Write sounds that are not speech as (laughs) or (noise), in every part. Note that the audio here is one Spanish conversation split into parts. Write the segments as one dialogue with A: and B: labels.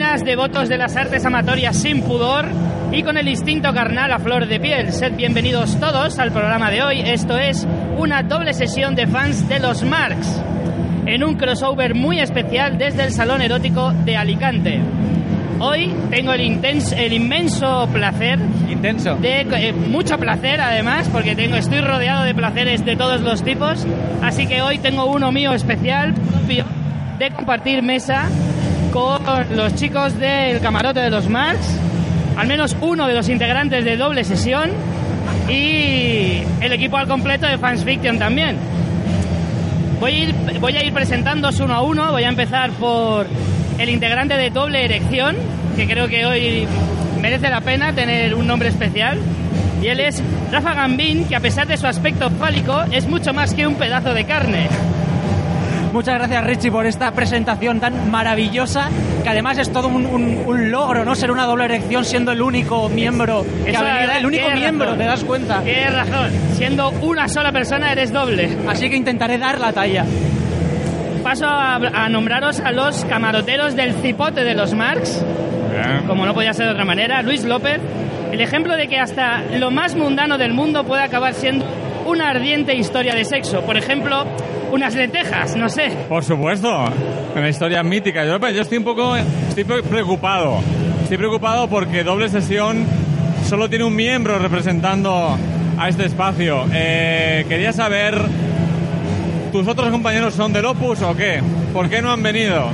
A: amigos de las artes amatorias sin pudor y con el instinto carnal a flor de piel. Sed bienvenidos todos al programa de hoy. Esto es una doble sesión de fans de los Marx en un crossover muy especial desde el Salón Erótico de Alicante. Hoy tengo el, intens- el inmenso placer
B: Intenso.
A: de eh, mucho placer además porque tengo estoy rodeado de placeres de todos los tipos así que hoy tengo uno mío especial pi- de compartir mesa con los chicos del camarote de los Marx al menos uno de los integrantes de doble sesión y el equipo al completo de Fans Fiction también voy a ir, voy a ir presentándos uno a uno voy a empezar por el integrante de doble erección que creo que hoy merece la pena tener un nombre especial. Y él es Rafa Gambín, que a pesar de su aspecto fálico, es mucho más que un pedazo de carne.
B: Muchas gracias Richie por esta presentación tan maravillosa, que además es todo un, un- un logro, ¿no? Ser una doble erección siendo el único miembro, que
A: Eso,
B: ha venido-
A: la verdad,
B: el único
A: tienes
B: miembro,
A: razón. Eh.
B: te das cuenta.
A: Tienes razón, siendo una sola persona eres doble.
B: Así que intentaré dar la talla.
A: Paso a, a nombraros a los camaroteros del cipote de los Marx, como no podía ser de otra manera, Luis López, el ejemplo de que hasta lo más mundano del mundo puede acabar siendo una ardiente historia de sexo. Por ejemplo, unas lentejas, no sé.
C: Por supuesto, una historia mítica. Yo, yo estoy un poco estoy pre- preocupado. Estoy preocupado porque doble sesión solo tiene un miembro representando a este espacio. Eh, quería saber, ¿tus otros compañeros son del Opus o qué? ¿Por qué no han venido?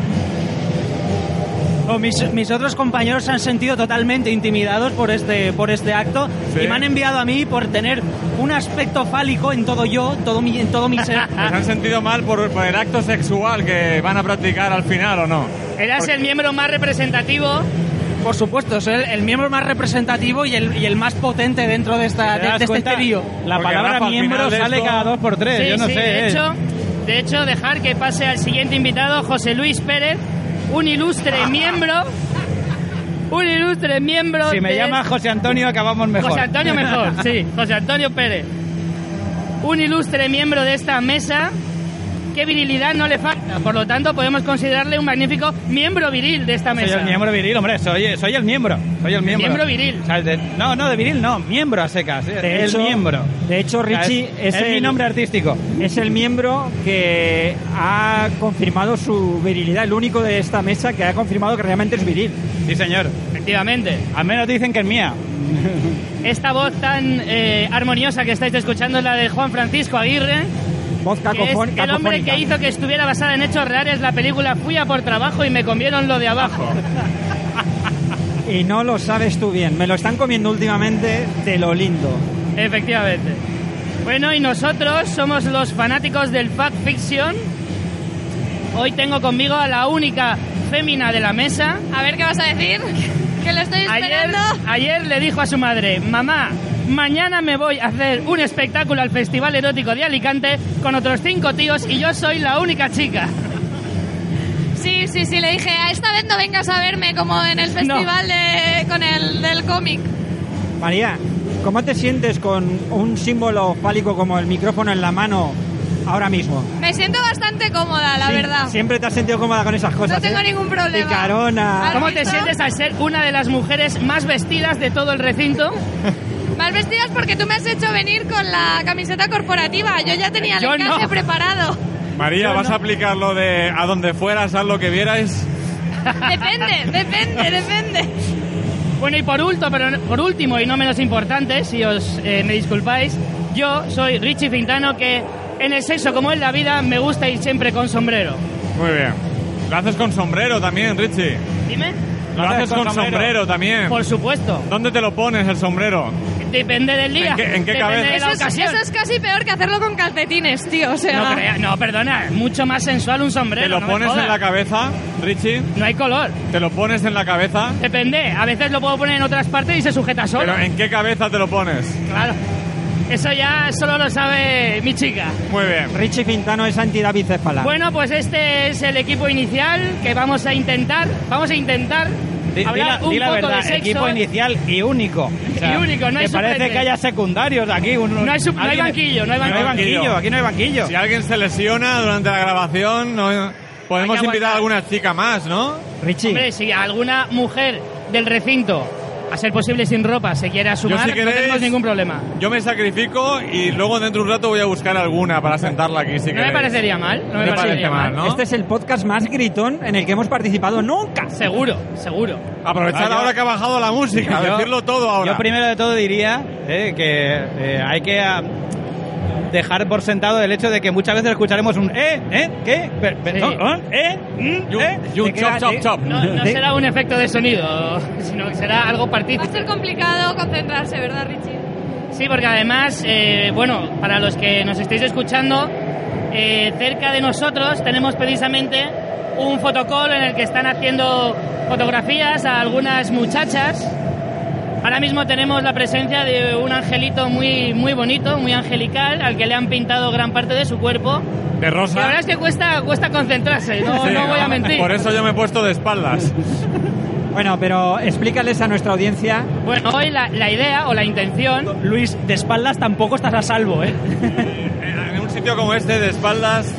B: No, Oh, mis, mis otros compañeros se han sentido totalmente intimidados por este, por este acto
C: Sí.
B: y me han enviado a mí por tener un aspecto fálico en todo yo, todo mi, en todo mi ser.
C: ¿Se han sentido mal por, por el acto sexual que van a practicar al final o no?
A: Eras el miembro más representativo
B: Por supuesto, soy el, el miembro más representativo y el, y el más potente dentro de, esta,
D: ¿Te
B: de,
D: das
B: de este
D: cuenta?
B: trío.
D: La
C: Porque,
D: palabra
C: Rafa, al final
D: miembro
C: de
D: sale
C: esto-
D: cada dos por tres,
A: Sí,
D: yo no
A: sí,
D: sé.
A: De
D: eh.
A: hecho, de hecho, dejar que pase al siguiente invitado, José Luis Pérez, un ilustre miembro. Un ilustre miembro.
D: si me
A: del-
D: llama José Antonio, acabamos mejor.
A: José Antonio mejor, sí, José Antonio Pérez. Un ilustre miembro de esta mesa. Qué virilidad no le falta. Por lo tanto, podemos considerarle un magnífico miembro viril de esta
D: (laughs) soy
A: mesa.
D: el miembro viril, hombre, soy, soy el miembro. Soy el miembro.
A: miembro viril.
D: O sea, de- no, no, de viril no, miembro a secas. eh,
E: De
D: el
E: hecho-
D: miembro.
E: De hecho,
D: O sea,
E: Richie es,
D: es, es
E: el,
D: mi nombre artístico.
E: es el miembro que ha confirmado su virilidad, el único de esta mesa que ha confirmado que realmente es viril.
D: Sí, señor.
A: Efectivamente.
D: Al menos dicen que es mía.
A: Esta voz tan eh, armoniosa que estáis escuchando es la de Juan Francisco Aguirre.
E: Voz
A: que es
E: cacofón,
A: el hombre
E: cacofónica.
A: que hizo que estuviera basada en hechos reales la película Fui a por trabajo y me comieron lo de abajo.
E: Y no lo sabes tú bien, me lo están comiendo últimamente de lo lindo.
A: Efectivamente. Bueno, y nosotros somos los fanáticos del Fact Fiction. Hoy tengo conmigo a la única fémina de la mesa.
F: A ver qué vas a
A: (laughs)
F: decir. Que lo estoy
A: Ayer,
F: esperando.
A: ayer le dijo a su madre, mamá, mañana me voy a hacer un espectáculo al Festival Erótico de Alicante con otros cinco tíos y yo soy la única chica.
F: Sí, sí, sí, le dije, "A esta vez no vengas a verme como
A: (laughs)
F: en el festival de- con el del cómic.
E: María, ¿cómo te sientes con un símbolo fálico como el micrófono en la mano ahora mismo?
F: Me siento bastante cómoda, la
E: Sí,
F: verdad.
E: Siempre te has sentido cómoda con esas cosas.
F: No tengo
E: ¿eh?
F: ningún problema.
E: Picarona.
F: ¿Has
A: ¿Cómo te
F: visto?
A: sientes al ser una de las mujeres más vestidas de todo el recinto?
F: Mal vestidas porque tú me has hecho venir con la camiseta corporativa. Yo ya tenía el
A: Yo
F: encaje
A: no. (laughs)
F: preparado.
C: María, ¿vas a aplicar lo de a donde fueras, haz lo que vieras?
F: Depende, depende,
A: (laughs)
F: depende.
A: Bueno, y por último, pero no- por último y no menos importante, si os eh, me disculpáis, yo soy Richie Fintano que en el sexo como en la vida me gusta ir siempre con sombrero.
C: Muy bien. Lo haces con sombrero también, Richie. (laughs)
A: Dime.
C: Lo haces con sombrero también.
A: Por supuesto.
C: ¿Dónde te lo pones el sombrero?
A: Depende del día.
C: ¿En qué- en qué
A: depende
C: cabeza?
A: de
F: Eso
A: la
F: es,
A: ocasión.
F: eso es casi peor que hacerlo con calcetines, tío. O sea,
A: No, crea- no, perdona, es mucho más sensual un sombrero.
C: ¿Te lo
A: no me
C: pones
A: jodas.
C: en la cabeza, Richie?
A: No hay color.
C: ¿Te lo pones en la cabeza?
A: Depende. A veces lo puedo poner en otras partes y se sujeta solo.
C: ¿Pero en qué cabeza te lo pones?
A: Claro. Eso ya solo lo sabe mi chica.
C: Muy bien.
E: Richie Fintano es entidad bicéfala.
A: Bueno, pues este es el equipo inicial que vamos a intentar, vamos a intentar
D: Di, di la,
A: hablar un
D: di la
A: poco
D: verdad,
A: de sexo.
D: equipo inicial y único. O sea,
A: Y único, no hay
D: que parece
A: suplentes.
D: que haya secundarios aquí. un-
A: No hay, su- no hay
D: alguien-
A: banquillo, no hay
D: No hay
A: banquillo.
D: banquillo, aquí no hay banquillo.
C: Si alguien se lesiona durante la grabación, no,
G: Podemos
A: Hay que aguantar.
G: invitar a alguna chica más, ¿no?
E: Richie,
A: Hombre, si alguna mujer del recinto, a ser posible sin ropa, se quiera sumar,
G: si
A: no
G: queréis-
A: tenemos ningún problema.
G: Yo me sacrifico y luego dentro de un rato voy a buscar alguna para sentarla aquí
A: No
G: si
A: me
G: queréis.
A: parecería mal. No me,
G: Me
A: parecería
G: parece mal,
F: Ah.
G: ¿no?
E: este es el podcast más gritón en el que hemos participado nunca.
A: Seguro, seguro.
G: Aprovechar
D: Ah, yo-
G: ahora que ha bajado la música,
D: Yo-
G: decirlo todo ahora.
D: Yo primero de todo diría eh, que eh, hay que ah, dejar por sentado el hecho de que muchas veces escucharemos un eh, eh, qué, Per- per-
A: Sí.
D: oh, oh, eh, mm,
G: Y un-
D: eh.
G: y un
E: te queda-
G: chop, chop,
E: te-
G: chop.
A: No, no
E: Sí.
A: será un efecto de sonido, (laughs) sino que será algo
F: Va a
A: partícipe.
F: ser complicado concentrarse, ¿verdad, Richie?
A: Sí, porque además, eh, bueno, para los que nos estéis escuchando, eh, cerca de nosotros tenemos precisamente un fotocall en el que están haciendo fotografías a algunas muchachas. Ahora mismo tenemos la presencia de un angelito muy, muy bonito, muy angelical, al que le han pintado gran parte de su cuerpo.
G: De
A: Y la verdad
G: rosa.
A: es que cuesta, cuesta concentrarse, no,
G: Sí,
A: no voy a mentir.
G: Por eso yo me he puesto de espaldas.
E: Bueno, pero explícales a nuestra audiencia.
A: Bueno, hoy la, la idea o la intención
B: Luis, de espaldas tampoco estás a salvo, ¿eh?
G: En un sitio como este, de espaldas,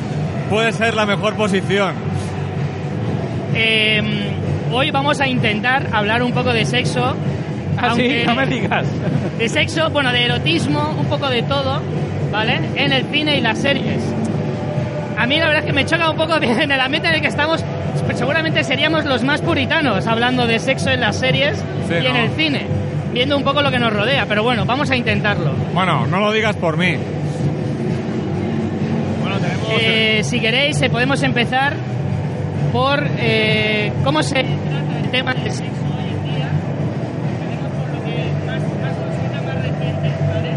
G: puede ser la mejor posición.
A: Eh, hoy vamos a intentar hablar un poco de sexo. aunque-
B: Ah,
D: Así, no me digas.
A: De sexo, bueno, de erotismo, un poco de todo, ¿vale? En el cine y las series. A mí la verdad es que me choca un poco (laughs) en el ambiente en el que estamos. pues seguramente seríamos los más puritanos hablando de sexo en las series
G: Sí,
A: y en
G: ¿no?
A: el cine, viendo un poco lo que nos rodea. Pero bueno, vamos a intentarlo.
G: Bueno, no lo digas por mí. Bueno, tenemos.
A: Eh, si queréis, eh, podemos empezar por eh, cómo se trata el tema del sexo hoy en día. Empecemos por lo que más, más nos queda, más reciente, ¿vale?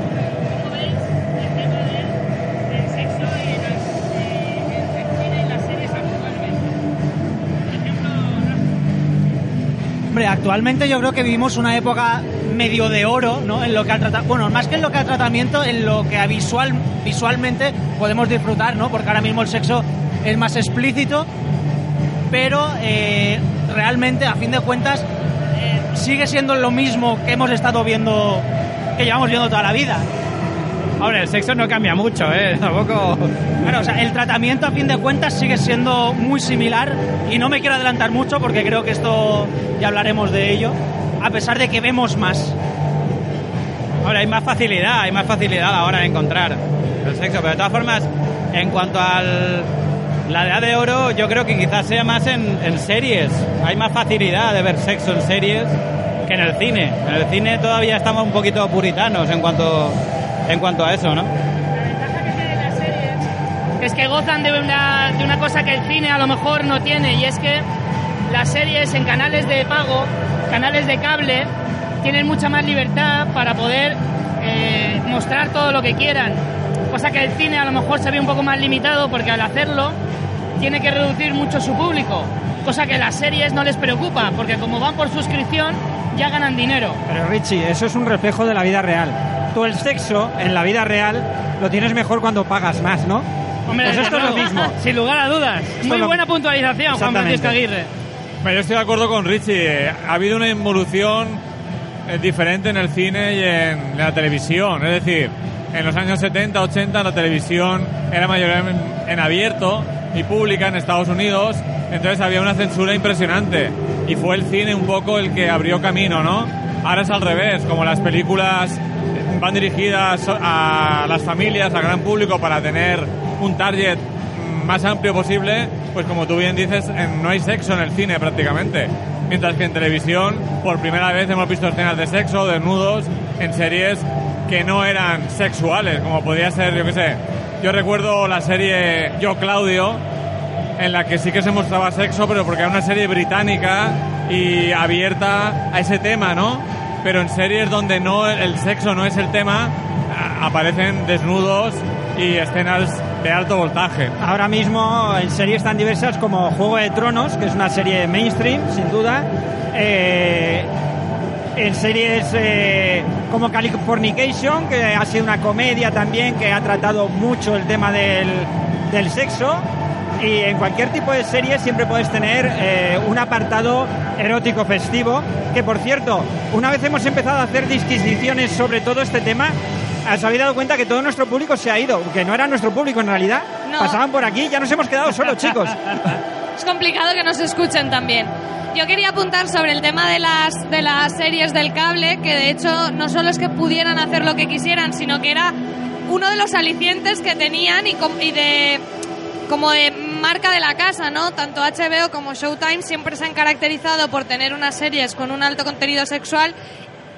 A: ¿Cómo veis el tema del, del sexo y las, eh, en el cine y las series actualmente? Por ejemplo, Rafa.
B: Hombre, actualmente yo creo que vivimos una época medio de oro, ¿no? En lo que ha tratado, bueno, más que en lo que ha tratamiento, en lo que a visual, visualmente podemos disfrutar, ¿no? Porque ahora mismo el sexo es más explícito, pero eh, realmente, a fin de cuentas, eh, sigue siendo lo mismo que hemos estado viendo, que llevamos viendo toda la vida.
D: Ahora, el sexo no cambia mucho, ¿eh? Tampoco...
B: Claro, o sea, el tratamiento a fin de cuentas sigue siendo muy similar y no me quiero adelantar mucho porque creo que esto ya hablaremos de ello, a pesar de que vemos más.
D: Ahora hay más facilidad, hay más facilidad a la hora de encontrar el sexo, pero de todas formas, en cuanto al la edad de oro, yo creo que quizás sea más en, en series. Hay más facilidad de ver sexo en series que en el cine. En el cine todavía estamos un poquito puritanos en cuanto en cuanto a eso, ¿no?
A: es que gozan de una, de una cosa que el cine a lo mejor no tiene y es que las series en canales de pago, canales de cable, tienen mucha más libertad para poder eh, mostrar todo lo que quieran. Cosa que el cine a lo mejor se ve un poco más limitado porque al hacerlo tiene que reducir mucho su público. Cosa que las series no les preocupa porque como van por suscripción ya ganan dinero.
E: Pero Richie, eso es un reflejo de la vida real. Tú el sexo en la vida real lo tienes mejor cuando pagas más, ¿no?
A: Hombre,
E: Pues
A: desde
E: esto es lo
A: luego,
E: mismo.
A: (laughs) Sin lugar a dudas. Muy
E: lo-
A: buena puntualización, Juan
E: Exactamente.
A: Francisco Aguirre.
G: Pero yo estoy de acuerdo con Richie. eh, Ha habido una involución eh, diferente en el cine y en la televisión. Es decir, en los años 70, 80 la televisión era mayormente en abierto y pública en Estados Unidos. Entonces había una censura impresionante. Y fue el cine un poco el que abrió camino, ¿no? Ahora es al revés. Como las películas van dirigidas a las familias, al gran público, para tener un target más amplio posible, pues como tú bien dices, en- no hay sexo en el cine prácticamente. Mientras que en televisión, por primera vez hemos visto escenas de sexo, desnudos, en series que no eran sexuales, como podía ser, yo qué sé. Yo recuerdo la serie Yo Claudio, en la que sí que se mostraba sexo, pero porque era una serie británica y abierta a ese tema, ¿no? Pero en series donde no el sexo no es el tema, a- aparecen desnudos y escenas de alto voltaje.
E: Ahora mismo en series tan diversas como Juego de Tronos, que es una serie mainstream, sin duda. eh, en series eh, como Californication, que ha sido una comedia también, que ha tratado mucho el tema del, del sexo. Y en cualquier tipo de serie siempre puedes tener eh, un apartado erótico festivo, que por cierto, una vez hemos empezado a hacer disquisiciones sobre todo este tema, os habéis dado cuenta que todo nuestro público se ha ido, que no era nuestro público en realidad,
F: No. (laughs)
E: pasaban por aquí, ya nos hemos quedado solos chicos.
F: es complicado que nos escuchen también. Yo quería apuntar sobre el tema de las, de las series del cable, que de hecho no solo es que pudieran hacer lo que quisieran, sino que era uno de los alicientes que tenían y, com- y de como de marca de la casa, ¿no? Tanto HBO como Showtime siempre se han caracterizado por tener unas series con un alto contenido sexual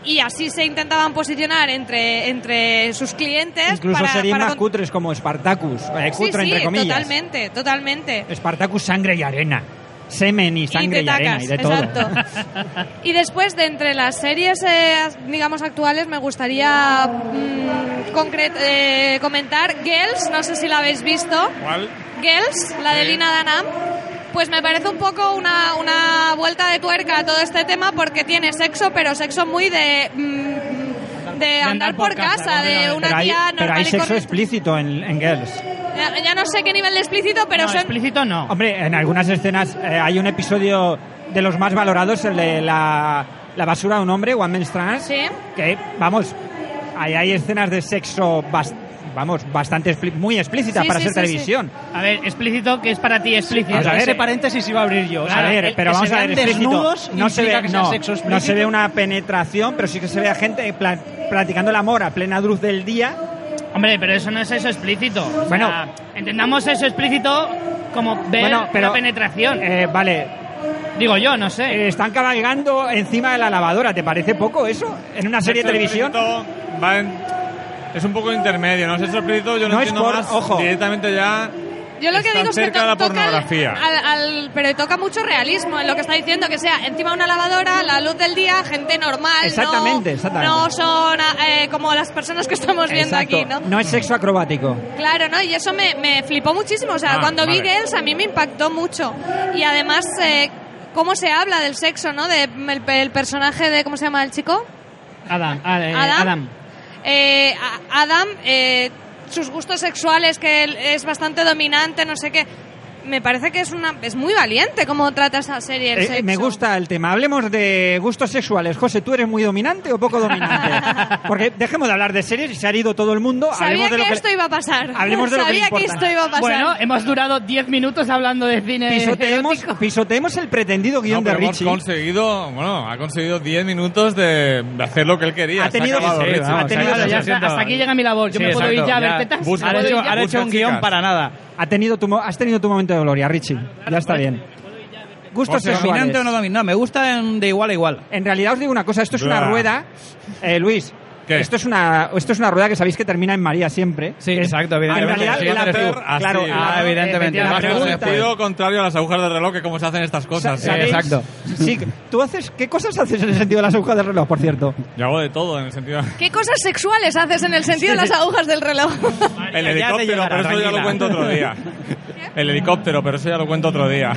F: y así se intentaban posicionar entre, entre sus clientes.
E: Incluso
F: para,
E: series
F: para
E: más
F: con-
E: cutres como Spartacus. eh,
F: Sí,
E: cutre,
F: sí,
E: entre comillas.
F: totalmente, totalmente.
E: Spartacus sangre y arena. Semen y sangre y,
F: te
E: arena
F: tacas,
E: y de todo.
F: Exacto.
E: (laughs)
F: Y después, de entre las series, eh, digamos, actuales, me gustaría mm, concret- eh, comentar Girls, no sé si la habéis visto.
G: ¿Cuál?
F: Girls, la de
G: Sí.
F: Lina Danam, pues me parece un poco una, una vuelta de tuerca a todo este tema porque tiene sexo, pero sexo muy de... mm, de andar por casa, de una
E: pero, hay,
F: tía
E: pero hay
F: normal y
E: sexo
F: corriente.
E: explícito en, en Girls.
F: Ya, ya no sé qué nivel de explícito, pero
A: no,
F: son-
A: explícito no.
E: Hombre, en algunas escenas eh, hay un episodio de los más valorados, el de la, la basura de un hombre, One Man's Trans,
F: Sí.
E: que, vamos, ahí hay escenas de sexo bas- vamos, bastante expli- muy explícitas
F: Sí,
E: para
F: sí,
E: ser
F: sí,
E: televisión.
A: A ver, explícito, que es para ti explícito?
E: Vamos a ver,
B: Ese
E: eh.
B: paréntesis iba a abrir yo. O sea,
E: Pues a ver,
B: el
E: pero
B: que
E: vamos
B: se
E: a
B: vean
E: ver, explícito.
B: desnudos
E: no se ve,
B: implica que sea
E: no,
B: sexo
E: no se
B: explícito.
E: ve una penetración, pero sí que se ve a gente pla- practicando el amor a plena luz del día.
A: Hombre, pero eso no es eso explícito. O
E: Bueno.
A: sea, entendamos eso explícito como ver
E: bueno, pero
A: la penetración.
E: eh, vale,
A: Digo yo, no sé.
E: eh, están cabalgando encima de la lavadora, ¿te parece poco eso? En una serie de
G: Sexo
E: televisión.
G: explícito va en- es un poco intermedio, ¿no? Sexo explícito yo no,
E: No es
G: entiendo
E: por-
G: más.
E: ojo.
G: Directamente ya
F: Yo lo que
G: está
F: digo es que
G: cerca
F: to-
G: de la
F: toca al-
G: pornografía.
F: al- al- pero toca mucho realismo en lo que está diciendo, que sea encima una lavadora, la luz del día, gente normal. no-
E: Exactamente, exactamente.
F: No son eh, como las personas que estamos viendo
E: Exacto,
F: aquí, ¿no?
E: no es sexo acrobático.
F: Claro, ¿no? Y eso me, me flipó muchísimo. O sea,
G: Ah,
F: cuando vi
G: vale.
F: Girls a mí me impactó mucho. Y además, eh, cómo se habla del sexo, ¿no? De, el, el personaje de, ¿cómo se llama el chico?
A: Adam, ah, eh,
F: Adam.
A: Adam.
F: Eh, a- Adam, eh, sus gustos sexuales, que él es bastante dominante, no sé qué. Me parece que es una es muy valiente cómo trata esa serie. el
E: Eh,
F: sexo.
E: me gusta el tema. Hablemos de gustos sexuales. José, ¿tú eres muy dominante o poco
F: (laughs)
E: dominante? Porque dejemos de hablar de series y se ha ido todo el mundo.
F: Sabía
E: Hablemos de
F: que,
E: lo que
F: esto iba a pasar.
E: Hablemos de lo que le
F: Sabía que,
E: importa.
F: esto iba a pasar.
A: Bueno, hemos durado 10 minutos hablando de cine.
E: pisoteemos, pisoteemos el pretendido guión
G: No, pero
E: de
G: hemos
E: Richie.
G: conseguido, bueno, ha conseguido 10 minutos de de hacer lo que él quería.
E: Ha
G: Se
E: tenido-
G: acabado,
E: sí, sí,
G: Richie.
E: vamos,
G: Se
E: ha tenido-
G: acabado.
A: Claro, ya
D: Sí,
A: está, hasta aquí llega mi labor. Yo
D: Sí,
A: me puedo
D: exacto,
A: ir ya a ver
G: ya.
A: tetas.
G: Busca-
A: me
D: Han
A: puedo
D: hecho,
A: ir ya.
D: han hecho un
G: Busca
D: guión
G: chicas.
D: para nada.
E: Ha tenido tu, mo- has tenido tu momento de gloria, Richie. ya está bien. Gustos
G: José,
E: sexuales.
D: ¿Dominante o no dominante? No, me gusta en- de igual a igual.
E: En realidad os digo una cosa, esto es una
G: Blah.
E: rueda, Eh, Luis.
G: ¿Qué?
E: Esto es una esto es una rueda que sabéis que termina en María siempre.
D: Sí,
E: Que es-
D: exacto, evidentemente.
E: En
G: Sí,
E: realidad, la
G: pero-
E: pregu-
G: así.
E: claro,
D: Ah,
E: la-
D: evidentemente.
E: la
G: Más
D: Efectivamente.
E: pregunta-
G: consecuido, contrario a las agujas del reloj, que como se hacen estas cosas.
E: Sa-
G: ¿eh?
E: ¿sabéis?
D: exacto.
E: Sí, tú haces qué cosas haces en el sentido de las agujas del reloj, por cierto.
G: Yo hago de todo, en el sentido...
F: ¿Qué cosas sexuales haces en el sentido de las agujas del reloj?
G: El
F: (laughs)
D: ya te
G: helicóptero,
D: llegará,
G: pero eso ya
D: tranquila.
G: lo cuento otro
E: (laughs)
G: día. El helicóptero, pero eso ya lo cuento otro día.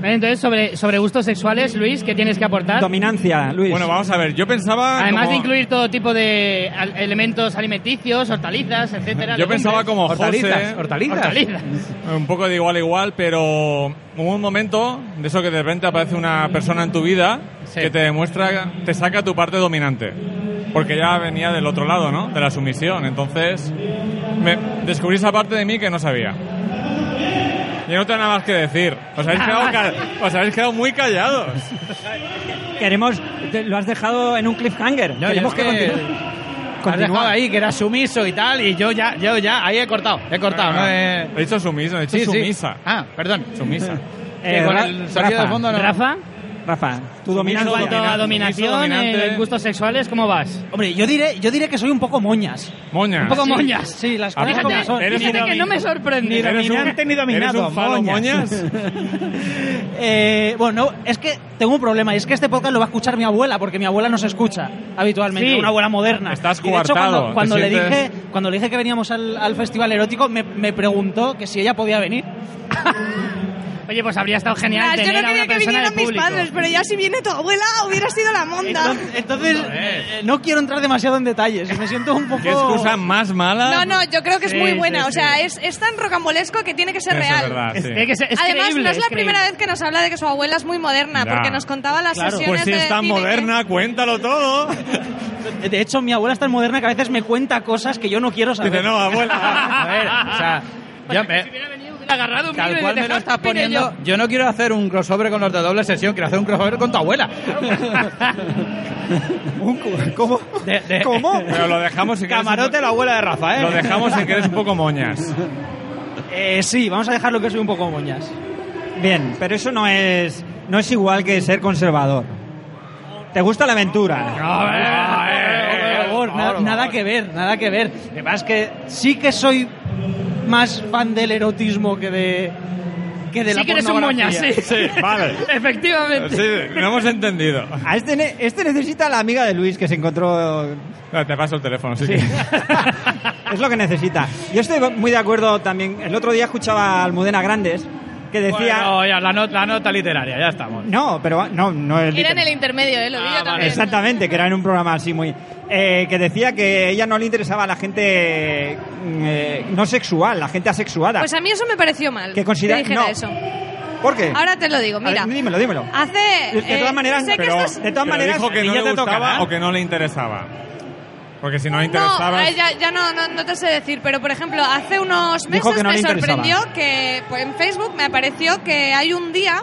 A: Entonces, sobre, sobre gustos sexuales, Luis, ¿qué tienes que
D: Ah.
A: aportar?
E: Dominancia, Luis.
G: Bueno, vamos a ver, yo pensaba...
A: Además
G: como-
A: de incluir todo tipo de al- elementos alimenticios, hortalizas, etcétera.
G: Yo pensaba
A: legumbres,
G: como
D: Hortalizas,
G: José, eh,
D: hortalizas.
A: hortalizas.
G: un poco de igual a igual, pero hubo un momento de eso que de repente aparece una persona en tu vida
A: Sí.
G: que te demuestra, te saca tu parte dominante. Porque ya venía del otro lado, ¿no? De la sumisión. Entonces, me descubrí esa parte de mí que no sabía. Y no tengo nada más que decir. Os habéis
D: (laughs)
G: quedado, ca- os habéis quedado muy callados.
E: queremos te- lo has dejado en un cliffhanger.
D: No,
E: Queremos
D: yo
E: que,
D: es Ah, que-
E: continúe.
D: Has dejado
E: Continúa.
D: ahí que era sumiso y tal, y yo ya, yo ya, ahí he cortado, he cortado. ¿no? Eh,
G: He dicho sumiso, he dicho
D: sí, sí.
G: sumisa.
D: Ah, perdón.
G: Sumisa.
E: Eh,
D: Que con
E: Ra-
D: el sonido
E: Rafa,
D: de fondo no-
A: Rafa,
E: Rafa, tu
A: en
E: dominancia.
A: cuanto a
G: Dominante.
A: dominación, en gustos sexuales, ¿cómo vas?
B: Hombre, yo diré, yo diré que soy un poco moñas.
G: Moña.
A: Un poco moñas.
B: Ah. Sí, las
G: Ah,
B: cosas
G: fíjate,
B: como son.
G: eres
A: Fíjate
G: un-
A: que no me sorprende.
G: ¿Eres un-
D: dominante ni dominado,
G: ¿Eres un falo
D: moñas.
G: moñas?
B: (laughs) Eh, bueno, no, es que tengo un problema y es que este podcast lo va a escuchar mi abuela porque mi abuela nos escucha habitualmente,
A: Sí.
B: una abuela moderna.
G: Estás
B: Y de hecho,
G: coartado,
B: cuando, cuando
G: te
B: le
G: sientes-
B: dije, cuando le dije que veníamos al, al festival erótico, me, me preguntó que si ella podía venir.
A: Oye, pues habría estado genial
F: Yo
A: tener
F: no
A: a
F: quería
A: una
F: que
A: persona de
F: vinieran mis
A: público.
F: padres, pero ya si viene tu abuela hubiera sido la monda.
B: Entonces, entonces, eh, no quiero entrar demasiado en detalles. Me siento (laughs) un poco.
D: Oh.
G: ¿Qué excusa más mala?
F: No, no, yo creo que es muy
A: Sí,
F: buena.
A: sí,
F: o sea, es, es tan rocambolesco que tiene que ser
G: Eso
F: real.
G: Es verdad, sí.
A: Tiene que ser- es
F: Además,
A: creíble,
F: no es la
A: creíble.
F: primera vez que nos habla de que su abuela es muy moderna,
G: Ya.
F: porque nos contaba las
B: Claro.
F: sesiones
G: Pues si
F: de
G: es tan
F: cine que-
G: moderna, cuéntalo todo.
B: De hecho, mi abuela es tan moderna que a veces me cuenta cosas que yo no quiero saber.
G: Dice, no, abuela.
D: A ver, o sea, yo,
A: Bueno,
D: eh,
A: si hubiera venido, hubiera agarrado un micro
D: Tal
A: y
D: cual
A: de
D: me lo
A: dejar-
D: estás
A: mire,
D: poniendo.
A: yo-
D: Yo no quiero hacer un crossover con los de doble sesión, quiero hacer un crossover con tu abuela.
E: Un cu- ¿Cómo?
D: De- de-
E: ¿Cómo?
G: (laughs) Pero lo dejamos si quieres un po-
D: Camarote, la abuela de Rafa, ¿eh?
G: Lo dejamos si quieres un poco moñas.
B: Eh, sí, vamos a dejarlo que soy un poco moñas.
E: Bien, pero eso no es, no es igual que ser conservador. ¿Te gusta la aventura?
B: Por favor, na- nada que ver, nada que ver. Lo que pasa es que sí que soy más fan del erotismo que de que de la
A: Sí que eres un moña, sí.
B: pornografía.
G: vale.
A: (laughs) Efectivamente.
G: Sí, lo hemos entendido.
E: A este, ne- este necesita a la amiga de Luis que se encontró.
G: No, te paso el teléfono, sí. que-
E: Es lo que necesita. Yo estoy muy de acuerdo también. El otro día escuchaba a Almudena Grandes que decía.
D: Bueno, ya, la, not- la nota literaria, ya estamos.
E: No, pero no, no es
F: Era en
E: literal.
F: el intermedio, ¿eh? Lo vi
D: Ah,
F: yo
D: vale.
F: también.
E: Exactamente, que era en un programa así muy... eh, que decía que ella no le interesaba a la gente eh, no sexual, la gente asexuada.
F: Pues a mí eso me pareció mal.
E: Que considera-
F: que dijera
E: no.
F: eso.
E: ¿Por qué?
F: Ahora te lo digo,
E: A ver,
F: mira.
E: dímelo, dímelo.
F: Hace.
E: De- de
F: eh,
E: todas maneras,
F: sé que
E: pero-
F: esto es-
E: de
G: pero
E: todas maneras,
G: dijo que no
E: niña
G: le
E: te toca,
G: gustaba
E: ¿no?
G: o que no le interesaba. Porque si no le
F: No,
G: interesaba...
F: eh, ya, ya no, no, no te sé decir, pero por ejemplo, hace unos
E: Dijo
F: meses
E: que no
F: me
E: le interesaba.
F: sorprendió que pues, en Facebook me apareció que hay un día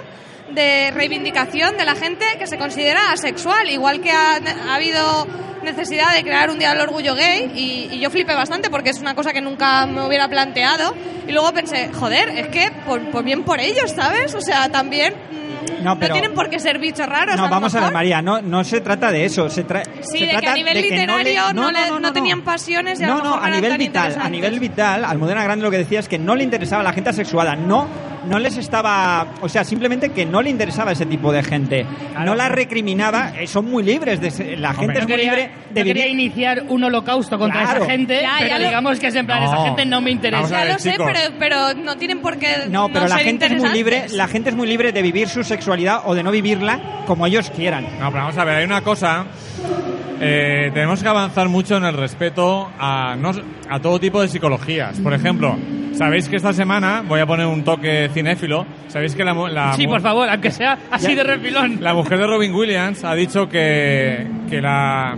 F: de reivindicación de la gente que se considera asexual, igual que ha, ha habido necesidad de crear un día del orgullo gay y, y yo flipé bastante porque es una cosa que nunca me hubiera planteado y luego pensé, joder, es que por, por bien por ellos, ¿sabes? O sea, también mm,
E: No,
F: no,
E: pero-
F: tienen por qué ser bichos raros.
E: No,
F: lo
E: vamos a ver,
F: mejor.
E: María, no, no se trata de eso. Se tra-
F: Sí,
E: se
F: de que
E: trata
F: a nivel
E: de que no le-
F: literario no, le- no
E: no.
F: tenían pasiones y a
E: no,
F: lo mejor
E: no, a
F: eran
E: nivel
F: tan
E: vital, a
F: interesantes.
E: nivel vital, Almudena Grande lo que decía es que no le interesaba la gente asexuada, no, no les estaba, o sea, simplemente que no le interesaba ese tipo de gente, no la recriminaba, eh, son muy libres, de, se- la gente es
A: Yo
E: muy
A: quería,
E: libre de
A: yo quería
E: vivir.
A: iniciar un holocausto contra
E: Claro.
A: esa gente,
F: Ya,
A: pero
F: ya lo-
A: digamos que es en plan,
G: No.
A: esa gente no me
G: Vamos a
A: interesa.
F: Ya
G: ver,
F: lo sé,
G: chicos.
F: pero, pero no tienen por qué.
E: No, pero la
F: ser
E: gente es muy libre,
F: interesantes.
E: la gente es muy libre de vivir su sexualidad o de no vivirla como ellos quieran.
G: No, pero vamos a ver, hay una cosa. eh, tenemos que avanzar mucho en el respeto a, no- a todo tipo de psicologías. Por ejemplo, sabéis que esta semana, voy a poner un toque cinéfilo, sabéis que la, mu- la
A: Sí,
G: mu-
A: por favor, aunque sea así de refilón.
G: la mujer de Robin Williams ha dicho que, que la,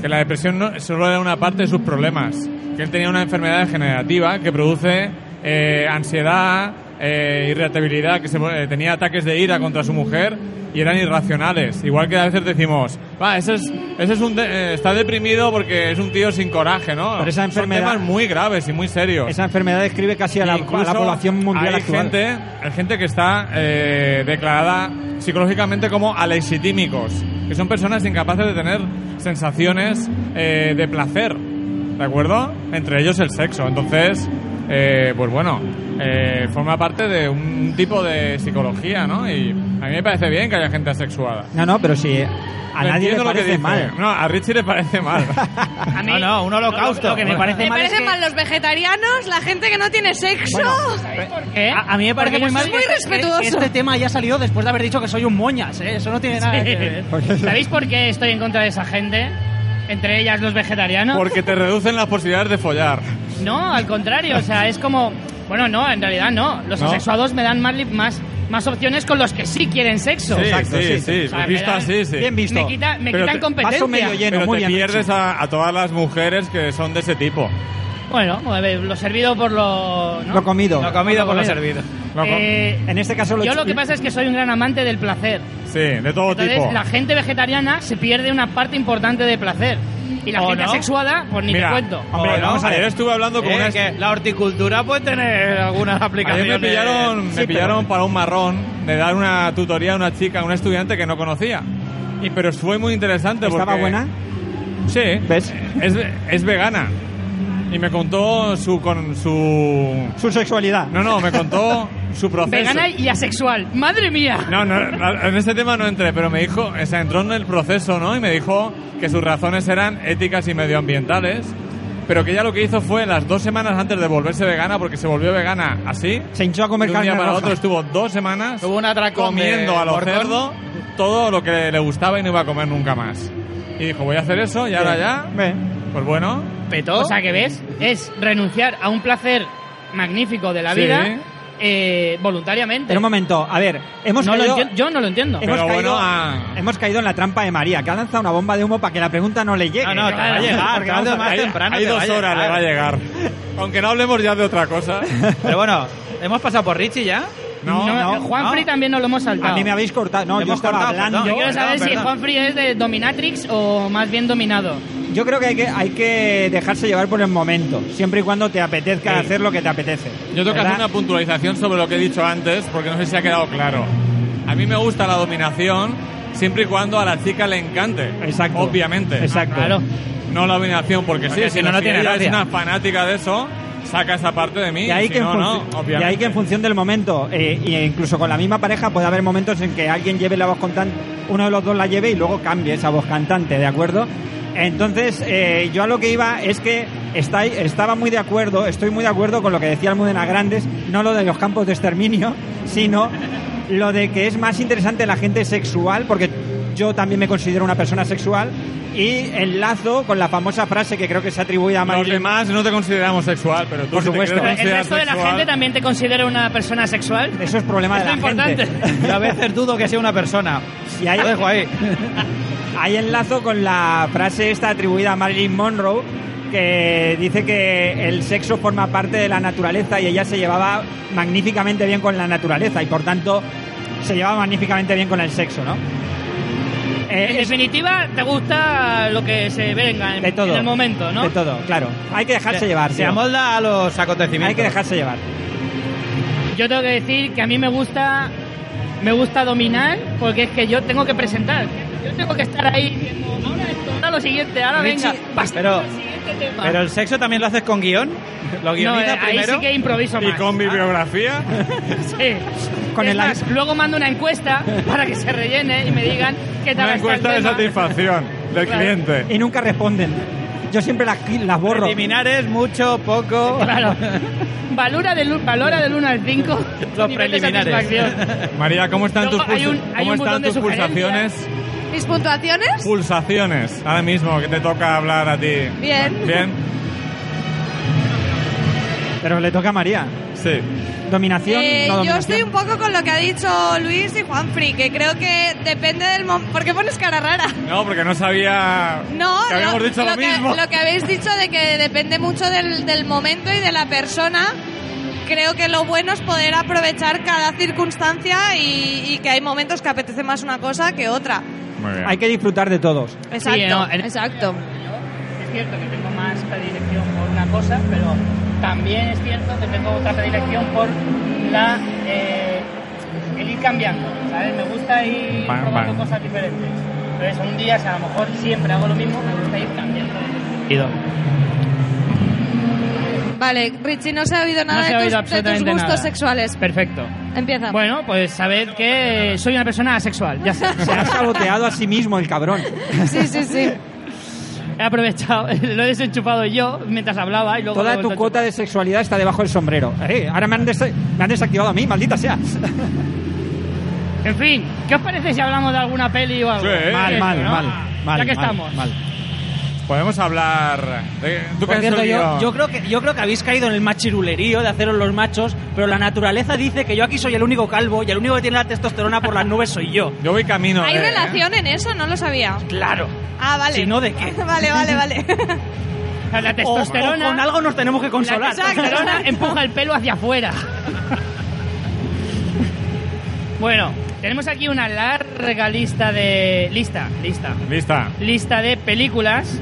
G: que la depresión no- solo era una parte de sus problemas, que él tenía una enfermedad degenerativa que produce eh, ansiedad, eh, irritabilidad, que se, eh, tenía ataques de ira contra su mujer y eran irracionales. Igual que a veces decimos, va, ese es, ese es un de- eh, está deprimido porque es un tío sin coraje, ¿no?
E: Pero esa enfermedad-
G: Son temas muy graves y muy serios.
E: Esa enfermedad describe casi a la, a la
G: Incluso
E: población mundial
G: hay
E: actual.
G: Gente, hay gente que está eh, declarada psicológicamente como alexitímicos, que son personas incapaces de tener sensaciones eh, de placer, ¿de acuerdo? Entre ellos el sexo. Entonces, eh, pues bueno, eh, forma parte de un tipo de psicología, ¿no? Y a mí me parece bien que haya gente asexuada.
E: No, no, pero si a
G: No
E: nadie
G: entiendo lo
E: le
G: que
E: parece
G: dice.
E: mal.
G: No, a Richie le parece
E: (laughs)
G: mal.
A: A mí,
D: No, no, un holocausto.
A: Lo, que me parece
F: Me
A: mal es
F: parecen
A: que-
F: mal los vegetarianos, la gente que no tiene sexo.
A: ¿Eh?
B: A, a mí me parece
A: Porque
B: muy mal
A: es
F: muy
B: que-
F: respetuoso.
B: que Este tema ya salió después de haber dicho que soy un moñas, ¿eh? Eso no tiene nada que
A: (laughs)
B: ver.
A: ¿Sabéis por qué estoy en contra de esa gente? Entre ellas los vegetarianos.
G: Porque te reducen las posibilidades de follar.
A: No, al contrario, o sea, es como... Bueno, no, en realidad no. Los
G: No.
A: asexuados me dan más, li- más, más opciones con los que sí quieren sexo.
G: Sí,
E: exacto,
G: sí,
E: sí.
G: sí.
A: O sea, me
G: Visto
A: dan-
G: así, sí.
E: Bien visto.
A: Me, quita- me
G: Pero
A: quitan
G: te-
A: competencia.
E: vaso medio lleno.
G: Pero
E: muy
G: te
E: bien
G: pierdes a, a todas las mujeres que son de ese tipo.
A: Bueno, a ver, lo servido por lo... ¿no?
E: Lo comido.
D: Lo comido por lo servido.
G: Lo co-
A: Eh,
E: En este caso lo
A: yo lo que pasa es que soy un gran amante del placer.
G: sí, de todo
A: Entonces,
G: tipo.
A: la gente vegetariana se pierde una parte importante de placer. Y la
D: ¿O
A: gente
D: no?
A: asexuada, pues ni
G: Mira,
A: te cuento.
G: hombre,
D: ¿O no?
G: vamos a ver, estuve hablando con
D: Eh,
G: una...
D: que la horticultura puede tener algunas
G: Ayer
D: aplicaciones.
G: me pillaron, me
E: Sí,
G: pillaron
E: pero-
G: para un marrón de dar una tutoría a una chica, a una estudiante que no conocía. Y, pero fue muy interesante
E: ¿Estaba
G: porque...
E: buena?
G: Sí.
E: ¿Ves?
G: Es, es vegana. Y me contó su... Con, su...
E: Su sexualidad.
G: No, no, me contó su proceso.
A: Vegana y asexual. ¡Madre mía!
G: No, no, en este tema no entré, pero me dijo, o sea, entró en el proceso, ¿no? Y me dijo que sus razones eran éticas y medioambientales, pero que ella lo que hizo fue las dos semanas antes de volverse vegana, porque se volvió vegana así,
E: Se hinchó a
G: de
E: comer
G: un
E: carne
G: día para
E: roja.
G: otro estuvo dos semanas
D: Tuvo un atracón
G: comiendo
D: de
G: a lo
D: porcón.
G: cerdo todo lo que le gustaba y no iba a comer nunca más. Y dijo, voy a hacer eso y ahora ya,
E: Ve.
G: pues bueno,
D: ¿Petó?
A: O sea, que ves, es renunciar a un placer magnífico de la
G: Sí.
A: vida eh, voluntariamente.
E: Pero un momento, a ver, hemos
A: No lo
E: caído...
A: entiendo- yo no lo entiendo.
E: Hemos
G: Pero
E: caído,
G: bueno, ah.
E: hemos caído en la trampa de María, que ha lanzado una bomba de humo para que la pregunta no le llegue.
G: Ah,
D: No, no, te va a
A: Claro,
E: (laughs)
D: llegar.
E: porque
D: tarde o
E: vamos a-
D: más temprano
G: hay
D: te
G: dos
D: va a
G: horas, le
D: llegar.
G: va a llegar. Aunque no hablemos ya de otra cosa.
D: Pero bueno, ¿Hemos pasado por Richie ya?
E: No, no.
A: Juanfrey
D: no.
A: también nos lo hemos saltado.
E: A mí me habéis cortado. No, yo
D: Hemos
E: estaba
D: cortado,
E: hablando.
A: Yo quiero
D: perdón,
A: saber si
D: perdón.
A: Juanfrey es de dominatrix o más bien dominado.
E: Yo creo que hay, que hay que dejarse llevar por el momento, siempre y cuando te apetezca
C: Sí.
E: hacer lo que te apetece.
C: Yo tengo que
E: ¿Verdad?
C: hacer una puntualización sobre lo que he dicho antes, porque no sé si ha quedado claro. A mí me gusta la dominación siempre y cuando a la chica le encante.
E: Exacto.
C: Obviamente. Ah,
E: Exacto.
A: Claro.
C: No la dominación, porque sí,
D: Porque
C: si no, no tiene
D: gracia.
C: Es una fanática de eso, saca esa parte de mí.
E: Y hay,
C: si
E: que en
C: no, no,
E: funci- y
C: obviamente.
E: hay que en función del momento, eh, e incluso con la misma pareja, puede haber momentos en que alguien lleve la voz cantante, uno de los dos la lleve y luego cambie esa voz cantante, ¿de acuerdo? Entonces, eh, yo a lo que iba es que está- estaba muy de acuerdo, estoy muy de acuerdo con lo que decía Almudena Grandes, no lo de los campos de exterminio, sino lo de que es más interesante la gente sexual, porque yo también me considero una persona sexual, y enlazo con la famosa frase que creo que se atribuye a
C: Los
E: Marilyn
C: demás no te consideramos sexual, pero tú
E: Por
C: si te
E: supuesto.
C: quieres
E: Pero
A: ¿El
C: considerar
A: resto de la
C: sexual-
A: gente también te considera una persona sexual?
E: Eso es problema
A: Es
E: de la
A: lo importante.
E: gente. (laughs)
D: Yo a veces dudo que sea una persona.
E: Y hay,
D: Lo dejo ahí.
E: hay enlazo con la frase esta atribuida a Marilyn Monroe, que dice que el sexo forma parte de la naturaleza y ella se llevaba magníficamente bien con la naturaleza y por tanto se llevaba magníficamente bien con el sexo, ¿no?
A: En
E: Eh, es-
A: definitiva, te gusta lo que se venga en,
E: de todo.
A: en el momento, ¿no?
E: De todo, claro. Hay que dejarse llevar.
D: Se
E: tío.
D: amolda a los acontecimientos.
E: Hay que dejarse llevar.
A: Yo tengo que decir que a mí me gusta me gusta dominar porque es que yo tengo que presentar. Yo tengo que estar ahí diciendo, ahora esto, ahora lo siguiente, ahora
D: Richie,
A: venga, pasemos
D: pero-
A: al siguiente tema.
D: Pero el sexo también lo haces con guión. Lo
A: no,
D: guioniza
A: eh, ahí
D: primero.
A: sí que improviso
C: Y
A: más.
C: con mi
A: (laughs)
C: biografía,
A: Sí.
E: Con
A: Es
E: el-
A: más, luego mando una encuesta para que se rellene y me digan qué tal
C: una
A: está el
C: encuesta de
A: tema.
C: satisfacción del
A: Claro.
C: cliente.
E: Y nunca responden. Yo siempre las, las borro.
D: Preliminares, mucho, poco.
A: Claro. Valora del, u- valora del 1 al 5 (laughs)
D: Los
A: nivel de
D: preliminares.
A: satisfacción.
C: María, ¿cómo están
A: Luego
C: tus,
A: hay un-
C: pulsa-
A: hay
C: ¿cómo
A: un botón
C: están
A: de
C: tus pulsaciones?
F: (laughs) ¿Mis puntuaciones?
C: Pulsaciones, ahora mismo que te toca hablar a ti.
F: Bien.
C: ¿Bien?
E: Pero le toca a María.
C: Sí.
E: Dominación.
F: Eh,
E: no
F: yo
E: dominación.
F: estoy un poco con lo que ha dicho Luis y Juanfri, que creo que depende del momento. ¿Por qué pones cara rara? (laughs)
C: No, porque no sabía
F: No,
C: que habíamos
F: lo,
C: dicho lo,
F: lo que,
C: mismo.
F: lo que habéis dicho de que depende mucho del, del momento y de la persona. Creo que lo bueno es poder aprovechar cada circunstancia y, y que hay momentos que apetece más una cosa que otra.
C: Muy bien.
E: Hay que disfrutar de todos.
F: Exacto,
A: no, en-
F: exacto.
A: Es cierto que tengo más predilección por una cosa, pero también es cierto que tengo otra predilección por la eh, el ir cambiando, ¿sabes? Me gusta ir
C: Bam,
A: probando
C: bam.
A: cosas diferentes. Entonces, un día, si a lo mejor siempre hago lo mismo, me gusta ir cambiando.
F: Vale, Richie, no se ha oído nada
A: se
F: de,
A: ha oído
F: tus, de tus
A: absolutamente
F: gustos
A: nada.
F: sexuales.
A: Perfecto.
F: Empieza.
A: Bueno, pues sabed que soy una persona asexual,
F: (laughs)
A: ya está.
E: Se ha saboteado a sí mismo el cabrón.
F: Sí,
A: (laughs)
F: sí, sí.
A: He aprovechado, (laughs) lo he desenchufado yo mientras hablaba y luego...
E: Toda tu cuota de sexualidad está debajo del sombrero. Eh, ahora me han, des- me han desactivado a mí, maldita sea.
A: En fin, ¿qué os parece si hablamos de alguna peli o algo?
C: Sí, eh.
E: Mal, mal,
A: ¿no?
E: mal, mal.
A: Ya que
E: mal,
A: estamos.
E: mal.
C: Podemos hablar. de- ¿Tú qué
B: Por
C: has
B: cierto, yo,
C: oído?
B: yo creo que, yo creo que habéis caído en el machirulerío de haceros los machos, pero la naturaleza dice que yo aquí soy el único calvo y el único que tiene la testosterona por las nubes soy yo.
C: Yo voy camino.
F: ¿Hay
A: eh,
C: de-
F: relación en eso? No lo sabía.
B: Claro.
F: Ah, vale.
B: Si no, ¿de qué?
F: (laughs) Vale, vale, vale.
A: (laughs) La
B: O- o
A: testosterona...
B: con algo nos tenemos que
A: La
B: consolar.
E: (laughs)
A: testosterona empuja el pelo hacia afuera. Bueno, tenemos aquí una larga lista de. Lista, lista.
C: Lista.
A: Lista de películas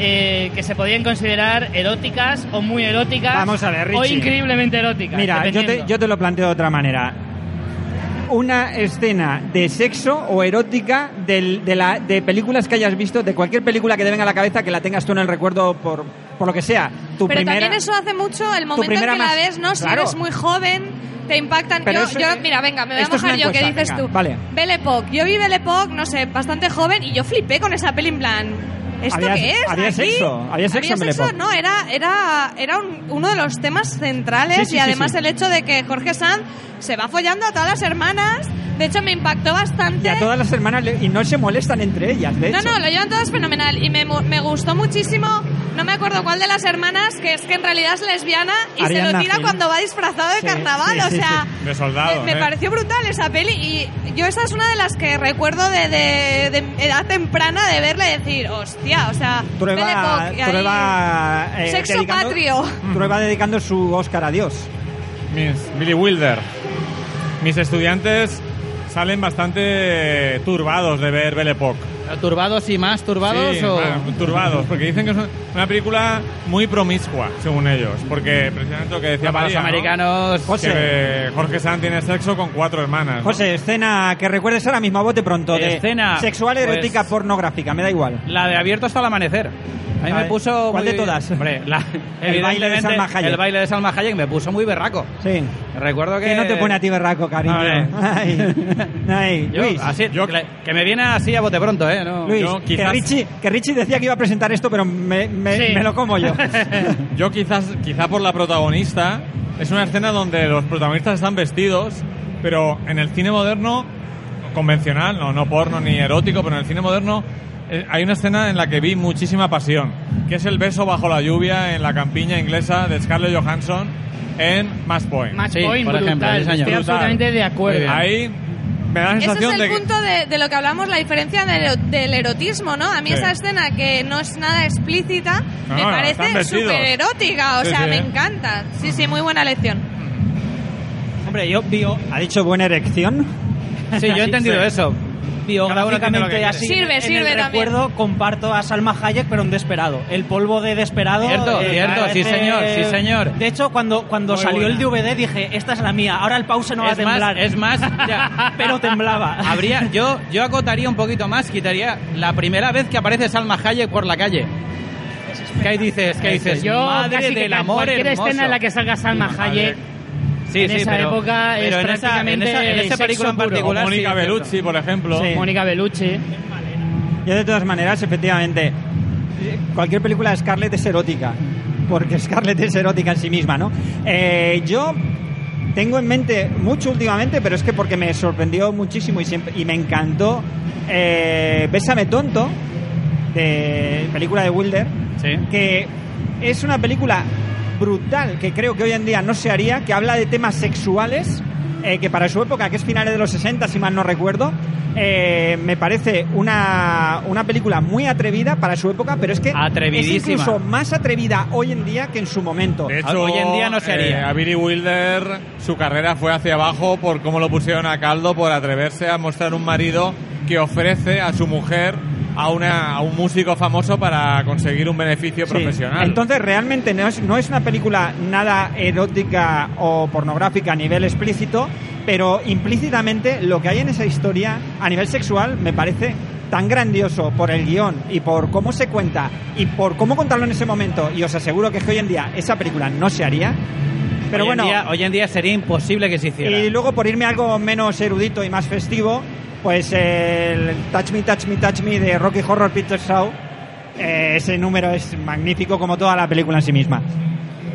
A: eh, que se podían considerar eróticas o muy eróticas.
E: Vamos a ver,
A: O
E: Richie.
A: increíblemente eróticas.
E: Mira, yo te,
A: dependiendo.
E: yo te lo planteo de otra manera. Una escena de sexo o erótica del- de, la- de películas que hayas visto, de cualquier película que te venga a la cabeza, que la tengas tú en el recuerdo por, por lo que sea. Tu
F: Pero
E: primera...
F: también eso hace mucho el momento en
E: primera
F: que la
E: más-
F: ves, ¿no? Si
E: Claro.
F: eres muy joven, te impactan.
E: Pero
F: Yo,
E: eso-
F: yo- mira, venga, me voy a
E: esto es
F: mojar
E: una
F: yo, ¿qué
E: encuesta,
F: dices
E: venga,
F: tú?
E: vale.
F: Belle Époque. Yo vi Belle Époque, no sé, bastante joven y yo flipé con esa peli en plan. ¿Esto
E: Había-
F: qué es?
E: había
F: ¿Aquí?
E: sexo, había sexo en Belle Époque.
F: no, era, era, era un- uno de los temas centrales
E: Sí, sí, sí,
F: y además
E: sí.
F: el hecho de que Jorge Sanz se va follando a todas las hermanas. De hecho, me impactó bastante.
E: Y a todas las hermanas, le- y no se molestan entre ellas, de
F: No,
E: hecho.
F: no, lo llevan todas fenomenal y me, mu- me gustó muchísimo. No me acuerdo cuál de las hermanas, que es que en realidad es lesbiana y se
E: Ariadna
F: lo tira
E: Gil.
F: cuando va disfrazado de
E: Sí,
F: carnaval,
E: sí,
F: o
E: sí,
F: sea.
C: De soldado.
F: me, me
C: ¿eh?
F: pareció brutal esa peli y yo esa es una de las que recuerdo de, de- de edad temprana de verla y decir, hostia, o sea, Belle
E: Trueba,
F: Époque", y ahí-
E: Trueba, eh,
F: Sexo
E: dedicando-
F: patrio. Mm.
E: Trueba dedicando su Oscar a Dios.
G: mis Billy Wilder. Mis estudiantes salen bastante turbados de ver Belle Époque.
D: ¿Turbados y más turbados?
G: Sí,
D: o...
G: bueno, pues, turbados, porque dicen que es una película muy promiscua, según ellos, porque precisamente lo que decía
D: Para los
G: María, ¿no?
D: americanos.
G: Que eh, Jorge Sanz tiene sexo con cuatro hermanas. ¿no?
E: José, escena que recuerdes ahora mismo a bote pronto. De
D: Escena,
E: Sexual, erótica,
D: pues-
E: pornográfica, me da igual.
D: La de abierto hasta el amanecer. A mí
E: A
D: me
E: ver,
D: puso.
E: ¿cuál
D: muy-
E: de todas?
D: Hombre, la-
E: El baile de Salma
D: evidentemente,
E: Hayek.
D: El baile de Salma Hayek me puso muy berraco.
E: Sí.
D: Recuerdo que.
E: Que no te pone a ti berraco, cariño.
D: Hombre.
E: Ay, ay.
D: Yo,
E: Luis,
D: así,
G: yo-
D: que, le- que me viene así a bote pronto, ¿eh? No,
E: Luis,
G: yo
E: que,
G: quizás-
E: Richie, que Richie decía que iba a presentar esto, pero me, me-
A: Sí.
E: me lo como yo.
G: Yo quizás, quizá por la protagonista, es una escena donde los protagonistas están vestidos, pero en el cine moderno, convencional, no, no porno ni erótico, pero en el cine moderno eh, hay una escena en la que vi muchísima pasión, que es el beso bajo la lluvia en la campiña inglesa de Scarlett Johansson en Mass Point.
A: Match
D: Sí,
A: point
D: por ejemplo,
A: brutal.
D: sí, señor.
A: Estoy
D: Brutal.
A: absolutamente de acuerdo.
G: Ahí me da la
F: Ese es
G: sensación
F: el
G: de que...
F: punto de, de lo que hablamos, la diferencia del, del erotismo, ¿no? A mí
G: Sí.
F: esa escena que no es nada explícita
G: No,
F: me
G: no, están
F: parece
G: vestidos.
F: súper erótica, o
G: Sí,
F: sea,
G: sí.
F: me encanta. Sí, sí, muy buena lección.
E: Hombre, yo bio. ¿Ha dicho buena erección?
D: Sí, yo
A: (laughs)
D: he entendido
G: Sí.
D: eso.
G: Cada uno tiene lo que
B: Biográficamente
G: quiere.
B: así.
F: Sirve,
B: en
F: sirve
B: el
F: también.
B: recuerdo comparto a Salma Hayek, pero un desperado. El polvo de desperado.
D: Cierto, cierto,
B: parece-
D: sí, señor, sí, señor.
B: De hecho, cuando, cuando
D: Muy
B: salió
D: buena.
B: el DVD dije, esta es la mía, ahora el pause no va a
D: es, más,
B: temblar.
D: es más,
A: (laughs)
D: ya,
B: (laughs) Pero
D: (laughs)
B: temblaba.
D: Habría, yo, yo acotaría un poquito más, quitaría la primera vez que aparece Salma Hayek por la calle. ¿Qué ahí dices? ¿Qué dices?
A: Yo
D: Madre
A: casi que
D: del
A: ca-
D: amor
A: cualquier
D: hermoso.
A: escena en la que salga Salma
G: Salma
A: Hayek,
G: Hayek.
D: Sí,
A: en
D: sí,
A: esa
D: pero-
A: época es
D: pero en esa- en
A: prácticamente
D: esa- en esa
A: sexo
D: película en
A: puro.
D: particular, sí,
G: Mónica
D: es cierto.
G: Bellucci, por ejemplo.
E: Sí.
A: Mónica Bellucci.
E: Yo de todas maneras, efectivamente, eh, cualquier película de Scarlett es erótica, porque Scarlett es erótica en sí misma, ¿no? Eh, yo tengo en mente mucho últimamente, pero es que porque me sorprendió muchísimo y, siempre- y me encantó eh, Bésame Tonto, de película de Wilder,
D: Sí.
E: que es una película brutal que creo que hoy en día no se haría, que habla de temas sexuales, eh, que para su época, que es finales de los 60, si mal no recuerdo, eh, me parece una, una película muy atrevida para su época, pero es que es
D: Atrevidísima.
E: incluso más atrevida hoy en día que en su momento.
G: De hecho,
D: Ah, Hoy en día no se haría.
G: eh, a Billy Wilder su carrera fue hacia abajo por cómo lo pusieron a caldo por atreverse a mostrar un marido que ofrece a su mujer a, una, a un músico famoso para conseguir un beneficio
E: Sí.
G: profesional.
E: Entonces, realmente no es, no es una película nada erótica o pornográfica a nivel explícito, pero implícitamente lo que hay en esa historia a nivel sexual me parece tan grandioso por el guión y por cómo se cuenta y por cómo contarlo en ese momento. Y os aseguro que es que hoy en día esa película no se haría. Pero
D: hoy
E: bueno,
D: En día, hoy en día sería imposible que se hiciera.
E: y luego por irme a algo menos erudito y más festivo, pues el Touch Me, Touch Me, Touch Me de Rocky Horror Picture Show. eh, ese número es magnífico como toda la película en sí misma.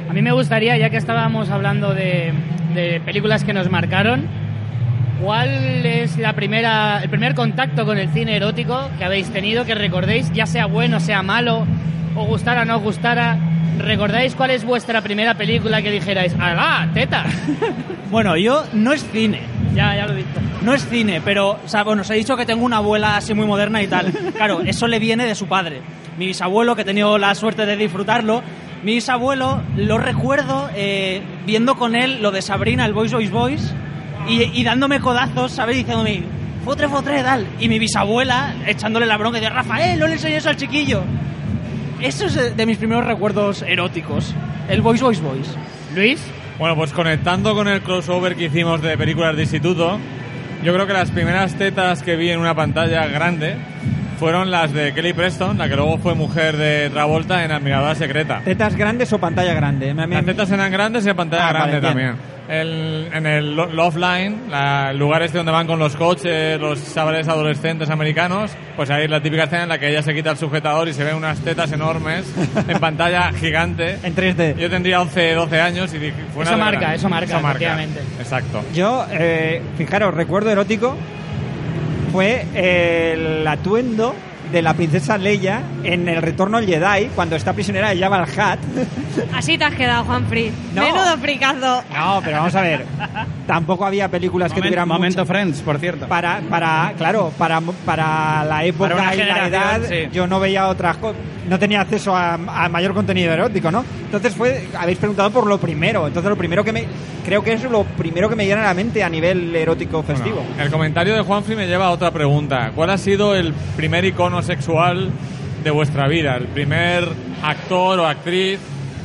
A: A mí me gustaría, ya que estábamos hablando de, de películas que nos marcaron, ¿cuál es la primera, el primer contacto con el cine erótico que habéis tenido, que recordéis, ya sea bueno, sea malo, o gustara o no gustara? ¿Recordáis cuál es vuestra primera película que dijerais, ¡alá, teta! (laughs)
B: Bueno, yo no es cine.
A: ya, ya lo he visto.
B: No es cine, pero, o sea, bueno, os he dicho que tengo una abuela así muy moderna y tal. Claro, eso le viene de su padre. Mi bisabuelo, que he tenido la suerte de disfrutarlo. Mi bisabuelo, lo recuerdo eh, viendo con él lo de Sabrina, el Boys, Boys, Boys, y, y dándome codazos, ¿sabes? Diciéndome, fotre, fotre, tal. Y mi bisabuela echándole la bronca y de Rafael, no le enseñes eso al chiquillo. Eso es de, de mis primeros recuerdos eróticos. El Boys, Boys, Boys.
A: Luis,
G: Bueno, pues conectando con el crossover que hicimos de películas de instituto, yo creo que las primeras tetas que vi en una pantalla grande fueron las de Kelly Preston, la que luego fue mujer de Travolta en Admiradora Secreta.
E: ¿Tetas grandes o pantalla grande? Me- me-
G: Las tetas eran grandes y la pantalla
E: Ah,
G: grande
E: vale,
G: también.
E: bien.
G: El- en el lo- Love Line, la- el lugar este donde van con los coches, los chavales adolescentes americanos, pues ahí la típica escena en la que ella se quita el sujetador y se ven unas
A: (laughs)
G: tetas enormes en pantalla gigante.
E: En 3D.
G: Yo tendría 11, 12 años y dije, fue una
A: Eso
G: de
A: marca,
G: verano.
A: eso marca, efectivamente.
G: Exacto.
E: Yo, eh, fijaros, recuerdo erótico fue eh, el atuendo de la princesa Leia en el retorno al Jedi cuando está prisionera de Jabba el Hat.
F: Así te has quedado, Juanfri.
E: No.
F: Menudo fricazo.
E: No, pero vamos a ver. (laughs) Tampoco había películas que
D: Momen-
E: tuvieran
D: momento
E: mucha-
D: Friends, por cierto.
E: para, para claro, para, para la época
D: Para una
E: y la
D: generación,
E: edad,
D: sí.
E: yo no veía otras cosas, no tenía acceso a, a mayor contenido erótico, ¿no? Entonces fue, habéis preguntado por lo primero. Entonces lo primero que me, creo que es lo primero que me viene a la mente a nivel erótico festivo.
C: Bueno, el comentario de Juanfri me lleva a otra pregunta. ¿Cuál ha sido el primer icono sexual de vuestra vida? ¿El primer actor o actriz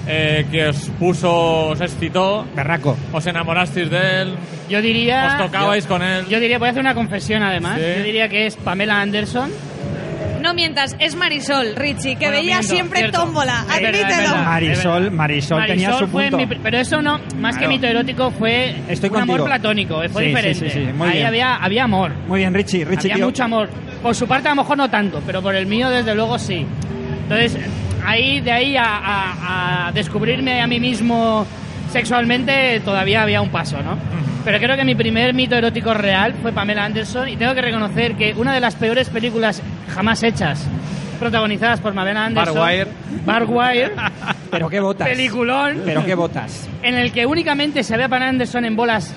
C: eh, que os puso, os excitó?
E: Berraco.
C: ¿Os enamorasteis de él?
A: Yo diría.
C: ¿Os tocabais con él?
A: Yo diría, voy a hacer una confesión además.
C: Sí.
A: Yo diría que es Pamela Anderson.
F: No mientas, es Marisol, Richie, que
A: Bueno,
F: veía
A: miento,
F: siempre
A: cierto.
F: tómbola.
A: Es verdad, es
F: Admítelo.
A: verdad.
E: Marisol,
A: es verdad.
E: Marisol tenía su
A: fue
E: punto.
A: mi pri- pero eso no, más
E: Claro.
A: que mito erótico, fue
E: Estoy
A: un
E: contigo.
A: amor platónico, eh, fue
E: Sí, sí,
A: diferente.
E: sí, sí, muy
A: Ahí
E: bien.
A: había, había amor,
E: Muy bien, Richie. Richie,
A: había
E: tío.
A: mucho amor. Por su parte a lo mejor no tanto, pero por el mío desde luego sí. Entonces, ahí de ahí a, a- a descubrirme a mí mismo sexualmente todavía había un paso, ¿no? Pero creo que mi primer mito erótico real fue Pamela Anderson y tengo que reconocer que una de las peores películas jamás hechas, protagonizadas por Pamela Anderson,
D: Barwire.
A: Barwire,
E: (laughs) Pero qué botas.
A: peliculón,
E: Pero qué botas.
A: en el que únicamente se ve a Pan Anderson en bolas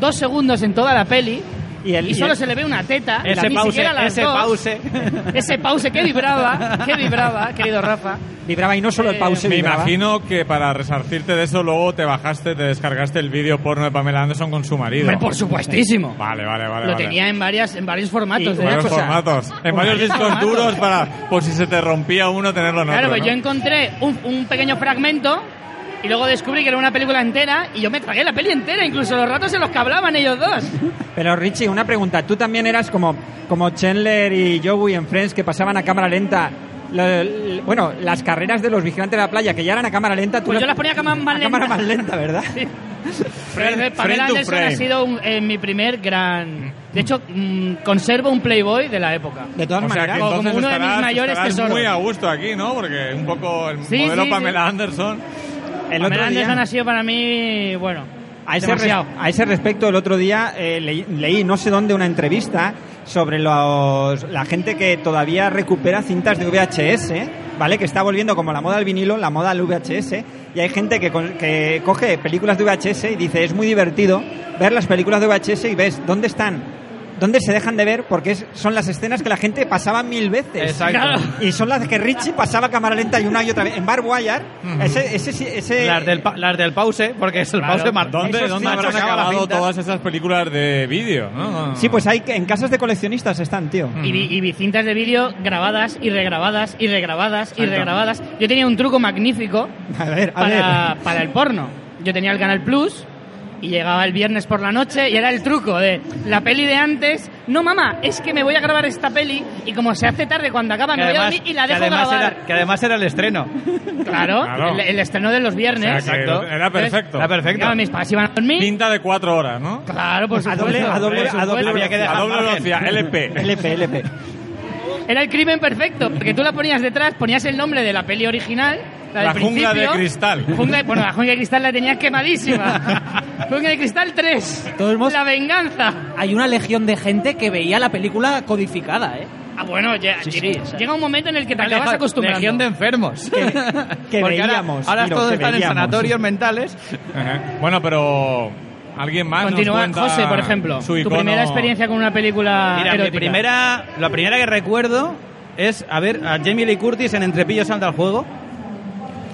A: dos segundos en toda la peli
E: Y
A: y,
E: el- y
A: solo
E: el-
A: se le ve una teta,
D: Ese
A: ni
D: pause,
A: siquiera las
D: ese
A: dos.
D: pause.
A: (laughs) ese pause que vibraba, que vibraba, querido Rafa.
E: Vibraba y no solo el
A: Eh,
E: pause
C: Me
E: vibraba.
C: imagino que para resarcirte de eso luego te bajaste, te descargaste el vídeo porno de Pamela Anderson con su marido.
A: Hombre, por supuestísimo.
C: Vale, vale, vale.
A: Lo
C: vale.
A: tenía en varias, en varios
E: Y
A: formatos.
C: en
A: de
C: varios
A: hecho.
C: formatos, en
A: Con
C: varios
A: varios
C: discos
A: formatos.
C: duros para, por si se te rompía uno, tenerlo en
A: Claro,
C: otro,
A: pues
C: ¿no?
A: yo encontré un, un pequeño fragmento y luego descubrí que era una película entera y yo me tragué la peli entera, incluso los ratos en los que hablaban ellos dos.
E: Pero Richie, una pregunta. Tú también eras como, como Chandler y Joey en Friends que pasaban a cámara lenta. Lo- l- bueno, las carreras de los vigilantes de la playa que ya eran a cámara lenta. tú
A: Pues yo las ponía a cámara más
E: (laughs) a cámara
A: lenta.
E: más lenta, ¿verdad?
A: Pero
C: Frame- frame
A: Pamela
C: to
A: Anderson ha
C: frame.
A: sido un- eh, mi primer gran. De hecho, mm, conservo un Playboy de la época.
E: De todas
C: O sea, que
E: maneras,
A: como
C: entonces
A: uno de mis
C: estarás-
A: mayores
C: estarás
A: tesoros.
C: muy a gusto aquí, ¿no? Porque un poco el
A: Sí,
C: modelo
A: sí, sí.
C: Pamela Anderson.
E: el otro
A: Pamela
E: día-
A: Anderson ha sido para mí, bueno,
E: A ese,
A: demasiado.
E: res- a ese respecto, el otro día eh, leí, leí no sé dónde una entrevista sobre los- la gente que todavía recupera cintas de VHS, ¿vale? Que está volviendo como la moda del vinilo, la moda del VHS, y hay gente que, con- que coge películas de VHS y dice, es muy divertido ver las películas de VHS y ves dónde están, dónde se dejan de ver, porque es- son las escenas que la gente pasaba mil veces.
D: Exacto.
A: Claro.
E: Y son las que Richie pasaba a cámara lenta y una y otra vez. En Bar Wire, ese, ese, ese-
D: Las del, pa- las del pause, porque es el
A: Claro.
D: pause marcó.
C: ¿Dónde,
E: Esos
C: dónde
E: cinchos
C: habrán
E: acaba la
C: acabado
E: cinta.
C: todas esas películas de vídeo? no?
E: Sí, pues hay en casas de coleccionistas están, tío.
C: Mm.
A: Y, vi- y vi cintas de vídeo grabadas y regrabadas y regrabadas y regrabadas. Yo tenía un truco magnífico
E: A ver, a ver.
A: para, para el porno. Yo tenía el Canal Plus y llegaba el viernes por la noche y era el truco de la peli de antes. No, mamá, es que me voy a grabar esta peli y como se hace tarde cuando acaba
D: Que
A: me voy a
D: además-
A: dormir y la
D: que
A: dejo
D: además
A: grabar.
D: era- que además era el estreno.
A: Claro,
C: Claro.
A: El, el estreno de los
C: O
A: viernes.
C: sea, que
D: Exacto.
C: Era perfecto.
D: Era perfecto.
A: Claro, mis papás iban a dormir.
C: Pinta de cuatro horas, ¿no?
A: Claro, por
E: A
A: supuesto.
E: doble- a doble-
A: por
E: a
A: supuesto.
E: doble
D: Había que
C: A
D: dejar
C: doble
D: margen.
C: velocidad, LP.
E: LP, LP.
A: Era el crimen perfecto, porque tú la ponías detrás, ponías el nombre de la peli original, la, del
C: La jungla
A: principio.
C: de cristal.
A: Jungla- bueno, la jungla de cristal la tenías
C: (laughs)
A: quemadísima. jungla de cristal 3.
B: Todos hemos-
A: La venganza.
B: Hay una legión de gente que veía la película codificada, ¿eh?
A: Ah, bueno, ya-
B: Sí, sí,
A: llega-
B: o sea,
A: llega un momento en el que te
D: Una
A: acabas
D: leja-
A: acostumbrando.
D: Legión de enfermos. (laughs)
E: que
D: Porque ahora-
E: veíamos,
D: Ahora,
E: Miro,
D: todos
E: que
D: están en
E: veíamos.
D: sanatorios mentales.
C: Ajá. Bueno, pero alguien más
A: Continúa,
C: nos cuenta
A: José, por ejemplo.
C: su
A: Tu
C: icono-
A: primera experiencia con una película
D: Mira, mi
A: Ah, erótica.
D: primera, la primera que recuerdo es a ver a Jamie Lee Curtis en Entrepillos anda al juego,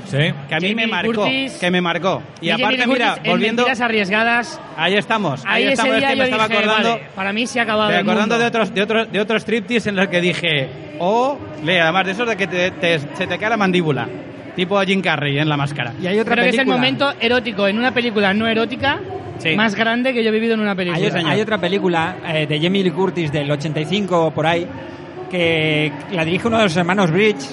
C: Sí.
D: que a mí
A: Jamie
D: me
A: Lee
D: marcó,
A: Curtis.
D: que me marcó. Y
A: Jamie
D: aparte,
A: Lee
D: mira,
A: Curtis en
D: volviendo,
A: Mentiras arriesgadas.
D: ahí estamos,
A: Ahí,
D: ahí,
A: ese
D: estamos, es
A: día
D: que
A: yo
D: me estaba
A: dije,
D: acordando,
A: vale, para mí se ha acabado
D: me
A: el
D: acordando
A: mundo.
D: de otros, de otros, de otros striptease en los que dije, oh, le, además de esos de que te- te- se te cae la mandíbula, tipo Jim Carrey en la máscara.
E: Y hay otra
A: Creo que es el
E: película.
A: momento erótico en una película no erótica
D: Sí.
A: más grande que yo he vivido en una película.
E: Hay, otra- hay otra película eh, de Jamie Lee Curtis del 85 o por ahí que la dirige uno de los hermanos Bridge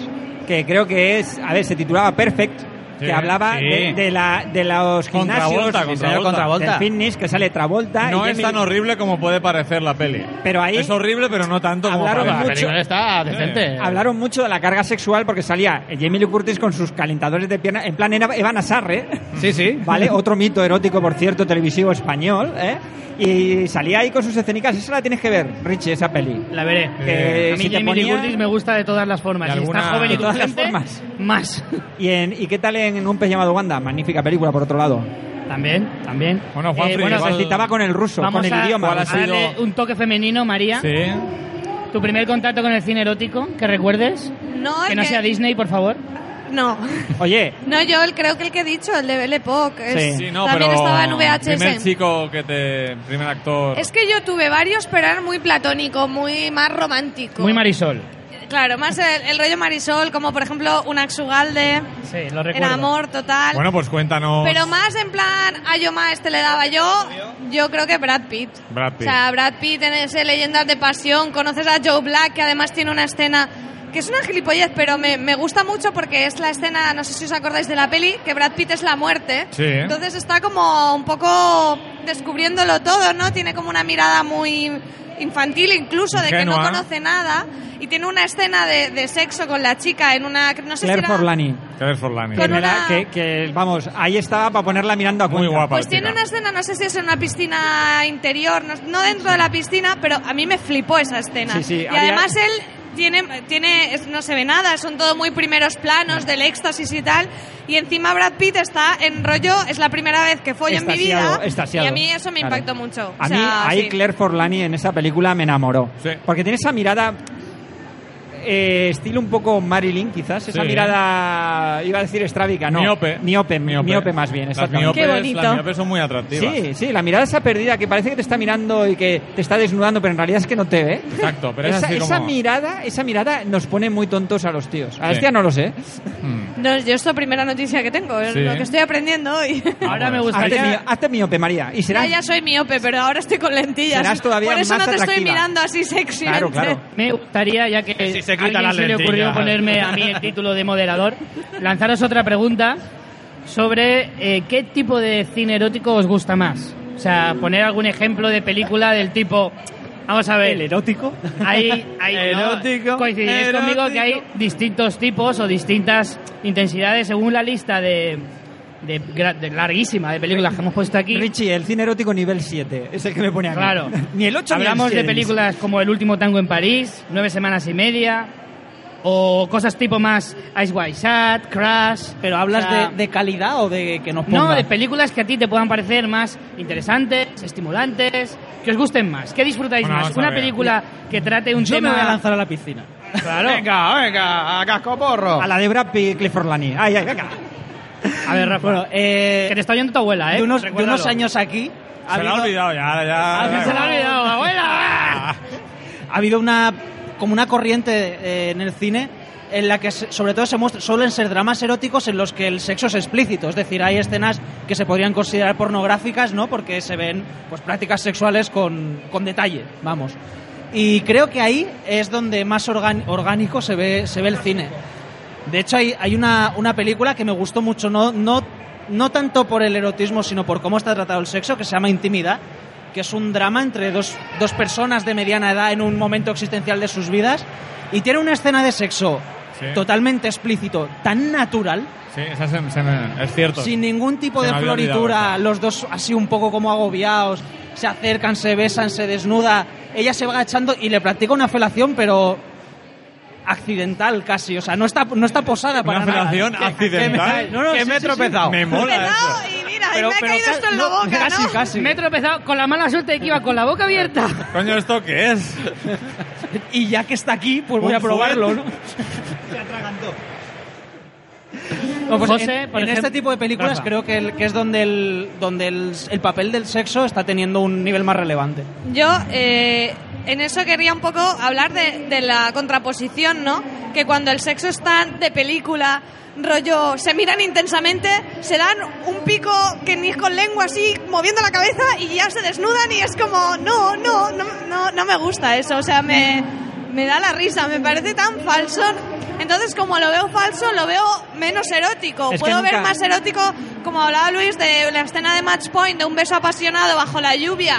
E: que creo que es, a ver, se titulaba Perfect que
C: Sí,
E: hablaba
C: sí.
E: de, de la, de los gimnasios
C: Contravolta,
E: del
C: Contravolta.
D: Contravolta.
E: fitness que sale Travolta
C: No
E: Ah, y
C: es
E: Jamie-
C: tan horrible como puede parecer la peli.
E: Pero ahí-
C: Es horrible, pero no tanto como
E: Hablaron
C: parece.
E: mucho. película
D: está
A: Eh,
C: decente.
E: Hablaron mucho de la carga sexual porque salía Jamie Lee Curtis con sus calentadores de pierna en plan era Evan Asarre
D: Sí, sí.
E: ¿vale? Otro mito erótico, por cierto, televisivo español, ¿eh? Y salía ahí con sus escénicas. Esa la tienes que ver, Richie, esa peli.
A: La veré.
E: Que
A: a mí
E: si te
A: Jamie Lee
E: ponía-
A: Curtis me gusta de todas las formas.
C: De
A: Si
C: alguna-
A: está joven y
C: de
E: todas las
A: vigente,
E: formas.
A: Más.
E: ¿Y, en, ¿Y qué tal en Un pez llamado Wanda? Magnífica película, por otro lado.
A: (laughs) También, también. Eh,
C: Bueno, Juanfri,
E: Se
C: igual-
E: excitaba con el ruso,
A: vamos
E: con el
A: a,
E: idioma.
A: a darle un toque femenino, María.
C: Sí.
A: Tu primer contacto con el cine erótico, que recuerdes.
F: No,
A: que
F: es
A: no
F: que-
A: sea Disney, por favor.
F: No.
E: Oye,
F: No, yo el- creo que el que he dicho, el de Belle Époque. es-
C: Sí, no,
F: también
C: pero
F: estaba en VHS.
C: Primer chico que te. Primer actor.
F: Es que yo tuve varios, pero eran muy platónico, muy más romántico.
A: Muy Marisol.
F: Claro, más el, el rollo Marisol, como por ejemplo un Axugalde,
A: Sí, lo
F: en
A: recuerdo.
F: amor total.
C: Bueno, pues cuéntanos.
F: pero más en plan, a yo más te le daba yo, yo creo que Brad Pitt.
C: Brad Pitt.
F: O sea, Brad Pitt en ese Leyendas de Pasión, conoces a Joe Black, que además tiene una escena que es una gilipollez, pero me, me gusta mucho porque es la escena, no sé si os acordáis de la peli, que Brad Pitt es la muerte.
C: Sí.
F: Entonces está como un poco descubriéndolo todo, ¿no? Tiene como una mirada muy infantil incluso, de que no
C: Ingenua.
F: conoce nada. Y tiene una escena de, de sexo con la chica en una... No sé
E: Claire
F: si era-
E: Forlani.
C: Claire Forlani.
F: Con
E: Primera,
F: una-
E: que, que, vamos, ahí estaba para ponerla mirando a
C: Muy
E: cuenta.
C: guapa.
F: Pues tiene una escena, no sé si es en una piscina interior, no, no dentro de la piscina, pero a mí me flipó esa escena.
E: Sí, sí,
F: y
E: había-
F: además él tiene, tiene es- no se ve nada, son todo muy primeros planos del éxtasis y tal. Y encima Brad Pitt está en rollo, es la primera vez que follo en mi
E: Extasiado,
F: vida.
E: extasiado.
F: Y a mí eso me
E: Claro.
F: impactó mucho.
E: A
F: O
E: mí,
F: sea,
E: ahí
F: sí.
E: Claire Forlani en esa película me enamoró.
C: Sí.
E: Porque tiene esa mirada. eh, estilo un poco Marilyn, quizás. Esa
C: Sí.
E: mirada. Iba a decir estrábica, no.
C: Miope.
E: Miope, miope, más bien.
C: Las
E: exactamente.
C: miopes,
F: Qué bonito.
C: Las miopes son muy atractivas.
E: Sí, sí, la mirada esa perdida que parece que te está mirando y que te está desnudando, pero en realidad es que no te ve.
C: Exacto, pero es
E: esa,
C: así
E: esa
C: como-
E: mirada, esa mirada nos pone muy tontos a los tíos. A las
C: Sí.
E: tías no lo sé.
F: No, yo es la primera noticia que tengo, es
C: Sí.
F: lo que estoy aprendiendo (laughs) hoy.
A: Ahora me
E: Hazte,
A: gustaría.
E: mio- hazte miope, María. Y
F: Pues Ya,
E: serás.
F: ya soy miope, pero ahora estoy con lentillas.
E: Serás todavía
F: Por eso
E: más
F: no te estoy
E: atractiva.
F: mirando así sexy.
E: Claro, claro.
A: Me gustaría, ya que
D: si se
A: a
D: quita
A: alguien
D: las
A: se le
D: lentillas.
A: ocurrió ponerme a mí el título de moderador, lanzaros otra pregunta sobre eh, qué tipo de cine erótico os gusta más. O sea, poner algún ejemplo de película del tipo... Vamos a ver.
E: ¿El erótico?
A: Hay, hay-
D: (laughs) Erótico,
A: coincidiréis
D: erótico.
A: conmigo que hay distintos tipos o distintas intensidades según la lista de, de gra- de larguísima de películas que hemos puesto aquí.
E: Richie, el cine erótico nivel 7. Es el que me pone aquí.
A: Claro.
E: (laughs) ni el 8
A: Hablamos de películas como El último tango en París, Nueve semanas y media, o cosas tipo más Ice White Shut, Crash.
B: Pero hablas
A: o sea,
B: de, de calidad o de que nos ponga.
A: No, de películas que a ti te puedan parecer más interesantes, estimulantes, que os gusten más, que disfrutáis
C: Bueno,
A: más.
C: vamos a
A: Una
C: ver.
A: película que trate un
B: Yo
A: tema.
B: me voy a lanzar a la piscina.
A: Claro.
D: Venga, venga, a casco porro.
E: A la de Brad Pitt, Clifford Lani. Ay, ay, venga.
A: A ver, Rafa.
B: Bueno, eh,
A: que te está oyendo tu abuela, ¿eh?
B: de, unos, de
A: Recuérdalo.
B: unos años aquí. ha
C: Se la ha
B: habido-
C: olvidado ya. ahora ya
A: Ah,
C: da
A: que (laughs) se la ha
C: igual.
A: olvidado, abuela.
B: ha habido una como una corriente eh, en el cine en la que se- sobre todo se muestra, suelen ser dramas eróticos en los que el sexo es explícito, es decir, hay escenas que se podrían considerar pornográficas, ¿no? Porque se ven pues prácticas sexuales con, con detalle, vamos. Y creo que ahí es donde más organ- orgánico se ve, se ve el cine. De hecho, hay, hay una, una película que me gustó mucho, no, no, no tanto por el erotismo, sino por cómo está tratado el sexo, que se llama Intimidad, que es un drama entre dos, dos personas de mediana edad en un momento existencial de sus vidas, y tiene una escena de sexo
C: Sí.
B: totalmente explícito, tan natural,
C: Sí, esa se- se me- es cierto.
B: sin ningún tipo
C: Se
B: de
C: me había olvidado
B: floritura,
C: eso.
B: los dos así un poco como agobiados, se acercan, se besan, se desnuda, ella se va agachando y le practica una felación, pero accidental casi, o sea, no está, no está posada para
C: Una
B: nada.
C: felación
B: Que-
C: accidental.
B: que me- no, no,
D: que
B: sí,
D: me he
B: sí,
D: tropezado.
B: sí.
C: Me mola
F: Cuidado,
C: eso.
F: y mira, y
B: Pero-
F: me ha
B: pero
F: caído
B: ca-
F: esto en
B: no,
F: la boca,
B: casi,
F: ¿no?
B: casi.
A: Me he tropezado con la mala suerte de que iba con la boca abierta.
C: Coño, ¿esto qué es?
B: Y ya que está aquí, pues voy a
C: Un
B: probarlo, ¿no?
C: fuet.
B: No, pues
A: José,
B: en,
A: por
B: en
A: ejemplo-
B: este tipo de películas
A: Rafa.
B: creo que, el- que es donde, el, donde el, el papel del sexo está teniendo un nivel más relevante.
F: Yo eh, en eso quería un poco hablar de, de la contraposición, ¿no? Que cuando el sexo está de película, rollo, se miran intensamente, se dan un pico que ni es con lengua así, moviendo la cabeza y ya se desnudan y es como, no, no, no, no, no me gusta eso, o sea, me, me da la risa, me parece tan falso. Entonces, como lo veo falso, lo veo menos erótico.
E: Es que
F: Puedo ver
E: nunca-
F: más erótico, como hablaba Luis, de la escena de Match Point, de un beso apasionado bajo la lluvia,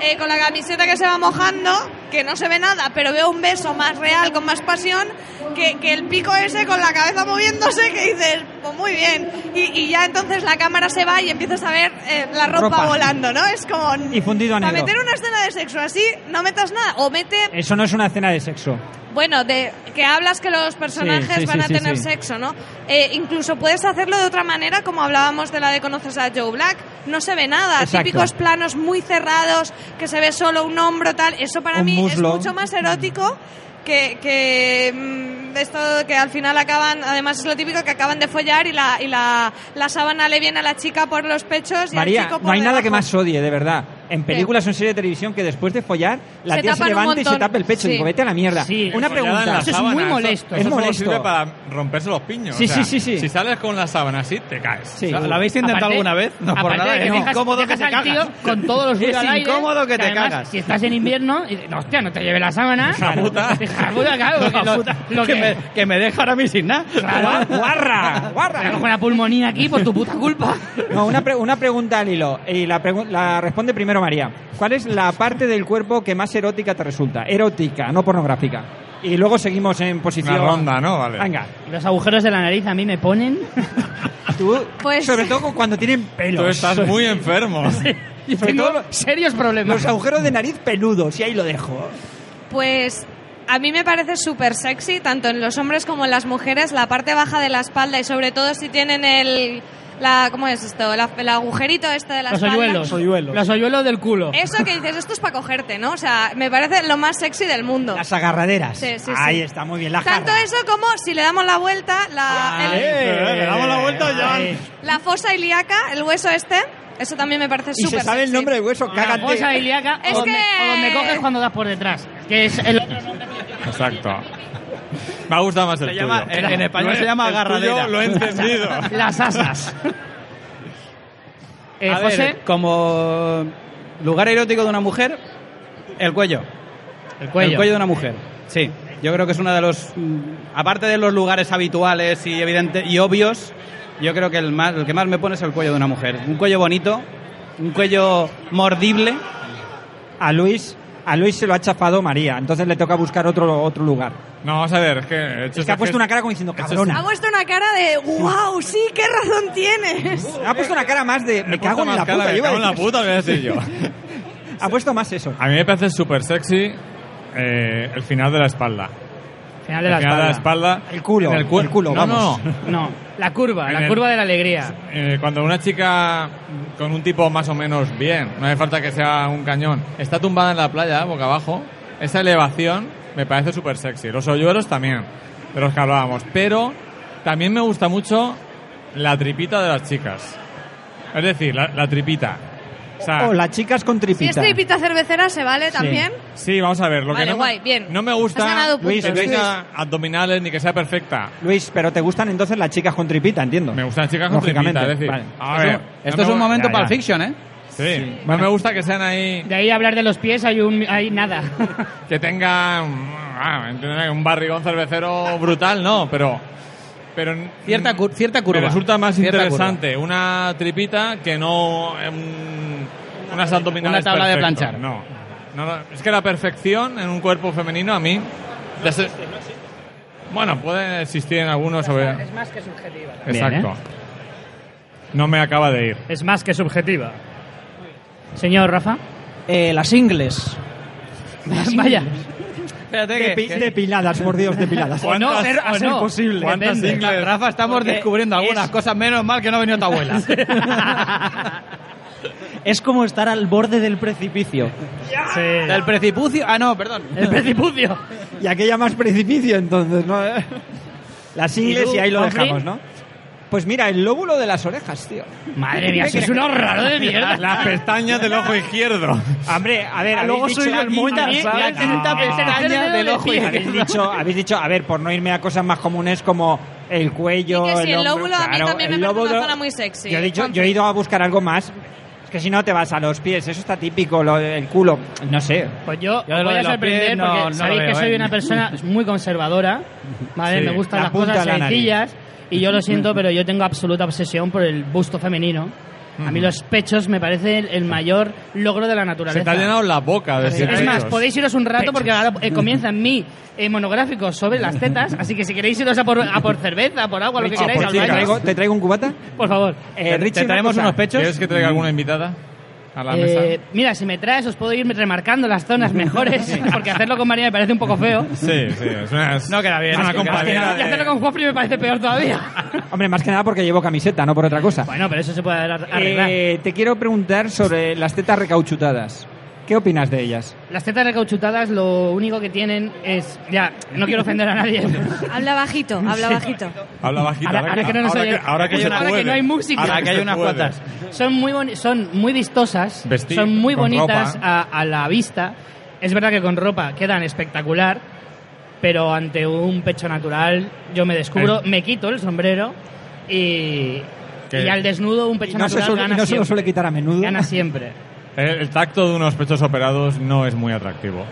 F: eh, con la camiseta que se va mojando, que no se ve nada, pero veo un beso más real, con más pasión, que, que el pico ese con la cabeza moviéndose, que dices, pues muy bien. Y, y ya entonces la cámara se va y empiezas a ver eh, la ropa,
E: Ropa.
F: volando, ¿no? Es como...
E: Y fundido a
F: Para
E: negro.
F: meter una escena de sexo así, no metas nada. O mete
E: Eso no es una escena de sexo.
F: bueno, de que hablas que los personajes
E: Sí, sí,
F: van
E: sí,
F: a
E: sí,
F: tener
E: sí.
F: sexo, ¿no? Eh, incluso puedes hacerlo de otra manera, como hablábamos de la de conoces a Joe Black. No se ve nada.
E: Exacto.
F: Típicos planos muy cerrados, que se ve solo un hombro, tal. Eso para
E: Un
F: mí
E: muslo.
F: es mucho más erótico que, que mm, de esto que al final acaban, además es lo típico que acaban de follar y la, y la, la sábana le viene a la chica por los pechos y al
E: María,
F: chico por
E: no hay nada
F: debajo.
E: que más odie, de verdad. En películas o en serie de televisión que después de follar, la
F: Se
E: tía se
F: tapan un
E: levanta y se
F: montón.
E: tapa el pecho.
F: Sí.
E: Digo, vete a la mierda.
B: Sí,
G: Follada
E: Una
G: en
E: pregunta.
G: la
A: Eso es
G: sábana,
A: muy
G: eso-
A: molesto.
E: Es
G: Eso, solo
E: molesto.
G: sirve para romperse los piños.
E: Sí,
G: o sea,
E: sí, sí, sí.
G: Si sales con la sábana así, te caes.
E: Sí.
G: ¿sabes?
D: ¿Lo habéis intentado
A: Aparte-
D: alguna vez? No, por
A: aparte
D: nada.
A: de que
D: es
A: dejas,
D: incómodo que
A: dejas
D: te
A: al
D: cagas.
A: tío con todos los
D: (laughs) Es
A: al aire,
D: incómodo que te
A: además,
D: cagas.
A: Si estás en invierno, y, no, hostia, no te lleve la sábana.
G: Hija puta.
A: (laughs) Hija puta, claro, porque
D: (laughs) La
A: lo,
D: puta,
A: lo
D: que,
A: que,
D: me, que me deja ahora a mí sin nada. (laughs)
A: Claro.
E: ¡Guarra!
A: te
E: ¡Guarra!
A: cojo una pulmonía aquí por tu puta culpa.
E: No, una, pre- una pregunta al hilo. Y la, pregu- la responde primero María. ¿Cuál es la parte del cuerpo que más erótica te resulta? Erótica, no pornográfica. Y luego seguimos en posición.
G: Una ronda, ¿no? Vale.
E: Venga.
A: Los agujeros de la nariz a mí me
D: (laughs)
A: ponen.
E: Tú,
F: Pues-
E: sobre todo cuando tienen
G: Tú
E: pelos.
G: estás muy
E: (laughs)
G: enfermo.
A: Yo
E: Sobre
A: tengo
E: todo-
A: serios problemas.
E: (laughs) Los agujeros de nariz peludos, y ahí lo dejo.
F: Pues a mí me parece súper sexy, tanto en los hombres como en las mujeres, la parte baja de la espalda y sobre todo si tienen el... La, ¿Cómo es esto? La- el agujerito este de la
A: Los
F: espalda.
A: hoyuelos.
E: Hoyuelos.
A: Los hoyuelos del culo.
F: Eso que dices, esto es para cogerte, ¿no? O sea, me parece lo más sexy del mundo.
E: Las agarraderas.
F: Sí, sí, sí.
E: Ahí está, muy bien. La
F: Tanto
E: jarra.
F: eso como si le damos la vuelta, la, el-
E: Eh,
D: le damos la vuelta y ya.
E: ay.
F: la fosa ilíaca, el hueso este, eso también me parece
E: Y
F: súper
E: se sabe el
F: sexy.
E: nombre del hueso,
A: La fosa
E: cágate.
A: ilíaca
F: Es
A: o, donde,
F: que-
A: o donde coges cuando das por detrás. Que es el otro nombre.
G: Exacto. Me ha gustado más el
D: Se llama-
G: tuyo.
D: en, en español se llama
G: El tuyo
D: agarradera.
G: lo he
E: (laughs)
G: entendido.
A: Las
D: (laughs)
A: asas. Eh,
D: A ver,
A: José,
D: como lugar erótico de una mujer, el cuello.
A: el cuello.
D: El cuello de una mujer. Sí. Yo creo que es uno de los. mm, Aparte de los lugares habituales y evidente y obvios, yo creo que el, más, el que más me pone es el cuello de una mujer. Un cuello bonito, un cuello mordible.
E: A Luis, a Luis se lo ha chafado María, entonces le toca buscar otro, otro lugar.
G: No, vamos a ver, es que... he hecho
E: Es que ha
G: esta
E: puesto
G: gest-
E: una cara como diciendo,
F: Ha
E: cabrona.
F: puesto una cara de, wow, sí, qué razón tienes.
E: Ha puesto una cara más de,
G: he
E: me
G: puesto
E: cago en
G: más
E: la
G: cara,
E: puta.
G: Me
E: yo iba a
G: cago en la
E: decir-
G: puta, voy a decir yo.
E: Ha puesto más eso.
G: A mí me parece súper sexy eh, el final de la espalda.
A: Final de
G: El
A: la
G: final
A: espalda.
G: de la espalda.
E: El culo,
G: En
E: el culo,
G: no, (laughs)
E: vamos.
G: no.
A: No, la curva,
G: En
A: la
G: el-
A: curva de la alegría.
G: Eh, cuando una chica con un tipo más o menos bien, no hace falta que sea un cañón, está tumbada en la playa, boca abajo, esa elevación me parece súper sexy. Los hoyuelos también, de los que hablábamos. Pero también me gusta mucho la tripita de las chicas. Es decir, la, la tripita. O sea,
E: O Oh, las chicas con
F: Si es
E: tripita.
F: tripita cervecera, ¿se vale también?
G: sí, vamos a ver. Lo
F: Vale,
G: que no, me-
F: guay, bien.
G: no me gusta
F: Has ganado
G: que
E: Luis,
F: puntos.
E: Luis.
G: tenga abdominales ni que sea perfecta.
E: Luis, pero te gustan entonces las chicas con tripita, entiendo.
G: Me gustan las chicas con tripita. Es
E: Lógicamente,
G: decir,
E: vale.
G: a ver,
D: Esto
G: no
D: es
G: me
D: un
G: gu-
D: momento
E: ya,
D: para
E: ya.
D: fiction, ¿eh?
G: Sí, no me gusta que sean ahí
A: De ahí hablar de los pies hay un hay nada.
G: que tengan ah, entenderé, un barrigón cervecero brutal, no, pero pero
D: Cierta, cur- cierta curva.
G: me resulta más
D: Cierta curva.
G: interesante una tripita que no eh, un- unas abdominales
D: Una tabla de
G: perfecto.
D: planchar.
G: No. No, no, es que la perfección en un cuerpo femenino a mí ya se- bueno, puede existir en algunos
D: ¿eh?
G: sobre
A: más que subjetiva.
G: exacto. No me acaba de ir.
A: ¿eh? Es más que subjetiva. Señor Rafa,
B: Eh, las ingles.
A: vaya.
D: Espérate que-
E: Depi-
D: que-
E: Depiladas, por Dios, depiladas.
A: O no,
G: (laughs) ¿Cuántas-
A: hacer-
G: o
A: hacer
G: no?
A: posible.
G: ¿Cuántas
A: Depende.
G: ingles?
D: Rafa, estamos
B: Porque
D: descubriendo algunas
B: es-
D: cosas. Menos mal que no ha venido tu (laughs) abuela.
B: Es como estar al borde del precipicio.
A: (laughs) Sí.
D: Del precipicio. Ah, no, perdón.
A: El precipicio.
E: Y aquella más precipicio, entonces, ¿no? Las
A: ¿Y
E: ingles
A: tú,
E: y ahí lo
A: Juanfri?
E: dejamos, ¿no? Pues mira, el lóbulo de las orejas, tío.
A: Madre mía, eso es un horror de mierda.
G: Las pestañas del ojo izquierdo.
E: Hombre, a ver,
B: Ah, luego
E: habéis dicho
B: soy yo el
E: aquí-
B: moña,
E: habéis-
B: ¿sabes?
E: la quinta pestaña
A: del ojo
E: Ojo, y (laughs) habéis dicho, habéis dicho, a ver, por no irme a cosas más comunes como el cuello,
F: Y que sí, el
E: hombro,
F: lóbulo a mí
E: claro,
F: también me
E: el
F: parece una
E: lóbulo-
F: zona muy sexy.
E: Yo he, dicho- yo he ido a buscar algo más. Es que si no te vas a los pies, eso está típico, lo- el culo, no sé.
A: Pues yo,
D: Yo
A: os
D: lo
A: voy
D: de
A: a
D: los
A: sorprender
D: pies no-
A: porque
D: no
A: sabéis
D: lo
A: que
D: veo,
A: soy
D: ¿eh?
A: una persona muy conservadora, ¿vale?
G: Sí,
A: Me gustan
E: la
A: las
E: punta
A: cosas
E: de la nariz.
A: sencillas y yo lo siento, pero yo tengo absoluta obsesión por el busto femenino. A mí los pechos me parece el- el mayor logro de la naturaleza.
G: Se te ha llenado la boca de
A: Sí, Es
G: cigarrillos.
A: más, podéis iros un rato porque ahora eh, comienza mi eh, monográfico sobre las tetas, así que si queréis iros a por, a por cerveza, por agua, lo que
E: Richie,
A: queráis,
G: por
A: al
E: ¿te,
A: baño,
E: traigo, Ah, te traigo un cubata?
A: por favor.
E: Eh,
D: ¿Te-
E: Richie,
D: te traemos
E: una cosa.
D: unos pechos?
G: ¿Quieres que traiga alguna invitada a la
A: Mm. Eh,
G: mesa?
A: mira, si me traes os puedo ir remarcando las zonas mejores, porque hacerlo con María me parece un poco feo.
G: Sí, sí, es una, es
D: No queda bien,
G: es una
D: no queda
A: Y
G: compañera. de-
A: hacerlo con Joffrey me parece peor
D: (laughs)
A: todavía.
E: Hombre, más que nada porque llevo camiseta, no por otra cosa.
A: Bueno, pero eso se puede arreglar.
E: Eh, te quiero preguntar sobre las tetas recauchutadas. ¿Qué ¿Qué opinas de ellas?
A: Las tetas recauchutadas lo único que tienen es. Ya, no quiero ofender a nadie.
F: Habla bajito, habla bajito.
G: Habla bajito.
A: Ahora, ahora que no nos oye-
G: ahora que se
A: ahora que
G: puede.
A: no hay música.
G: Ahora
D: Aquí hay
G: se
D: unas
G: puede.
D: cuantas.
A: Son muy, boni- son muy vistosas,
G: Vestir,
A: son muy
G: con
A: bonitas
G: ropa.
A: a, a la vista. Es verdad que con ropa quedan espectacular, pero ante un pecho natural yo me
E: Eh.
A: descubro, me quito el sombrero y,
G: Que-
A: y al desnudo un pecho
E: Y no se,
A: natural
E: suele,
A: gana,
E: y no se lo suele
A: siempre,
E: quitar a menudo.
A: gana siempre.
G: El, el tacto de unos pechos operados no es muy atractivo.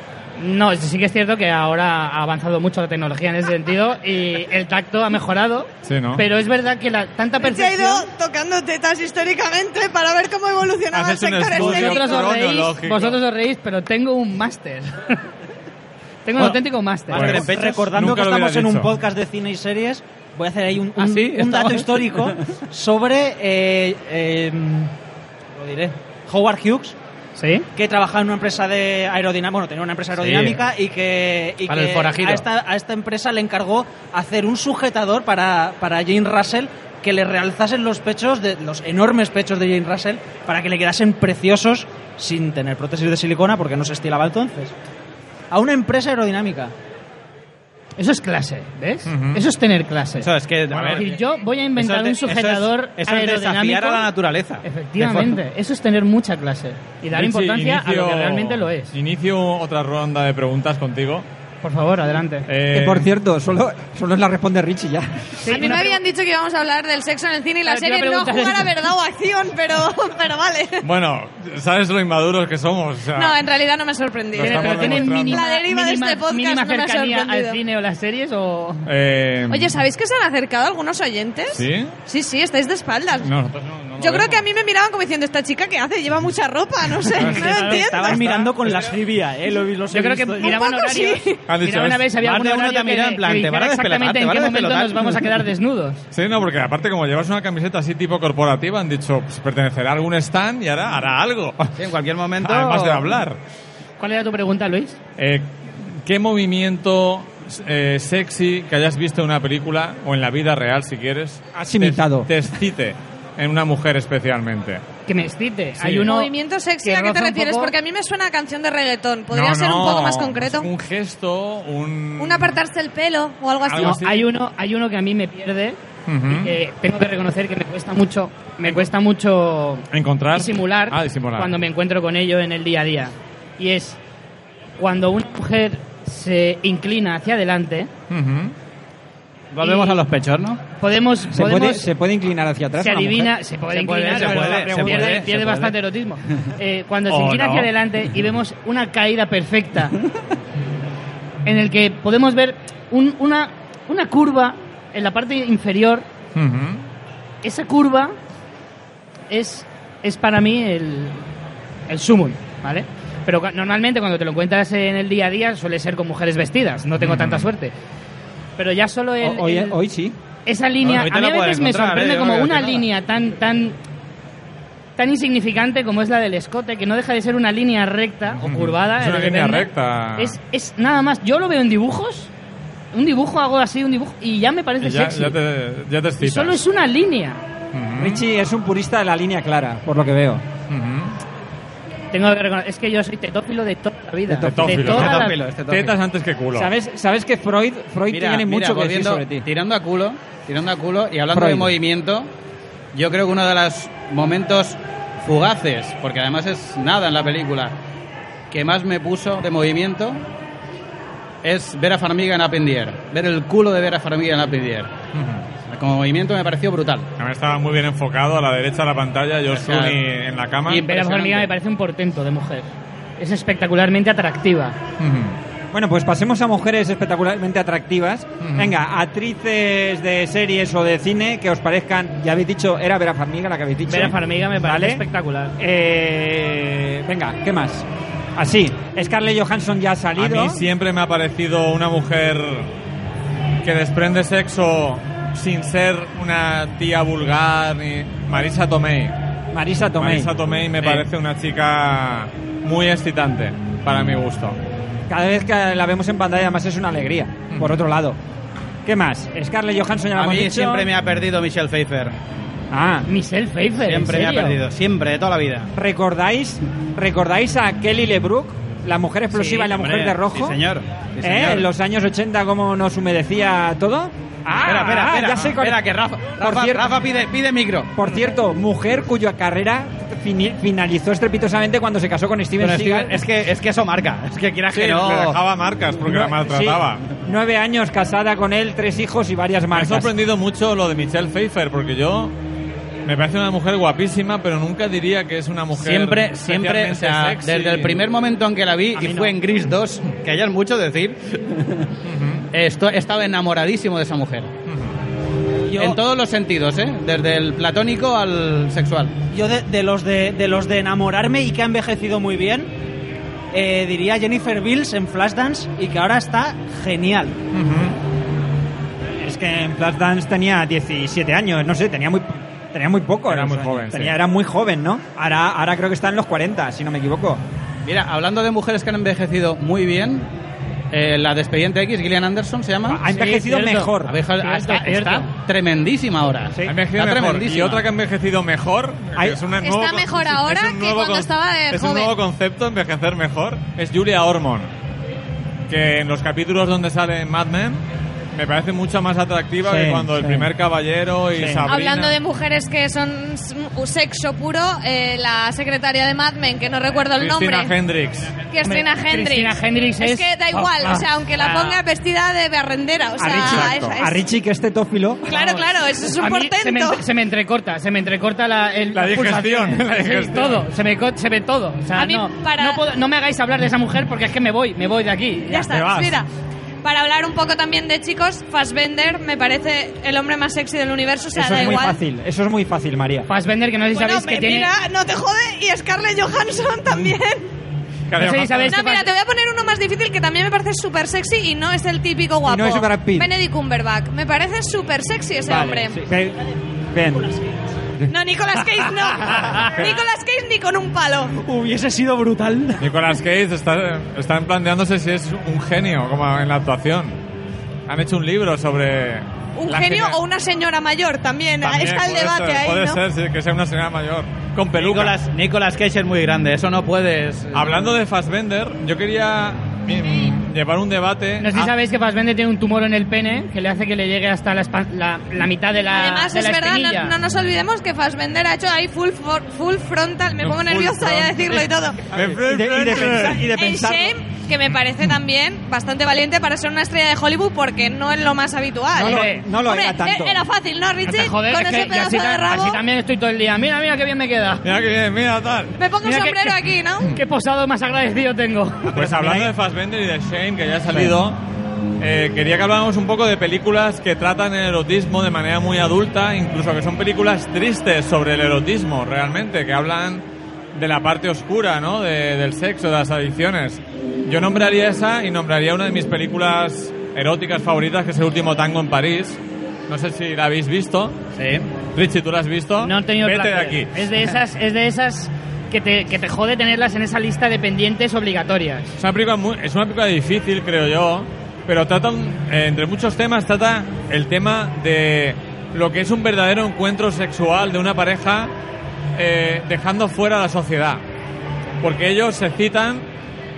A: No, sí que es cierto que ahora ha avanzado mucho la tecnología en ese sentido y el tacto ha mejorado,
G: Sí, ¿no?
A: pero es verdad que la, tanta
H: Se ha ido
A: percepción...
H: tocando tetas históricamente para ver cómo evolucionaba el
G: Haces un
H: sector
G: estudio.
H: estético.
A: Vosotros os, reís,
G: Cronológico.
A: vosotros os reís, pero tengo un máster. (laughs) tengo un auténtico máster.
G: Bueno.
B: Pues,
D: Tres pechos.
B: Recordando
G: Nunca
B: que
G: lo hubiera
B: estamos en
G: dicho.
B: un podcast de cine y series, voy a hacer ahí un, un-
A: ¿Ah, sí?
B: un dato
A: Estamos-
G: (laughs)
B: histórico sobre. eh, eh, lo diré. Howard Hughes,
A: ¿Sí?
B: que trabajaba en una empresa de aerodinámica, bueno, tenía una empresa aerodinámica y que, y
A: Para el
B: que
A: forajido.
B: a, esta, a esta empresa le encargó hacer un sujetador para, para Jane Russell que le realzasen los pechos, de, los enormes pechos de Jane Russell, para que le quedasen preciosos sin tener prótesis de silicona porque no se estilaba entonces. A una empresa aerodinámica.
A: Eso es clase, ¿ves? Eso es tener clase.
D: Eso es que. a
A: Es
D: ver,
A: decir, yo voy a inventar
D: eso es-
A: un
D: eso es-
A: sujetador
D: eso es
A: aerodinámico.
D: desafiar a la naturaleza.
A: Efectivamente, eso es tener mucha clase y dar
G: Richie,
A: importancia a lo que
G: inicio-
A: realmente lo es.
G: Inicio otra ronda de preguntas contigo.
A: Por favor, adelante.
G: Eh,
E: Que, por cierto, solo, solo la responde Richie ya.
A: Sí,
F: a mí
A: una
F: me
A: pre-
F: habían dicho que íbamos a hablar del sexo en el cine y la
A: Claro, te iba a
F: serie no
A: preguntar
F: jugar a
A: eso.
F: verdad o acción, pero, pero (laughs) vale.
G: Bueno, sabes lo inmaduros que somos. O sea,
F: No, en realidad no me sorprendí.
G: Lo
A: ¿Tiene-
G: estamos
A: pero tienen
G: demostrando.
A: mínima,
F: La deriva de
A: mínima-
F: este podcast
A: mínima
F: no me ha
A: cercanía al
F: sorprendido.
A: cine o las series o...
G: eh,
F: Oye, ¿sabéis que se han acercado algunos oyentes?
G: ¿Sí?
F: Sí, sí, estáis de espaldas.
G: No, nosotros no- no lo
F: Yo creo
G: vemos.
F: que a mí me miraban como diciendo, ¿esta chica qué hace? Lleva mucha ropa,
G: (laughs)
F: no sé, no lo entiendo.
B: Estaban mirando con lascivia, ¿eh? Lo, los he
A: Yo creo que
B: visto.
A: miraban
F: poco sí.
A: horarios.
G: Han dicho,
A: Miraban a ver si había
D: más
A: algún
D: de uno
A: horario
D: te
A: que
D: mira
A: le-
D: en plan,
A: que
D: te
A: dijera
D: van a despelotar,
A: exactamente
D: te
A: en
D: van
A: qué
D: a
A: momento
D: despelotar.
A: nos vamos a quedar desnudos.
G: Sí, no, porque aparte como llevas una camiseta así tipo corporativa, han dicho, pues pertenecerá a algún stand y hará, hará algo. (laughs)
D: Sí, en cualquier momento.
G: Además de hablar.
A: ¿Cuál era tu pregunta, Luis?
G: Eh, ¿Qué movimiento eh, sexy que hayas visto en una película o en la vida real, si quieres,
E: Has
G: te-
E: imitado.
G: Te, excite en una mujer especialmente?
A: Que me excite.
G: Sí.
A: Hay uno
F: Movimiento sexy,
A: que
F: ¿a qué te
A: roza un
F: refieres?
A: poco-
F: Porque a mí me suena a canción de reggaetón. ¿Podría
G: No,
F: ser un
G: no,
F: poco más concreto?
G: Un gesto, un...
F: Un apartarse el pelo o algo así.
G: Algo
A: No,
G: así. ¿Mm?
A: hay uno, hay uno que a mí me pierde
G: Ujú.
A: y que tengo que reconocer que me cuesta mucho, me cuesta mucho
G: Encontrar...
A: disimular,
G: Ah, disimular.
A: cuando me encuentro con ello en el día a día. Y es cuando una mujer se inclina hacia adelante,
G: Ujú.
D: Volvemos a los pechos, ¿no?
A: podemos,
E: ¿Se,
A: podemos-
E: puede, se puede inclinar hacia atrás.
A: se
E: una
A: adivina,
E: mujer?
A: se puede
D: Se puede,
A: inclinar,
D: se
A: pero
D: puede,
A: pierde,
D: se puede,
A: pierde
D: se puede. Oh,
A: bastante erotismo. Eh,
D: (laughs)
A: cuando se
G: O
A: inclina
G: no.
A: hacia adelante y vemos una caída perfecta (laughs) en el que podemos ver un- una, una curva en la parte inferior,
G: Ujú.
A: esa curva es, es para mí el, el sumum, ¿vale? Pero cua- normalmente cuando te lo encuentras en el día a día suele ser con mujeres vestidas, no tengo tanta suerte. Pero ya solo el,
E: O- hoy,
A: el-
E: hoy sí.
A: esa línea,
D: ahorita
A: a mí
D: la
A: a
D: puedes
A: veces me
D: encontrar,
A: sorprende
D: ¿eh? Yo no
A: como
D: voy a
A: una
D: decir nada.
A: línea tan, tan, tan insignificante como es la del escote, que no deja de ser una línea recta o curvada.
G: Es una
A: eh,
G: línea
A: depende.
G: recta.
A: Es, es nada más, yo lo veo en dibujos, un dibujo hago así, un dibujo, y ya me parece
G: Y ya,
A: sexy.
G: ya te, ya te
A: Y
G: excitas.
A: solo es una línea.
G: Ujú.
E: Richie es un purista de la línea clara, por lo que veo.
G: Ujú.
A: Tengo que reconocer, es que yo soy tetófilo de toda la vida.
G: Tetófilo,
A: De toda la-
D: tetófilo. es
G: Tetas antes que culo.
E: ¿Sabes, sabes que Freud, Freud tiene mucho que decir
D: volviendo-
E: sobre ti?
D: Tirando a culo, tirando a culo y hablando
E: Freud.
D: de movimiento, yo creo que uno de los momentos fugaces, porque además es nada en la película, que más me puso de movimiento es Vera Farmiga en Appendier, ver el culo de Vera Farmiga en Appendier. Como movimiento me pareció brutal.
G: También estaba muy bien enfocado a la derecha de la pantalla, yo
D: Claro.
G: Suni en la cama.
A: Y en Vera Farmiga me parece un portento de mujer. Es espectacularmente atractiva.
G: Ujú.
E: Bueno, pues pasemos a mujeres espectacularmente atractivas. Venga, actrices de series o de cine que os parezcan, ya habéis dicho, era Vera Farmiga la que habéis dicho.
A: Vera Farmiga me parece
E: ¿Vale?
A: espectacular.
E: Eh, venga, ¿qué más? Así, Scarlett Johansson ya ha
G: A
E: salido.
G: mí siempre me ha parecido una mujer que desprende sexo sin ser una tía vulgar ni Marisa Tomei.
E: Marisa Tomei. Eh,
G: Marisa Tomei me parece una chica muy excitante para mi gusto.
E: Cada vez que la vemos en pantalla, además es una alegría. Por otro lado, ¿qué más? Scarlett Johansson ya la
D: Mm. A
E: hemos
D: mí
E: dicho.
D: siempre me ha perdido Michelle Pfeiffer.
E: Ah,
A: Michelle Pfeiffer. ¿en
D: Siempre me ha
A: serio?
D: perdido, siempre, de toda la vida.
E: ¿recordáis, ¿recordáis a Kelly LeBrook? La mujer explosiva
D: Sí,
E: y la
D: hombre,
E: mujer de rojo.
D: sí, señor. Sí,
E: ¿Eh?
D: señor.
E: En los años 80, cómo nos humedecía todo. Ah,
D: espera, espera,
E: ah,
D: espera,
E: ya sé cuál-
D: espera, que Rafa, Rafa,
E: cierto-
D: Rafa pide, pide micro.
E: Por cierto, mujer cuya carrera fini- finalizó estrepitosamente cuando se casó con Steven
D: Pero es que-
E: Seagal.
D: es, que, es que eso marca, es que quieras
G: Sí,
D: que
G: le
D: no.
G: dejaba marcas porque la maltrataba.
E: Sí, nueve años casada con él, tres hijos y varias
G: Me ha
E: marcas.
G: sorprendido mucho lo de Michelle Pfeiffer porque yo me parece una mujer guapísima, pero nunca diría que es una mujer
D: Siempre, siempre, o sea,
G: especialmente sexy.
D: desde el primer momento en que la vi,
E: A
D: y
E: mí no.
D: fue en Gris 2, que ya es mucho decir, esto, he estado enamoradísimo de esa mujer.
B: Yo-
D: En todos los sentidos, ¿eh? Desde el platónico al sexual.
B: Yo de, de los de, de los de enamorarme y que ha envejecido muy bien, eh, diría Jennifer Bills en Flashdance y que ahora está genial.
E: Es que en Flashdance tenía 17 años, no sé, tenía muy tenía muy poco.
G: Era
E: o sea,
G: muy joven,
E: tenía-
G: sí.
E: Era muy joven, ¿no? Ahora, ahora creo que está en los 40, si no me equivoco.
D: Mira, hablando de mujeres que han envejecido muy bien, eh, la de Expediente X, Gillian Anderson se llama.
E: Ha envejecido
A: cierto.
E: mejor.
D: A ver, está,
A: cierto.
D: está tremendísima ahora.
E: Sí.
G: Ha envejecido
D: Está
G: mejor. Y
D: tremendísima.
G: otra que ha envejecido mejor. que
E: Ay.
G: es una
F: Está
G: nuevo con-
F: mejor ahora
G: es un
F: que
G: nuevo
F: cuando
G: con-
F: estaba de
G: Es un
F: joven.
G: nuevo concepto, envejecer mejor. Es Julia Ormond. Que en los capítulos donde sale en Mad Men me parece mucho más atractiva
E: Sí,
G: que cuando el
E: sí.
G: primer caballero y
E: Sí.
G: Sabrina.
F: Hablando de mujeres que son s- sexo puro, eh, la secretaria de Mad Men, que no recuerdo el
G: Christina
F: nombre,
G: Hendricks.
F: Cristina
A: Hombre,
F: Hendricks.
A: Christina Hendricks
F: es,
A: es-
F: que da igual,
A: Ah,
F: o sea, aunque la
A: ah.
F: ponga vestida de barrendera, o sea,
E: a, Richie,
F: es- es-
E: a Richie, que este es tetófilo.
F: claro, claro, eso es un
A: A mí se, me,
F: portento.
A: se me entrecorta, se me entrecorta la, el-
G: La
A: las
G: digestión,
A: pulsaciones.
G: la
A: Sí,
G: digestión.
A: todo, se, me, co- se ve todo. O sea,
F: A mí
A: no,
F: para-
A: no, puedo- no me hagáis hablar de esa mujer porque es que me voy, me voy de aquí.
F: Ya
G: te
F: está,
G: vas.
F: mira. Para hablar un poco también de chicos, Fassbender me parece el hombre más sexy del universo, o sea,
E: eso
F: da
E: es muy
F: igual.
E: fácil, eso es muy fácil, María.
G: (laughs)
A: Fassbender, que no sé si
H: Bueno,
A: sabéis que
H: me-
A: tiene...
H: mira, no te jode. Y Scarlett Johansson también.
A: (laughs)
G: Que
A: No sé si
G: además-
A: sabéis
F: No,
E: Este
A: que
F: mira,
A: Fass-
F: te voy a poner uno más difícil que también me parece súper sexy y no es el típico guapo.
E: no es Brad Pitt.
F: Benedict Cumberbatch. Me parece súper sexy ese
E: Vale,
F: hombre.
E: sí. Ve- Ven.
F: No, Nicolas
E: (laughs)
F: Cage no. Nicolas Cage ni con un palo.
B: Hubiese sido brutal.
G: Nicolas Cage está, están planteándose si es un genio como en la actuación. Han hecho un libro sobre
F: Un
G: la
F: genio
G: gener-
F: o una señora mayor también.
G: También
F: Está el
G: puede
F: debate
G: ser,
F: ahí,
G: Puede
F: ¿no?
G: ser, sí, que sea una señora mayor. Con peluca.
D: Nicolas, Nicolas Cage es muy grande, eso no puedes.
G: Hablando de Fassbender, yo quería mm, llevar un debate.
A: No sé si
G: Ah,
A: sabéis que Fassbender tiene un tumor en el pene que le hace que le llegue hasta la, espa- la, la mitad de la
F: Además,
A: de
F: es
A: la
F: verdad,
A: espinilla.
F: no, no nos olvidemos que Fassbender ha hecho ahí full, for- full frontal. Me
G: Un
F: pongo
G: full
F: nerviosa ya
G: frontal.
F: decirlo y todo.
G: de
E: Y de, y de pensar- y de
F: En
E: pensar-
F: Shame, que me parece también bastante valiente para ser una estrella de Hollywood porque no es lo más habitual.
E: No lo,
A: Hombre,
E: no lo
F: Hombre, eh,
E: era tanto.
F: Era fácil, ¿no, Richie?
A: Joder,
F: con
A: es
F: ese
A: que yo
F: pedazo
A: así,
F: de
A: ta-
F: rabo.
A: así también estoy todo el día. Mira, mira qué bien me
G: (laughs)
A: queda.
G: Mira que bien, mira tal.
F: Me pongo un
A: Mira que-
F: sombrero
A: que-
F: aquí,
A: (laughs)
F: ¿no?
A: Qué posado más agradecido tengo.
G: Pues hablando de Fassbender y de Shane, que ya ha salido, eh, quería que habláramos un poco de películas que tratan el erotismo de manera muy adulta, incluso que son películas tristes sobre el erotismo, realmente, que hablan de la parte oscura, ¿no? De- del sexo, de las adicciones. Yo nombraría esa y nombraría una de mis películas eróticas favoritas, que es El último tango en París. No sé si la habéis visto.
D: Sí.
G: Richie, ¿tú la has visto?
A: No he tenido el
G: Vete de
A: placer.
G: aquí.
A: Es de esas, es de esas que te, que te jode tenerlas en esa lista de pendientes obligatorias.
G: Es una película, muy- es una película difícil, creo yo, pero trata, un- eh, entre muchos temas, trata el tema de lo que es un verdadero encuentro sexual de una pareja eh, dejando fuera a la sociedad. Porque ellos se citan,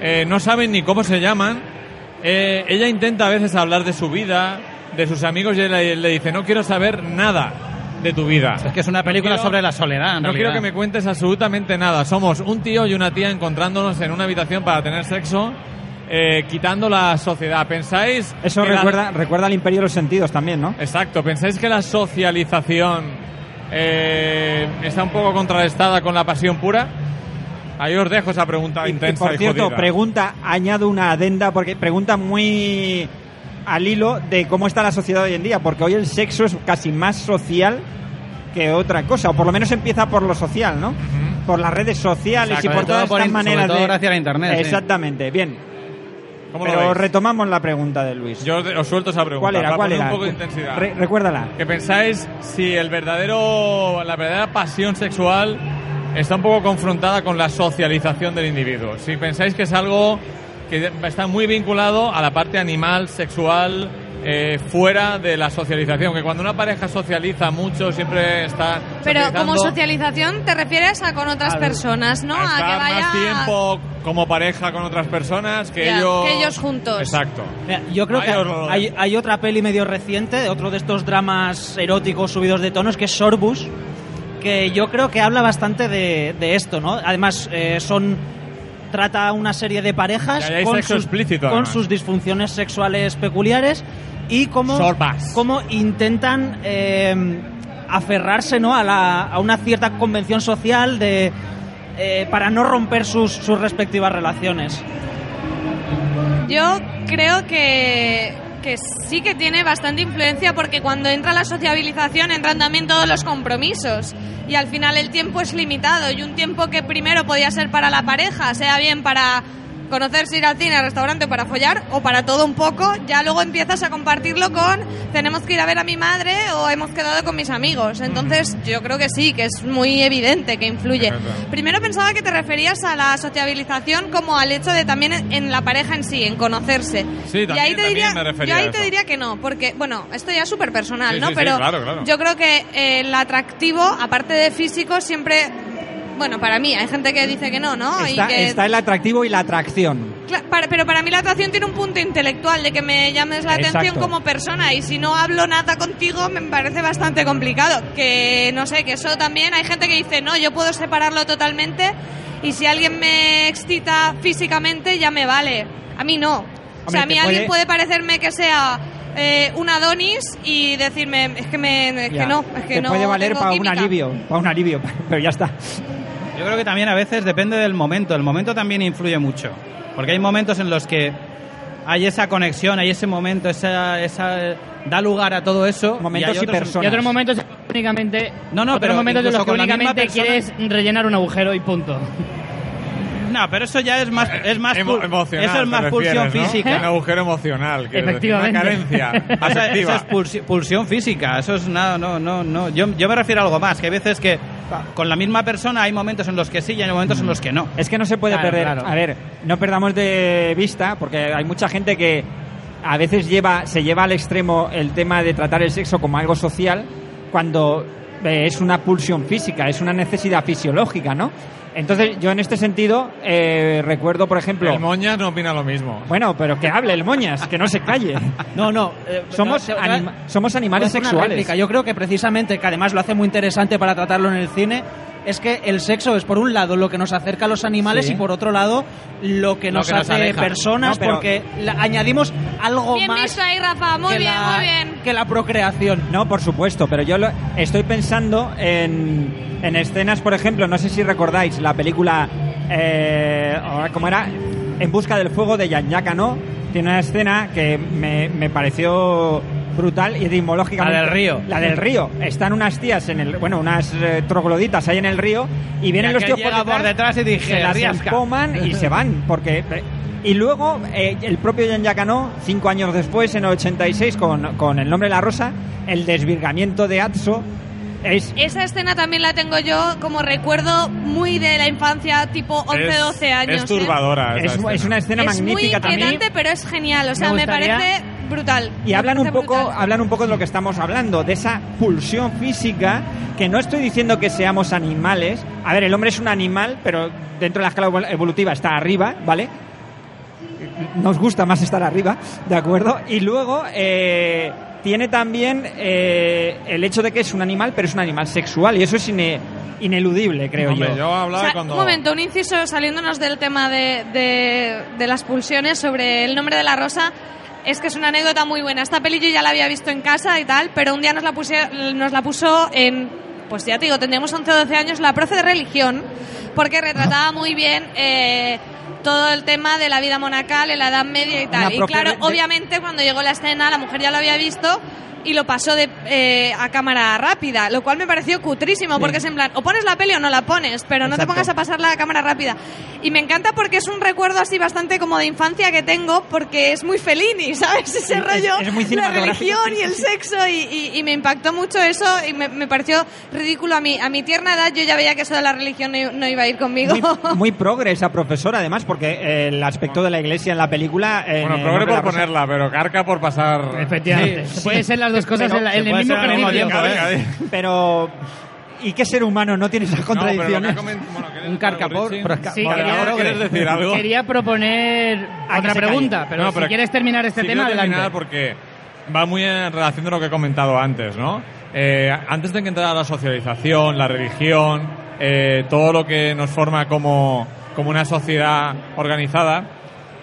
G: eh, no saben ni cómo se llaman. eh, ella intenta a veces hablar de su vida, de sus amigos, y él le, le dice, no quiero saber nada de tu vida.
D: Es que es una película
G: quiero-
D: sobre la soledad, en
G: No quiero
D: realidad.
G: que me cuentes absolutamente nada. Somos un tío y una tía encontrándonos en una habitación para tener sexo, eh, quitando la sociedad. ¿Pensáis?
E: Eso
G: que la-
E: recuerda, recuerda al Imperio de los Sentidos también, ¿no?
G: Exacto. ¿Pensáis que la socialización eh, está un poco contrarrestada con la pasión pura? Ahí os dejo esa pregunta
E: Y- y
G: intensa.
E: por
G: y
E: cierto,
G: jodida.
E: pregunta, añado una adenda, porque pregunta muy al hilo de cómo está la sociedad hoy en día, porque hoy el sexo es casi más social que otra cosa, o por lo menos empieza por lo social, ¿no? Por las redes sociales
G: Exacto,
E: y por
G: sobre
E: todas
D: todo por
E: estas
D: in-
E: maneras
D: sobre todo
E: de...
D: gracias a la internet, sí.
E: Exactamente, bien.
G: ¿Cómo lo
E: Pero
G: veis?
E: retomamos la pregunta de Luis.
G: Yo os, os suelto esa pregunta.
E: ¿Cuál era?
G: para
E: ¿Cuál
G: poner
E: era?
G: Un poco de intensidad.
E: Re- recuérdala.
G: ¿Qué pensáis si el verdadero, la verdadera pasión sexual está un poco confrontada con la socialización del individuo? Si pensáis que es algo que está muy vinculado a la parte animal, sexual, eh, fuera de la socialización. Que cuando una pareja socializa mucho, siempre está.
F: Pero
G: socializando,
F: como socialización te refieres a con otras personas, ¿no? A
G: está
F: que vaya
G: más tiempo como pareja con otras personas que
F: Ya,
G: ellos.
F: que ellos juntos.
G: Exacto.
B: Mira, yo creo que
G: Ahí os lo dejo.
B: hay, hay otra peli medio reciente, de otro de estos dramas eróticos subidos de tonos, que es Sorbus, que yo creo que habla bastante de, de esto, ¿no? Además, eh, son trata una serie de parejas
G: Y ahí hay
B: con,
G: sexo
B: sus,
G: explícito,
B: con
G: además.
B: sus disfunciones sexuales peculiares y cómo,
G: Sorbas.
B: cómo intentan eh, aferrarse ¿no? a, la- a una cierta convención social de, eh, para no romper sus, sus respectivas relaciones.
F: Yo creo que, que sí que tiene bastante influencia porque cuando entra la sociabilización entran también todos los compromisos y al final el tiempo es limitado y un tiempo que primero podía ser para la pareja, sea bien para conocerse, ir al cine, al restaurante, para follar o para todo un poco, ya luego empiezas a compartirlo con tenemos que ir a ver a mi madre o hemos quedado con mis amigos. Entonces yo creo que sí, que es muy evidente que influye.
G: Claro.
F: Primero pensaba que te referías a la sociabilización como al hecho de también en en la pareja en sí, en conocerse.
G: Sí, también-
F: y ahí te
G: también
F: diría,
G: me refería
F: yo ahí
G: a
F: te
G: eso.
F: diría que no, porque, bueno, esto ya es súper personal,
G: Sí,
F: ¿no?
G: sí, sí,
F: Pero
G: claro, claro.
F: yo creo que eh, el atractivo, aparte de físico, siempre. Bueno, para mí, hay gente que dice que no, ¿no?
E: Está,
F: y que,
E: está el atractivo y la atracción.
F: Cla- para- pero para mí la atracción tiene un punto intelectual, de que me llames la
E: Exacto.
F: atención como persona. Y si no hablo nada contigo, me parece bastante complicado. Que no sé, que eso también hay gente que dice, no, yo puedo separarlo totalmente. Y si alguien me excita físicamente, ya me vale. A mí no. o
E: Hombre,
F: sea, a mí
E: te
F: alguien
E: puede-
F: puede parecerme que sea. eh, un Adonis y decirme es que me es
E: Ya.
F: que no es que
E: Te
F: no
E: puede valer
F: tengo
E: para un
F: química".
E: alivio, para un alivio, (laughs) pero ya está.
D: Yo creo que también a veces depende del momento. El momento también influye mucho. Porque hay momentos en los que hay esa conexión, hay ese momento, esa, esa da lugar a todo eso.
E: Momentos
D: hay
E: y
D: otros en-
E: personas.
A: Y otros momentos únicamente.
D: No, no,
A: otros
D: pero
A: momentos de
D: incluso
A: los que
D: con la misma
A: únicamente
D: persona-
A: quieres rellenar un agujero y punto.
D: No, pero eso ya es más, es más,
G: Emo-
D: pul-
G: emocional.
D: eso es
G: te
D: más pulsión
G: refieres, ¿no? Un
D: física. (laughs)
G: agujero emocional. quiero decir, Una
A: Efectivamente.
G: carencia
D: O sea, eso
G: afectiva.
D: es pulsi- pulsión física, eso es nada, no, no, no. Yo, yo me refiero a algo más, que hay veces que con la misma persona hay momentos en los que sí y hay momentos en los que no.
E: Es que no se puede
D: Claro,
E: perder.
D: claro.
E: A ver, no perdamos de vista, porque hay mucha gente que a veces lleva, se lleva al extremo el tema de tratar el sexo como algo social cuando eh, es una pulsión física, es una necesidad fisiológica, ¿no? Entonces, yo en este sentido eh, recuerdo, por ejemplo.
G: El Moñas no opina lo mismo.
E: Bueno, pero que hable el moñas, que no
B: (laughs)
E: se calle.
B: No, no. eh,
E: Somos,
B: no, otra-
E: anima- somos
B: Voy a
E: animales
B: hacer una
E: sexuales.
B: réplica. Yo creo que precisamente, que además lo hace muy interesante para tratarlo en el cine, es que el sexo es por un lado lo que nos acerca a los animales
E: Sí.
B: y por otro lado lo que
D: Lo
B: nos
D: que nos
B: hace
D: aleja.
B: personas
E: No, pero-
B: porque la- añadimos algo
F: bien
B: más
F: visto ahí Rafa muy
B: que,
F: bien
B: la,
F: muy bien
B: que la procreación.
E: No, por supuesto, pero yo lo- estoy pensando en, en escenas, por ejemplo, no sé si recordáis la película, eh, ahora, ¿cómo era? En busca del fuego de Jan ¿no? Tiene una escena que me, me pareció brutal y etimológicamente...
D: La del río.
E: La del río. Están unas tías en el... Bueno, unas eh, trogloditas ahí en el río y vienen
D: Y
E: los
D: aquel
E: tíos por
D: llega
E: detrás,
D: por detrás y "Pues, dije,
E: se las
D: "Riasca".
E: empoman y se van, porque... Y luego eh, el propio Jan Yacano, cinco años después, en el 86, con, con el nombre La Rosa, el desvirgamiento de Atso es...
F: esa escena también la tengo yo como recuerdo muy de la infancia tipo 11
G: Es-
F: 12
G: Es
F: años ¿eh?
G: turbadora.
E: Es,
G: esa escena.
E: es una escena
F: es
E: magnífica
F: muy
E: también.
F: inquietante, pero es genial. O sea,
A: Me
F: me,
A: gustaría-
F: parece brutal.
E: Y
F: Me
E: hablan un
F: parece
E: poco,
F: brutal.
E: hablan un poco de lo que estamos hablando, de esa pulsión física, que no estoy diciendo que seamos animales. A ver, el hombre es un animal, pero dentro de la escala evol- evolutiva está arriba, ¿vale? Nos gusta más estar arriba, ¿de acuerdo? Y luego eh, tiene también eh, el hecho de que es un animal, pero es un animal sexual, y eso es ine- ineludible, creo
G: Hombre,
E: yo.
G: yo hablaba
F: O sea,
G: cuando.
F: Un momento, un inciso saliéndonos del tema de, de- de las pulsiones sobre el nombre de la rosa. Es que es una anécdota muy buena. Esta peli yo ya la había visto en casa y tal, pero un día nos la, puse- nos la puso en, pues ya te digo, tendríamos 11 o 12 años, la profe de religión,
E: (laughs)
F: porque retrataba muy bien eh, todo el tema de la vida monacal en la Edad Media y
E: Una
F: tal. Y
E: profe
F: claro,
E: de-
F: obviamente cuando llegó la escena, la mujer ya lo había visto y lo pasó de, eh, a cámara rápida, lo cual me pareció cutrísimo, porque es en plan, o pones la peli o no la pones, pero no te
E: Exacto.
F: pongas a pasarla a cámara rápida. Y me encanta porque es un recuerdo así bastante como de infancia que tengo, porque es muy Fellini, (laughs) ¿sabes? Ese rollo,
E: es muy
F: la
E: cinematográfico. (laughs)
F: religión y el sexo, y, y- y me impactó mucho eso, y me, me pareció ridículo a mí. A mi tierna edad yo ya veía que eso de la religión no, no iba a ir conmigo.
E: Muy, muy progre esa profesora, además, porque eh, el aspecto de la iglesia en la película. eh, en
G: Bueno,
E: el
G: progre
E: nombre de la
G: por
E: rosa-
G: ponerla, pero carca por pasar.
A: Efectivamente. Puede ser las dos cosas
B: Pero
A: en, la-
B: se
A: en el
B: puede
A: mismo
B: ser al mismo
A: ejercicio.
B: tiempo, ¿eh?
G: Venga, venga.
E: Pero. ¿Y qué ser humano no tiene esas
G: No, pero lo que ha
E: contradicciones?
G: comen- bueno, ¿quieres
E: Un
G: decir algo,
E: carcapor-
G: Richie?
E: prosca-
A: Sí,
G: Por
A: quería-
G: favor, ¿eh? ¿Quieres decir algo?
A: Quería proponer
E: que
A: otra
E: se calle.
A: pregunta, pero,
G: No,
A: si quieres terminar este
G: sí
A: tema,
G: quiero
A: adelante.
G: terminar porque va muy en relación de lo que he comentado antes, ¿no? Eh, antes de que entrara la socialización, la religión, eh, todo lo que nos forma como, como una sociedad organizada,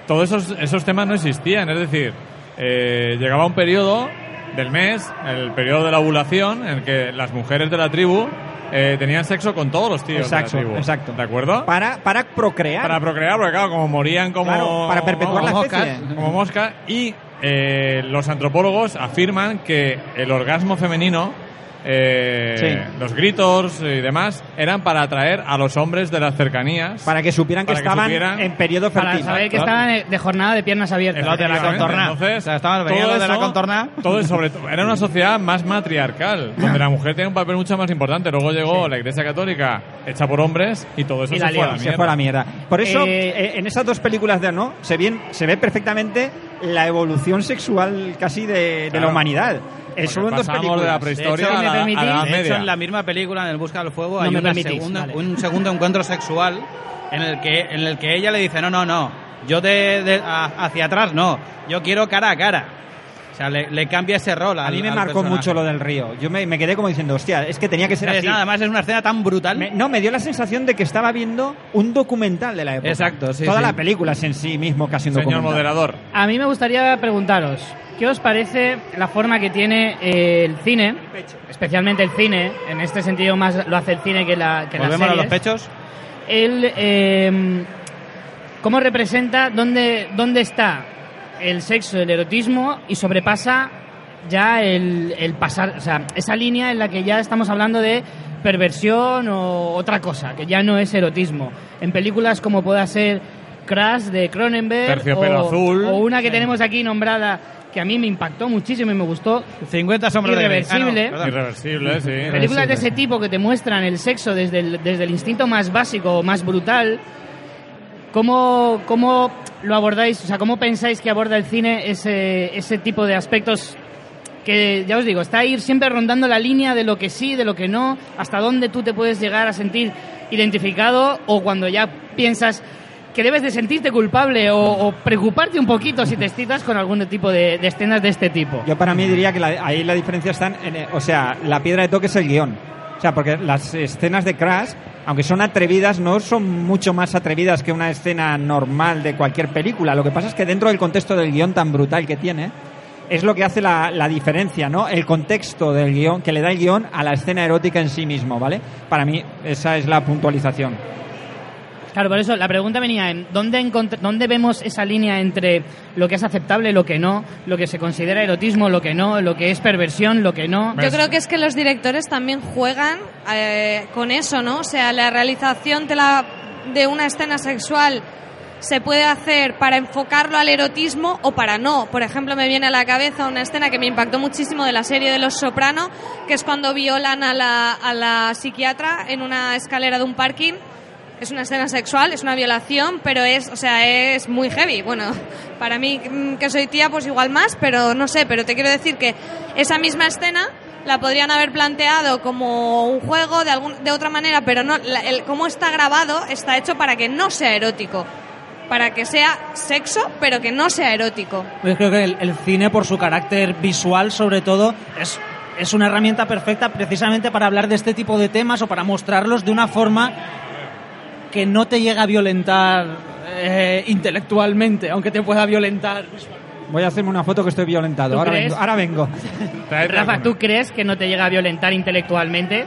G: todos esos, esos temas no existían. Es decir, eh, llegaba un periodo del mes, el periodo de la ovulación, en el que las mujeres de la tribu eh, tenían sexo con todos los tíos de
E: Exacto,
G: la tribu.
E: exacto.
G: ¿De acuerdo?
E: Para, para procrear.
G: Para procrear, porque claro, como morían como...
E: Claro, para perpetuar
G: vamos,
E: la especie.
G: moscas, como mosca. Y eh, los antropólogos afirman que el orgasmo femenino, eh,
E: Sí.
G: los gritos y demás, eran para atraer a los hombres de las cercanías.
E: para que supieran que
G: para que
E: estaban
G: supieran-
E: en periodo
A: Para
E: fértil.
A: saber que
G: Claro.
A: estaban de jornada de piernas abiertas.
D: Lo de la
G: Efectivamente.
D: contorna.
G: Entonces,
D: O sea, estaban venía
G: todo
D: lo de la
G: eso-
D: contorna.
G: Todo eso, sobre todo, era una sociedad más matriarcal, donde la mujer tenía un papel mucho más importante. Luego llegó la Iglesia Católica, hecha por hombres, y todo eso
A: Y
G: se,
A: la
G: fue a
A: lió,
G: la
E: se
G: mierda.
E: fue a la mierda. Por eso,
A: Eh,
E: eh, en esas dos películas de Arnaud se, bien, se ve perfectamente la evolución sexual casi de, de
G: Claro.
E: la humanidad. Eh,
G: Porque
E: solo en dos
G: pasamos
E: películas.
G: de la
A: si
G: prehistoria a
A: me
G: la- a la
A: permitís,
G: Edad
D: De hecho,
G: Ah, Media.
D: en la misma película, en El Busca del Fuego,
A: No
D: hay
A: me
D: una
A: permitís,
D: segunda-
A: vale.
D: un segundo encuentro sexual en el que, en el que ella le dice, no, no, no, yo de, de- a- hacia atrás no, yo quiero cara a cara. O sea, le, le cambia ese rol al
E: A mí me
D: al
E: marcó
D: personaje.
E: mucho lo del río. Yo me, me quedé como diciendo, hostia, es que tenía que ser
D: Es
E: así.
D: nada más, es una escena tan brutal.
E: Me- no, me dio la sensación de que estaba viendo un documental de la época.
D: Exacto, sí,
E: Toda
D: sí.
E: la película es en sí mismo casi un
G: Señor
E: documental.
G: moderador.
A: A mí me gustaría preguntaros, ¿qué os parece la forma que tiene eh, el cine, especialmente el cine, en este sentido más lo hace el cine que la que las
D: Volvemos a los
A: series,
D: pechos.
A: el, eh, cómo representa dónde dónde está el sexo, el erotismo y sobrepasa ya el, el pasar, o sea, esa línea en la que ya estamos hablando de perversión o otra cosa, que ya no es erotismo. En películas como pueda ser Crash de Cronenberg
G: Terciopelo
A: o,
G: azul.
A: o una que tenemos aquí nombrada que a mí me impactó muchísimo y me gustó,
D: 50 sombras
A: Irreversible.
D: de Grey. Ah, no, perdón.
G: Irreversible, sí.
A: Películas de ese tipo que te muestran el sexo desde el, desde el instinto más básico, más brutal, ¿cómo, ¿cómo lo abordáis? O sea, ¿cómo pensáis que aborda el cine ese, ese tipo de aspectos que, ya os digo, está ir siempre rondando la línea de lo que sí, de lo que no, hasta dónde tú te puedes llegar a sentir identificado o cuando ya piensas que debes de sentirte culpable o, o preocuparte un poquito si te excitas con algún tipo de, de escenas de este tipo?
E: Yo para mí diría que la- ahí la diferencia está en, en- eh, o sea, la piedra de toque es el guión. O sea, porque las escenas de Crash, aunque son atrevidas, no son mucho más atrevidas que una escena normal de cualquier película. Lo que pasa es que dentro del contexto del guión tan brutal que tiene, es lo que hace la, la diferencia, ¿no? El contexto del guión, que le da el guión a la escena erótica en sí mismo, ¿vale? Para mí, esa es la puntualización.
A: Claro, por eso la pregunta venía en ¿dónde, encont- dónde vemos esa línea entre lo que es aceptable, lo que no, lo que se considera erotismo, lo que no, lo que es perversión, lo que no.
F: Yo creo que es que los directores también juegan eh, con eso, ¿no? O sea, la realización de, la, de una escena sexual se puede hacer para enfocarlo al erotismo o para no. Por ejemplo, me viene a la cabeza una escena que me impactó muchísimo de la serie de Los Soprano, que es cuando violan a la, a la psiquiatra en una escalera de un parking. Es una escena sexual, es una violación, pero es, o sea, es muy heavy. Bueno, para mí mm, que soy tía, pues igual más, pero no sé, pero te quiero decir que esa misma escena la podrían haber planteado como un juego de algún, de otra manera, pero no, la- el, cómo está grabado está hecho para que no sea erótico, para que sea sexo, pero que no sea erótico.
B: Yo creo que el, el cine, por su carácter visual, sobre todo, es, es una herramienta perfecta precisamente para hablar de este tipo de temas o para mostrarlos de una forma que no te llega a violentar eh, intelectualmente, aunque te pueda violentar.
E: Voy a hacerme una foto que estoy violentado.
A: ¿Tú
E: Ahora
A: crees?
E: vengo, ahora vengo.
G: Tráete
A: Rafa,
G: alguna.
A: ¿tú crees que no te llega a violentar intelectualmente?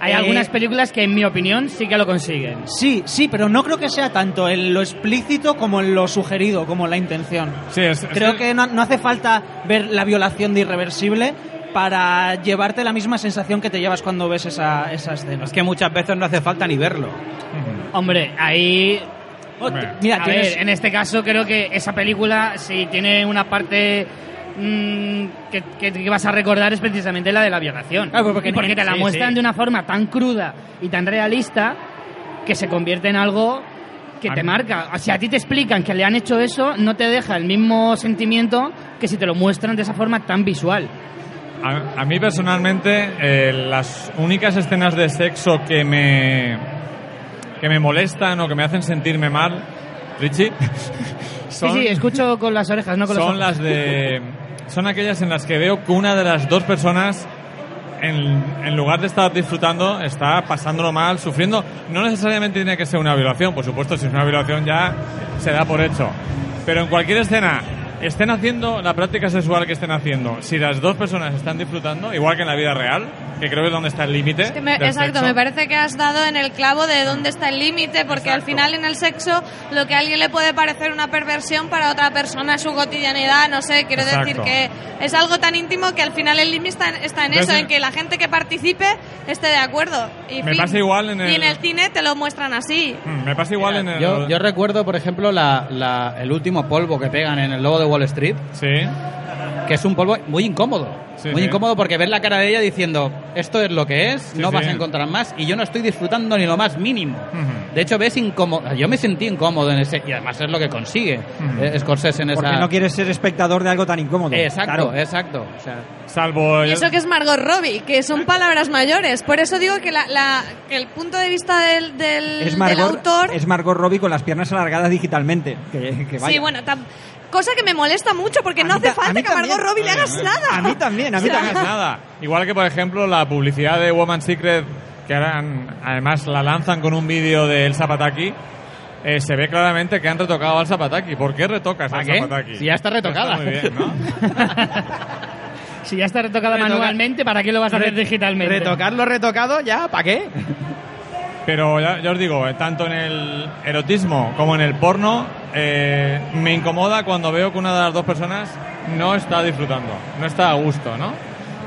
A: Hay
B: Eh,
A: algunas películas que, en mi opinión, sí que lo consiguen.
B: Sí, sí, pero no creo que sea tanto en lo explícito como en lo sugerido, como en la intención.
G: Sí, es- es
B: Creo que no, no hace falta ver la violación de irreversible para llevarte la misma sensación que te llevas cuando ves esa, esa escena.
D: Es que muchas veces no hace falta ni verlo.
A: Hombre, ahí.
B: Mira,
A: a
B: tienes-
A: ver, en este caso creo que esa película, si tiene una parte mm, que, que- que vas a recordar, es precisamente la de la violación.
B: Ah, pues porque-
A: y porque te la
B: sí,
A: muestran
B: sí.
A: de una forma tan cruda y tan realista que se convierte en algo que
G: A
A: te
G: mí-
A: marca. O sea, a ti te explican que le han hecho eso, no te deja el mismo sentimiento que si te lo muestran de esa forma tan visual.
G: A, a mí personalmente, eh, las únicas escenas de sexo que me, que me molestan o que me hacen sentirme mal, Richie, (laughs) son,
A: sí, sí, escucho con las orejas, no con los
G: son
A: ojos.
G: las de. Son aquellas en las que veo que una de las dos personas, en, en lugar de estar disfrutando, está pasándolo mal, sufriendo. No necesariamente tiene que ser una violación, por supuesto, si es una violación ya se da por hecho. Pero en cualquier escena, estén haciendo la práctica sexual que estén haciendo, si las dos personas están disfrutando, igual que en la vida real, que creo que es donde está el límite.
F: Que me-
G: del
F: exacto,
G: sexo.
F: me parece que has dado en el clavo de dónde está el límite, porque al
G: Exacto.
F: final en el sexo lo que a alguien le puede parecer una perversión para otra persona es su cotidianidad, no sé, quiero decir
G: Exacto.
F: que es algo tan íntimo que al final el límite está, en- está en eso,
G: Entonces-
F: en que la gente que participe esté de acuerdo. Y
G: Me pasa igual en
F: Y
G: el-
F: en el cine te lo muestran así.
G: Mm, Me pasa igual en el.
I: Yo, yo recuerdo, por ejemplo, la- la- el último polvo que pegan en el lobo de Wall Street,
G: Sí.
I: que es un polvo muy incómodo.
G: Sí,
I: muy
G: sí.
I: incómodo porque ver la cara de ella diciendo, esto es lo que es, no
G: sí.
I: vas a encontrar más, y yo no estoy disfrutando ni lo más mínimo.
G: Ujú.
I: De hecho, ves incómodo. Yo me sentí incómodo en ese, y además es lo que consigue eh, Scorsese en esa.
E: Porque no quieres ser espectador de algo tan incómodo.
I: Exacto,
E: Claro.
I: exacto. O sea,
G: Salvo.
F: Y eso que es Margot Robbie, que son palabras mayores. Por eso digo que, la, la- que el punto de vista del, del-
E: Es
F: del
E: Margot,
F: autor...
E: es Margot Robbie con las piernas alargadas digitalmente. Que, que vaya.
F: Sí, bueno, tam- cosa que me molesta mucho porque
E: A
F: no
E: mí
F: hace
E: ta- a
F: falta
E: mí
F: que a Margot
E: también.
F: Robbie le hagas nada.
E: A mí también, a mí
G: No
E: también.
G: hagas nada. Igual que, por ejemplo, la publicidad de Woman's Secret, que ahora han- además la lanzan con un vídeo de El Zapataki, eh, se ve claramente que han retocado al Zapataki. ¿Por qué retocas al
I: ¿Para qué?
G: Zapataki? Pues
I: Si ya está retocada.
G: muy bien,
I: (laughs)
G: ¿no?
A: Si ya está retocada
D: Retoca-
A: manualmente, ¿para qué lo vas a hacer digitalmente?
D: Retocar lo retocado, ya, ¿para qué?
G: Pero ya, ya os digo, eh, tanto en el erotismo como en el porno, eh, me incomoda cuando veo que una de las dos personas no está disfrutando, no está a gusto, ¿no?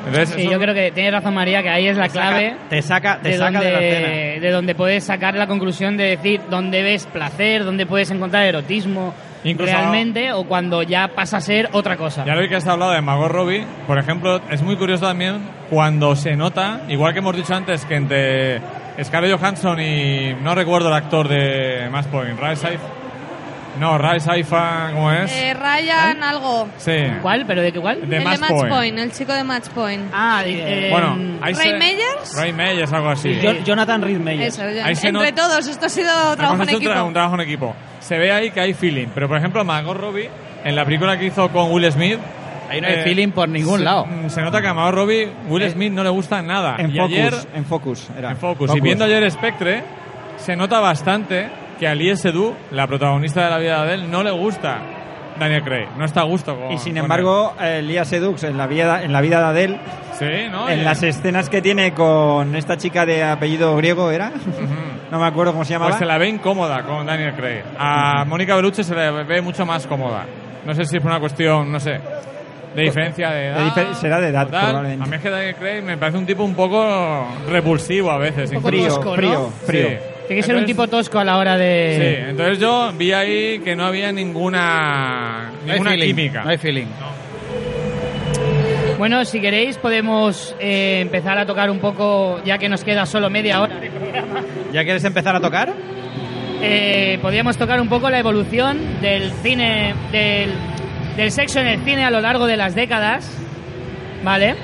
G: Entonces,
A: Sí,
G: eso-
A: yo creo que tiene razón María, que ahí es la clave
D: Te saca, te
A: de,
D: saca
A: donde,
D: de la escena.
A: de donde puedes sacar la conclusión de decir dónde ves placer, dónde puedes encontrar erotismo
G: Incluso-
A: realmente o cuando ya pasa a ser otra cosa.
G: Ya lo que has hablado de Margot Robbie, por ejemplo, es muy curioso también cuando se nota, igual que hemos dicho antes, que entre Scarlett Johansson y no recuerdo el actor de Más Point, Ray Saif. No, Ray Saifa, ¿cómo es?
F: Eh, Ryan algo.
G: sí.
A: ¿Cuál? ¿Pero de qué cuál?
G: De
F: el
G: Match
F: de Match
G: Point.
F: Point. el chico de Match Point.
A: Ah, eh,
G: Bueno,
A: mm,
G: ahí
F: ¿Ray
G: se-
F: Meyers?
G: Ray Meyers, algo así.
B: Jo- Jonathan Reed Meyer.
F: Eso, ya.
G: Ahí se
F: Entre
G: nota-
F: todos, esto ha sido trabajo en
G: Hemos hecho
F: equipo.
G: tra- un trabajo en equipo. Se ve ahí que hay feeling, pero por ejemplo, Margot Robbie, en la película que hizo con Will Smith,
I: ahí no hay
G: eh,
I: feeling Eh, por ningún lado.
G: mm, se nota que a Margot Robbie, Will Smith no le gusta nada.
E: En
G: y
E: focus,
G: ayer
E: en focus. Era.
G: En Focus. Y viendo ayer Spectre, se nota bastante que al Sedú, la protagonista de la vida de él, no le gusta Daniel Craig. No está a gusto con
E: Y sin
G: con
E: embargo, eh, Lia Sedux en la vida, en la vida de Adele,
G: él. Sí, ¿no? Y- pues
E: en las escenas que tiene con esta chica de apellido griego, ¿era? No me acuerdo cómo se llamaba.
G: Pues se la ve incómoda con Daniel Craig. A Mónica Bellucci se la ve mucho más cómoda. No sé si es por una cuestión, no sé, de diferencia de edad.
E: De difer- será de edad,
G: o tal.
E: probablemente.
G: A mí es que Daniel Craig me parece un tipo un poco repulsivo a veces.
A: poco
G: incluso.
E: frío,
A: tosco, ¿no?
E: frío,
G: Sí.
E: frío.
A: Tiene que ser un tipo
G: Entonces-
A: tosco a la hora
G: Sí,
A: de...
G: entonces yo vi ahí que no había ninguna,
I: No hay
G: ninguna
I: feeling,
G: química.
I: No hay feeling.
A: Bueno, si queréis podemos eh, empezar a tocar un poco, ya que nos queda solo media hora.
D: ¿Ya quieres empezar a tocar?
A: eh, podríamos tocar un poco la evolución del cine, del, del sexo en el cine a lo largo de las décadas, ¿vale?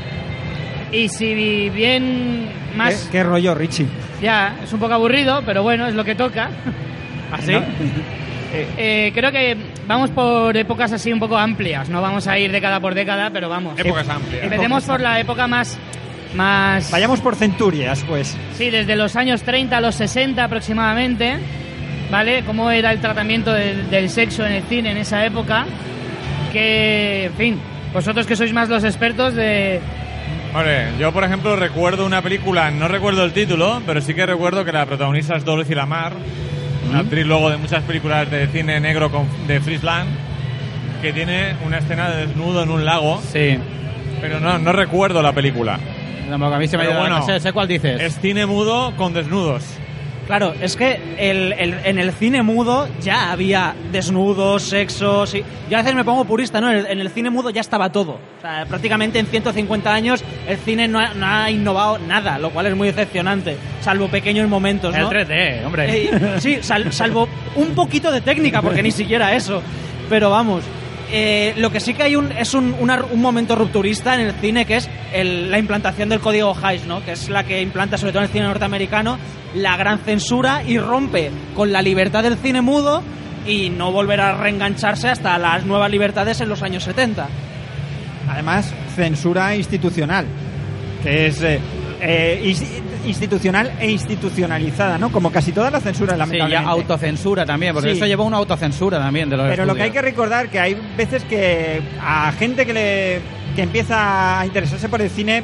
A: Y si bien más...
E: ¿Qué, qué rollo, Richie?
A: Ya, es un poco aburrido, pero bueno, es lo que toca.
I: Ah,
D: ¿Así?
A: Eh, creo que vamos por épocas así un poco amplias, no vamos a ir década por década, pero vamos.
G: Épocas amplias.
A: Empecemos por la época más... más
E: Vayamos por centurias, pues.
A: Sí, desde los años 30 a los 60 aproximadamente, ¿vale? Cómo era el tratamiento del, del sexo en el cine en esa época, que, en fin, vosotros que sois más los expertos de...
G: Hombre, yo por ejemplo recuerdo una película, no recuerdo el título, pero sí que recuerdo que la protagonista es Dorothy Lamar, una actriz luego de muchas películas de cine negro con- de Frisland, que tiene una escena de desnudo en un lago
I: Sí.
G: Pero no, no recuerdo la película.
I: Tampoco, a mí se me ha
G: Pero
I: ido la-
G: bueno.
I: sé, sé cuál dices.
G: Es cine mudo con desnudos.
B: Claro, es que el- el- en el cine mudo ya había desnudos, sexos. Y... Yo a veces me pongo purista, ¿no? En el, en el cine mudo ya estaba todo. O sea, prácticamente en 150 años el cine no ha, no ha innovado nada, lo cual es muy decepcionante, salvo pequeños momentos,
I: El
B: ¿no?
I: 3D, hombre.
B: Eh, sí, sal- salvo un poquito de técnica, porque ni siquiera eso. Pero vamos, eh, lo que sí que hay un, es un, una- un momento rupturista en el cine, que es el- la implantación del código Hays, ¿no? que es la que implanta sobre todo en el cine norteamericano la gran censura y rompe con la libertad del cine mudo y no volverá a reengancharse hasta las nuevas libertades en los años 70.
E: Además, censura institucional, que es eh, eh, ins- institucional e institucionalizada, ¿no? Como casi toda la censura,
I: Sí,
E: lamentablemente.
I: ya autocensura también, porque
E: Sí.
I: eso lleva una autocensura también de los
E: Pero lo
I: estudios.
E: que hay que recordar que hay veces que a gente que le que empieza a interesarse por el cine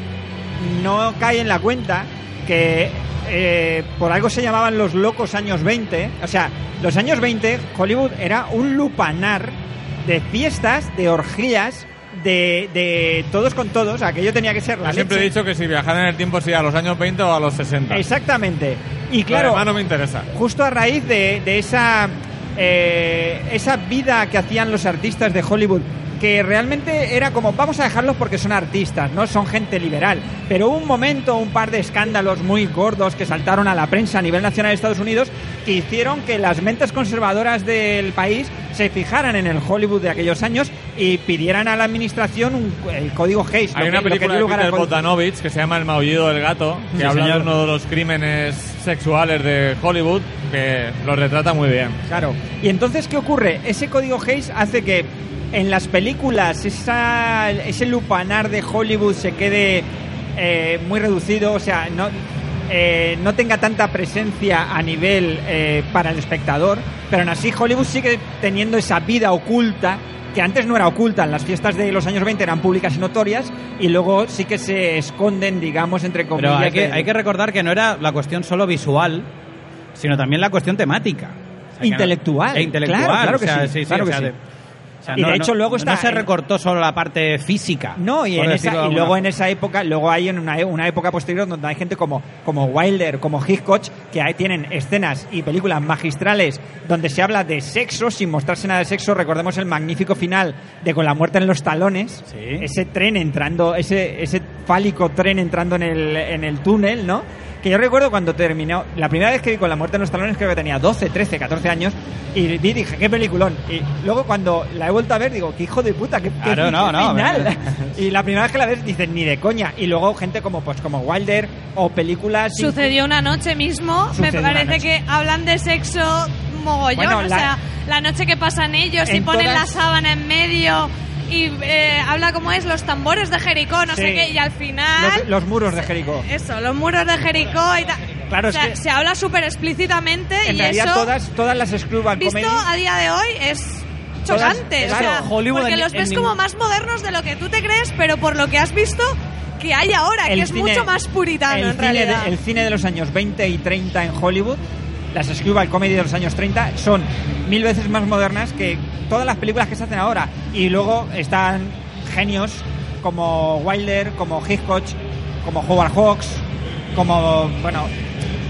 E: no cae en la cuenta que eh, por algo se llamaban los locos años 20. O sea, los años 20 Hollywood era un lupanar de fiestas, de orgías, de, de todos con todos. Aquello tenía que ser la
G: Yo siempre he
E: leche.
G: dicho que si viajara en el tiempo sería a los años 20 o a los 60.
E: Exactamente. Y
G: Lo
E: claro,
G: demás no me interesa.
E: justo a raíz de, de esa eh, esa vida que hacían los artistas de Hollywood que realmente era como vamos a dejarlos porque son artistas no son gente liberal pero hubo un momento un par de escándalos muy gordos que saltaron a la prensa a nivel nacional de Estados Unidos que hicieron que las mentes conservadoras del país se fijaran en el Hollywood de aquellos años y pidieran a la administración un- el código Hayes
G: Hay
E: lo
G: una
E: que- lo que
G: película
E: dio
G: de
E: lugar
G: Peter
E: al código-
G: Bogdanovich que se llama El maullido del gato, que
E: Sí,
G: habla de
E: señor.
G: uno de los crímenes sexuales de Hollywood, que lo retrata muy bien.
E: Claro. Y entonces, ¿qué ocurre? Ese código Hayes hace que en las películas esa- ese lupanar de Hollywood se quede eh, muy reducido, o sea, no, eh, no tenga tanta presencia a nivel eh, para el espectador, pero aún así Hollywood sigue teniendo esa vida oculta que antes no era oculta, en las fiestas de los años 20 eran públicas y notorias y luego sí que se esconden, digamos, entre comillas.
D: Pero hay que,
E: del-
D: hay que recordar que no era la cuestión solo visual, sino también la cuestión temática. O sea, que no-
E: Intelectual,
D: e intelectual,
E: claro, claro
D: o
E: que
D: sea,
E: sí, claro
D: o sea,
E: que
D: de-
E: sí.
D: o sea,
E: Y de hecho luego está-
D: No se recortó solo la parte física.
E: No, y,
D: por
E: en
D: decirlo
E: esa-
D: de
E: y
D: alguna
E: luego
D: forma.
E: en esa época, luego hay en una, e- una época posterior donde hay gente como, como Wilder, como Hitchcock, que ahí tienen escenas y películas magistrales donde se habla de sexo sin mostrarse nada de sexo. Recordemos el magnífico final de Con la muerte en los talones,
D: Sí.
E: ese tren entrando, ese, ese fálico tren entrando en el, en el túnel, ¿no? Que yo recuerdo cuando terminó, la primera vez que vi con la muerte en los talones creo que tenía 12, 13, 14 años y vi, dije, qué peliculón. Y luego cuando la he vuelto a ver digo, qué hijo de puta, qué, qué-
D: Claro, no,
E: qué
D: no,
E: final. (laughs)
D: pero-
E: Y la primera vez que la ves dices ni de coña. Y luego gente como pues como Wilder o películas. sin-
F: Sucedió una noche mismo,
E: Sucedió
F: me
E: una
F: parece
E: noche.
F: que hablan de sexo mogollón,
E: Bueno,
F: o
E: la-
F: sea, la noche que pasan ellos y
E: en
F: ponen
E: todas-
F: la sábana en medio y eh, habla como es los tambores de Jericó, no
E: Sí.
F: sé qué, y al final...
E: Los, los muros de Jericó.
F: Eso, los muros de Jericó y tal.
E: Claro,
F: o sea,
E: es que-
F: se habla súper explícitamente
E: En
F: y
E: realidad
F: eso,
E: todas todas las Screwball
F: visto
E: Comedy
F: a día de hoy, es chocante.
E: Todas-
F: o sea,
E: claro, Hollywood
F: porque
E: en-
F: los
E: en
F: ves como
E: ningún-
F: más modernos de lo que tú te crees, pero por lo que has visto que hay ahora,
E: El
F: que es
E: cine-
F: mucho más puritano
E: el
F: en
E: cine de-
F: realidad.
E: el cine de los años 20 y 30 en Hollywood, las screwball comedy de los años 30 son mil veces más modernas que todas las películas que se hacen ahora. Y luego están genios como Wilder, como Hitchcock, como Howard Hawks, como bueno,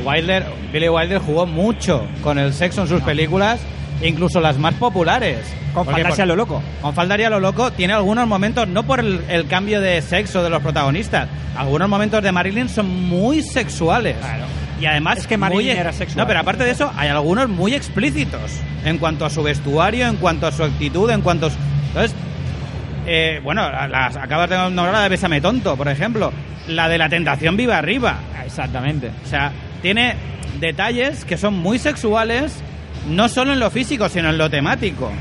D: Wilder, Billy Wilder jugó mucho con el sexo en sus películas, incluso las más populares.
E: con
D: Porque
E: Fantasía
D: por-
E: lo loco.
D: Con Faldaria lo loco tiene algunos momentos, no por el, el cambio de sexo de los protagonistas, algunos momentos de Marilyn son muy sexuales. Y además
E: Es que
D: muy
E: Marilyn
D: ex-
E: era sexual.
D: No, pero aparte de eso, hay algunos muy explícitos en cuanto a su vestuario, en cuanto a su actitud, en cuanto a su- Entonces, eh, bueno, la- las, acabas de nombrar la de Bésame Tonto, por ejemplo. La de la tentación viva arriba.
E: Exactamente.
D: O sea, tiene detalles que son muy sexuales, no solo en lo físico, sino en lo temático.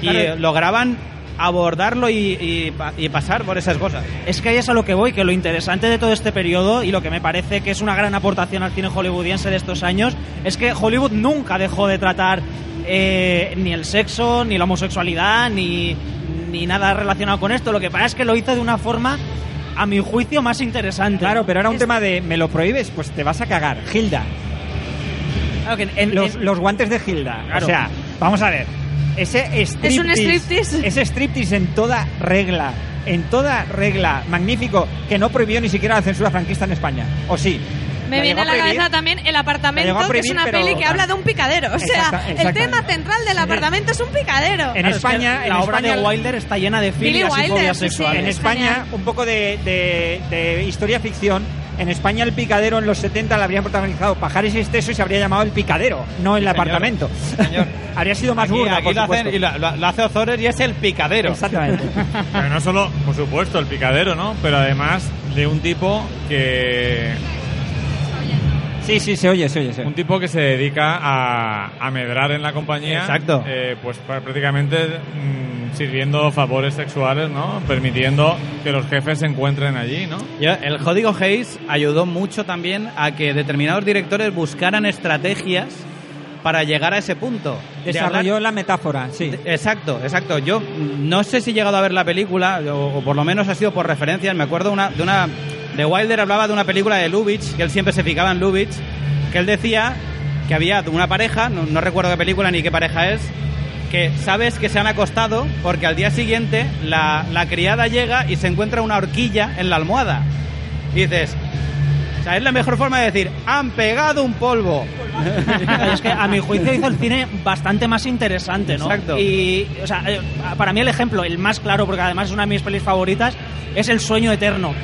D: Y
B: Claro.
D: eh, lograban abordarlo y, y pa- y pasar por esas cosas.
B: Es que ahí es a lo que voy, que lo interesante de todo este periodo y lo que me parece que es una gran aportación al cine hollywoodiense de estos años es que Hollywood nunca dejó de tratar eh, ni el sexo, ni la homosexualidad, ni, ni nada relacionado con esto. Lo que pasa es que lo hizo de una forma, a mi juicio, más interesante.
E: Claro, pero era un
B: Es-
E: tema de me lo prohíbes, pues te vas a cagar. Hilda,
B: claro que en-
E: los,
B: en-
E: los guantes de Hilda.
B: Claro.
E: O sea, vamos a ver. Ese striptease,
F: striptease.
E: Ese striptease en toda regla. en toda regla, magnífico, que no prohibió ni siquiera la censura franquista en España. ¿O sí?
F: Me
E: La
F: viene
E: llegó
F: a la
E: prohibir.
F: cabeza también El
E: La
F: Apartamento,
E: llegó a
F: que es
E: prohibir,
F: una
E: pero-
F: peli que habla de un picadero. O sea,
E: Exacta-
F: el tema
E: exactamente.
F: central del apartamento es un picadero.
E: En
B: Claro, es que
E: España, en
B: la obra
E: España,
B: de Wilder está llena de
F: Billy
B: filias y
F: Wilder,
B: fobias
F: sí, sí.
B: sexuales.
E: En
F: Es
E: España,
F: genial.
E: un poco de, de- de historia ficción. En España, el picadero en los 70 lo habrían protagonizado Pajares y Esteso y se habría llamado el picadero, no el
D: señor.
E: apartamento.
D: Señor.
E: (laughs) habría sido más
D: Aquí,
E: burda,
D: aquí
E: por
D: lo,
E: supuesto.
D: hacen, y lo, lo- lo hace Ozores y es el picadero.
E: Exactamente.
G: Pero no solo, por supuesto, el picadero, ¿no? Pero además de un tipo que
E: Sí, sí, se oye, se oye. se oye.
G: un tipo que se dedica a, a medrar en la compañía.
D: Exacto.
G: eh, pues pra- prácticamente mm, sirviendo favores sexuales, ¿no? Permitiendo que los jefes se encuentren allí, ¿no?
D: Yo- el código Hayes ayudó mucho también a que determinados directores buscaran estrategias para llegar a ese punto. De hablar-
E: Desarrolló la metáfora, sí.
D: Exacto, exacto. Yo no sé si he llegado a ver la película, o, o por lo menos ha sido por referencias. Me acuerdo una, de una. De Wilder hablaba de una película de Lubitsch, que él siempre se fijaba en Lubitsch, que él decía que había una pareja, no, no recuerdo qué película ni qué pareja es, que sabes que se han acostado porque al día siguiente la, la criada llega y se encuentra una horquilla en la almohada. Y dices. O sea, es la mejor forma de decir, han pegado un polvo.
B: es que a mi juicio hizo el cine bastante más interesante, ¿no?
D: Exacto.
B: Y, o sea, eh, para mí el ejemplo, el más claro, porque además es una de mis pelis favoritas, es El sueño eterno.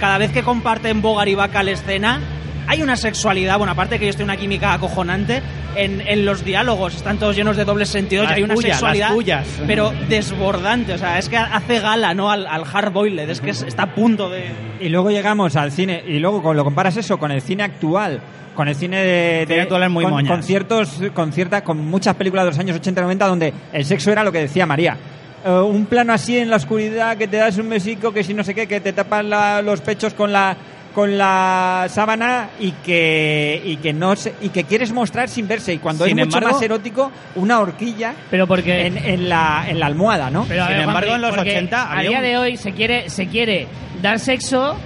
B: Cada vez que comparten Bogart y Baca la escena, hay una sexualidad, bueno, aparte que ellos tienen una química acojonante, en, en los diálogos están todos llenos de dobles sentidos
D: Las
B: y hay una
D: pullas, las
B: sexualidad,
D: pullas.
B: pero desbordante, o sea, es que hace gala, ¿no? Al, al hard boiled, es que es- está a punto de...
E: Y luego llegamos al cine, y luego con- lo comparas eso con el cine actual, con el cine de. de-
D: Cine actual es muy
E: con,
D: moñas.
E: con ciertos, con, cierta- con muchas películas de los años 80-90 donde el sexo era lo que decía María. Eh, un plano así en la oscuridad que te das un besico, que si no sé qué, que te tapan la- los pechos con la con la sábana y que y que no se- y que quieres mostrar sin verse y cuando
D: Sin
E: es mucho
D: embargo-
E: más erótico una horquilla
A: Pero porque...
E: en, en la en la almohada no
A: Pero, a
D: Sin
A: ver,
D: embargo,
A: Juanpi,
D: en los
A: porque
D: 80
A: a
D: había
A: día
D: un-
A: de hoy se quiere, se quiere dar sexo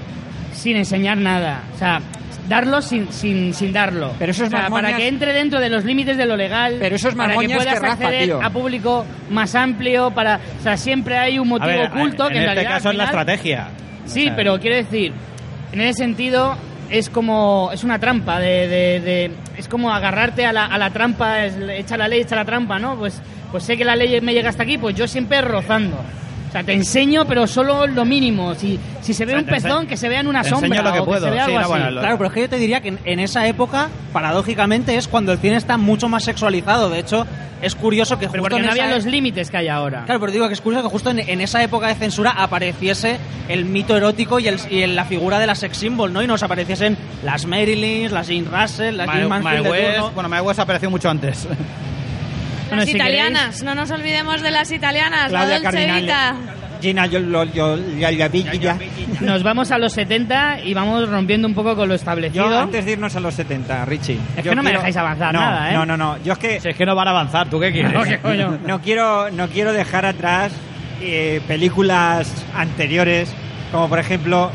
A: sin enseñar nada. O sea, darlo sin, sin, sin darlo.
E: Pero eso es
A: O sea,
E: más
A: Para
E: moñas-
A: que entre dentro de los límites de lo legal.
E: Pero eso es más
A: Para que
E: moñas
A: puedas
E: que Rafa,
A: acceder
E: tío.
A: a público más amplio. Para, o sea, siempre hay un
D: A
A: motivo
D: ver,
A: oculto
D: en,
A: que en,
D: este
A: realidad,
D: caso
A: al
D: es la
A: final-
D: estrategia. O
A: Sí,
D: sea,
A: pero quiero decir, en ese sentido es como es una trampa de, de- de- es como agarrarte a la, a la trampa es- echa la ley echa la trampa no pues pues sé que la ley me llega hasta aquí pues yo siempre rozando o sea te enseño pero solo lo mínimo si si se ve
D: sea,
A: un
D: te ense-
A: pezón que se vea en una
D: te enseño
A: sombra
D: lo que
A: o
D: puedo.
A: se vea
D: Sí,
A: algo
D: no, bueno,
A: así.
D: lo-
B: Claro, pero es que yo te diría que en, en esa época, paradójicamente, es cuando el cine está mucho más sexualizado. De hecho, es curioso que
A: pero
B: justo
A: porque
B: en
A: no
B: esa
A: había
B: e-
A: los límites que hay ahora
B: Claro, pero digo que es curioso que justo en, en esa época de censura apareciese el mito erótico y, el, y el- la figura de la sex symbol, ¿no? Y nos apareciesen las Marilyns, las Jane Russell, las
D: My,
B: Jane Mansfield
D: My
B: de
D: West-
B: turno.
D: bueno, My West apareció mucho antes.
I: (laughs)
A: Bueno,
F: las
A: si
F: italianas, no nos olvidemos de las italianas,
E: Claudia
F: la Dolce
E: Cardinale.
F: Vita.
E: Gina yo, yo, yo, yo- yo- yo- yo-
A: nos vamos a los 70 y vamos rompiendo un poco con lo establecido (laughs)
E: Yo, antes de irnos a los 70, Richie.
A: Es
E: yo
A: que no me dejáis avanzar
E: No,
A: nada, ¿eh?
E: No, no, no. Yo es que
D: Si es que no van a avanzar, ¿tú
I: (laughs)
D: qué quieres?
A: ¿Qué coño?
E: no quiero, no quiero dejar atrás eh, películas anteriores, como por ejemplo,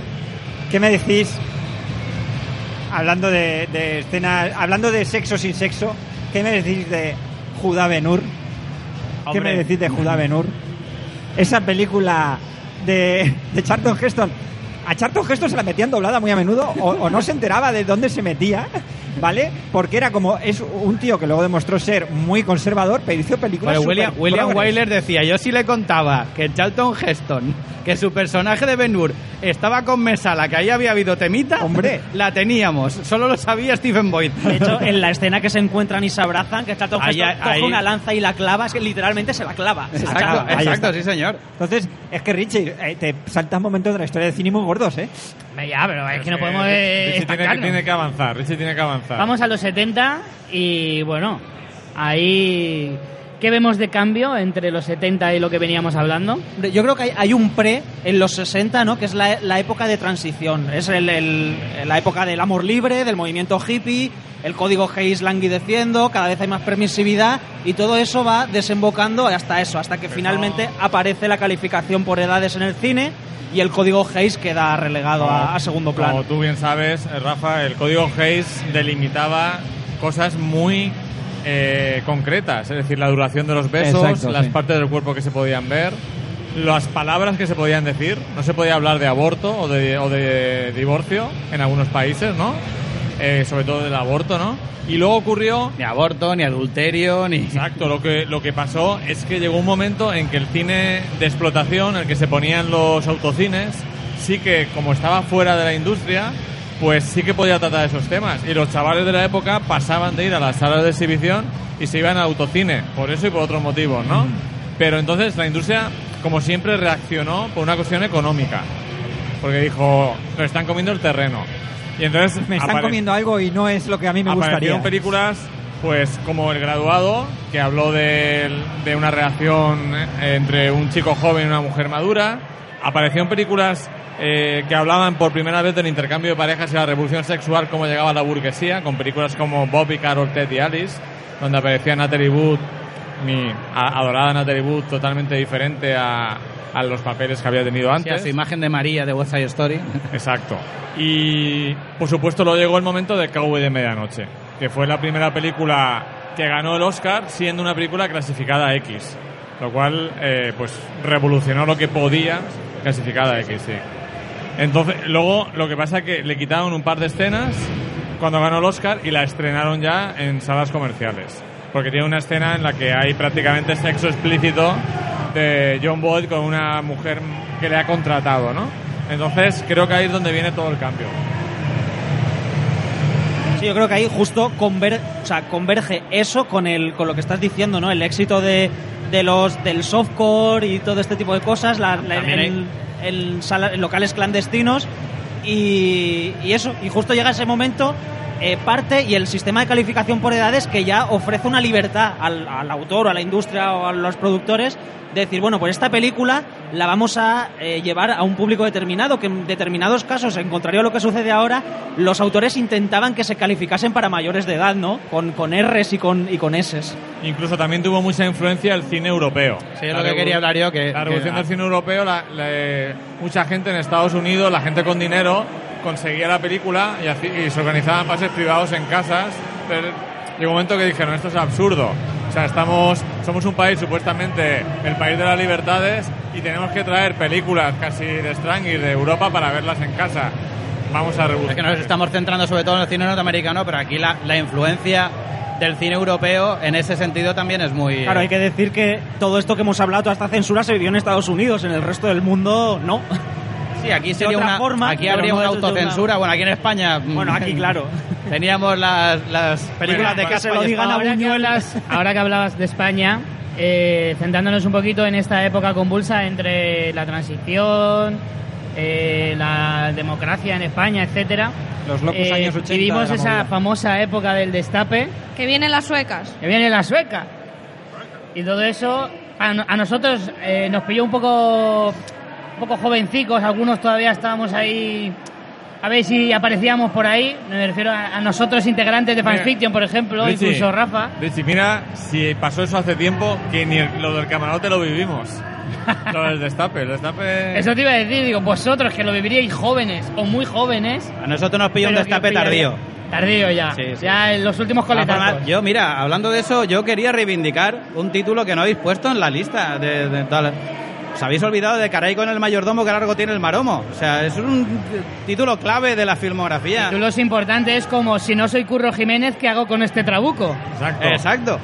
E: ¿qué me decís? Hablando de, de escenas, hablando de sexo sin sexo, ¿qué me decís de Judá Benur? ¿Qué
D: Hombre.
E: me decís de Judá Benur? Esa película de, de Charlton Heston. A Charlton Heston se la metían doblada muy a menudo o, o no se enteraba de dónde se metía, ¿vale? Porque era como, es un tío que luego demostró ser muy conservador, pero hizo películas
D: Bueno, William,
E: super
D: William
E: progres.
D: Wyler decía, yo sí le contaba que Charlton Heston, que su personaje de Ben Hur estaba con Mesala, que ahí había habido temita,
E: Hombre.
D: la teníamos. Solo lo sabía Stephen Boyd.
I: (laughs)
B: De hecho, en la escena que se encuentran y se abrazan, que está todo
D: Ahí- ahí-
B: coge una lanza y la clava, es que literalmente se la clava.
D: Exacto,
E: Ahí está.
D: exacto, sí señor.
E: Entonces, es que Richie, eh, te saltas momentos de la historia de cine muy gordos, ¿eh?
A: ya pero es que no podemos eh,
G: Richie tiene, que-
A: estancarnos.
G: tiene que avanzar, Richie tiene que avanzar.
A: Vamos a los 70 y bueno, ahí ¿qué vemos de cambio entre los 70 y lo que veníamos hablando?
B: Hombre, Yo creo que hay, hay un pre en los 60, ¿no? Que es la, la época de transición. Es el- el- la época del amor libre, del movimiento hippie, el código Hayes languideciendo, cada vez hay más permisividad y todo eso va desembocando hasta eso, hasta que finalmente aparece la calificación por edades en el cine y el código Hayes queda relegado a, a segundo
G: Como
B: plano.
G: tú bien sabes, eh, Rafa, el código Hayes delimitaba cosas muy eh, concretas, es decir, la duración de los besos,
E: Exacto,
G: las
E: sí.
G: partes del cuerpo que se podían ver. las palabras que se podían decir. No se podía hablar de aborto o de, o de divorcio en algunos países, ¿no? Eh, sobre todo del aborto, ¿no? Y luego ocurrió
I: Ni aborto, ni adulterio, ni...
G: Exacto, lo que, lo que pasó es que llegó un momento en que el cine de explotación, el que se ponían los autocines, sí que como estaba fuera de la industria, pues sí que podía tratar esos temas. Y los chavales de la época pasaban de ir a las salas de exhibición y se iban a autocine, por eso y por otros motivos, ¿no? Pero entonces la industria, como siempre, reaccionó por una cuestión económica, porque dijo, nos están comiendo el terreno. Y entonces
E: Me están
G: apare-
E: comiendo algo y no es lo que a mí me gustaría.
G: Aparecieron películas pues como El graduado, que habló de, de una relación eh, entre un chico joven y una mujer madura. Aparecieron películas eh, que hablaban por primera vez del intercambio de parejas y la revolución sexual, cómo llegaba la burguesía, con películas como Bobby, Carol, Ted y Alice, donde aparecía Natalie Wood, mi a- adorada Natalie Wood, totalmente diferente a, a los papeles que había tenido
I: Sí, a
G: antes.
I: su imagen de María de West Side Story.
G: Exacto. Y por supuesto luego llegó el momento de Cowboy de Medianoche, que fue la primera película que ganó el Oscar siendo una película clasificada X, lo cual eh, pues revolucionó lo que podía clasificada X, sí. Entonces, luego lo que pasa es que le quitaron un par de escenas cuando ganó el Oscar y la estrenaron ya en salas comerciales. Porque tiene una escena en la que hay prácticamente sexo explícito de John Boyd con una mujer que le ha contratado, ¿no? Entonces, creo que ahí es donde viene todo el cambio.
B: Sí, yo creo que ahí justo conver- o sea, converge eso con el con lo que estás diciendo, ¿no? El éxito de, de los del softcore y todo este tipo de cosas, la- la-
D: También
B: el, el sala- en locales clandestinos y, y eso. Y justo llega ese momento eh, parte y el sistema de calificación por edades que ya ofrece una libertad al, al autor, o a la industria o a los productores de decir, bueno, pues esta película la vamos a eh, llevar a un público determinado, que en determinados casos, en contrario a lo que sucede ahora, los autores intentaban que se calificasen para mayores de edad, ¿no? Con, con R's y con, y con S's.
G: Incluso también tuvo mucha influencia el cine europeo.
I: Sí, es
G: La
I: lo que
G: revo-
I: quería hablar yo, que...
G: La
I: que-
G: revolución del cine europeo, la- la- eh, mucha gente en Estados Unidos, la gente con dinero, conseguía la película y, haci- y se organizaban pases privados en casas. Pero llegó un momento que dijeron, esto es absurdo. O sea, estamos, somos un país supuestamente el país de las libertades y tenemos que traer películas casi de Strange de Europa para verlas en casa. Vamos a
I: Es que
G: revolucionar.
I: nos estamos centrando sobre todo en el cine norteamericano, pero aquí la, la influencia del cine europeo en ese sentido también es muy...
B: Claro, hay que decir que todo esto que hemos hablado, toda esta censura, se vivió en Estados Unidos, en el resto del mundo no.
I: Sí, aquí sería
B: otra
I: una...
B: forma,
I: aquí
B: pero
I: habría
B: no
I: una
B: es de una-
I: autocensura. Bueno, aquí en España... mm,
B: Bueno, aquí
D: (laughs)
B: claro.
I: Teníamos las, las películas
G: Bueno,
I: de
G: que
I: casa
B: se lo
I: y
B: digan a
I: España.
A: Ahora que, hablas- ahora que hablabas de España, eh, centrándonos un poquito en esta época convulsa entre la transición, eh, la democracia en España, etcétera.
E: Los locos
A: eh,
E: años 80 de
A: Vivimos
E: la
A: esa
E: movida.
A: famosa época del destape,
F: Que vienen las suecas.
A: que viene la sueca. Y todo eso a, no- a nosotros eh, nos pilló un poco, un poco jovencicos, algunos todavía estábamos ahí a ver si aparecíamos por ahí. Me refiero a, a nosotros integrantes de Fanfiction, por ejemplo,
G: Richie,
A: incluso Rafa.
G: Richie, mira, si pasó eso hace tiempo, que ni el- lo del camarote lo
D: (laughs)
G: vivimos. Lo del destape, el destape...
A: Eso te iba a decir, digo, vosotros que lo viviríais jóvenes o muy jóvenes.
D: A nosotros nos pilla un
A: pero que os
D: destape
A: pillaría-
D: tardío.
A: Tardío ya.
D: Sí, sí.
A: Ya en los últimos
D: De todas
A: coletazos.
D: formas, Yo, mira, hablando de eso, yo quería reivindicar un título que no habéis puesto en la lista. De, de toda la- Os habéis olvidado de Caray con el mayordomo que largo tiene el maromo. O sea, es un título clave de la filmografía.
A: Títulos importantes como Si no soy Curro Jiménez, ¿qué hago con este trabuco?
G: Exacto.
D: Exacto.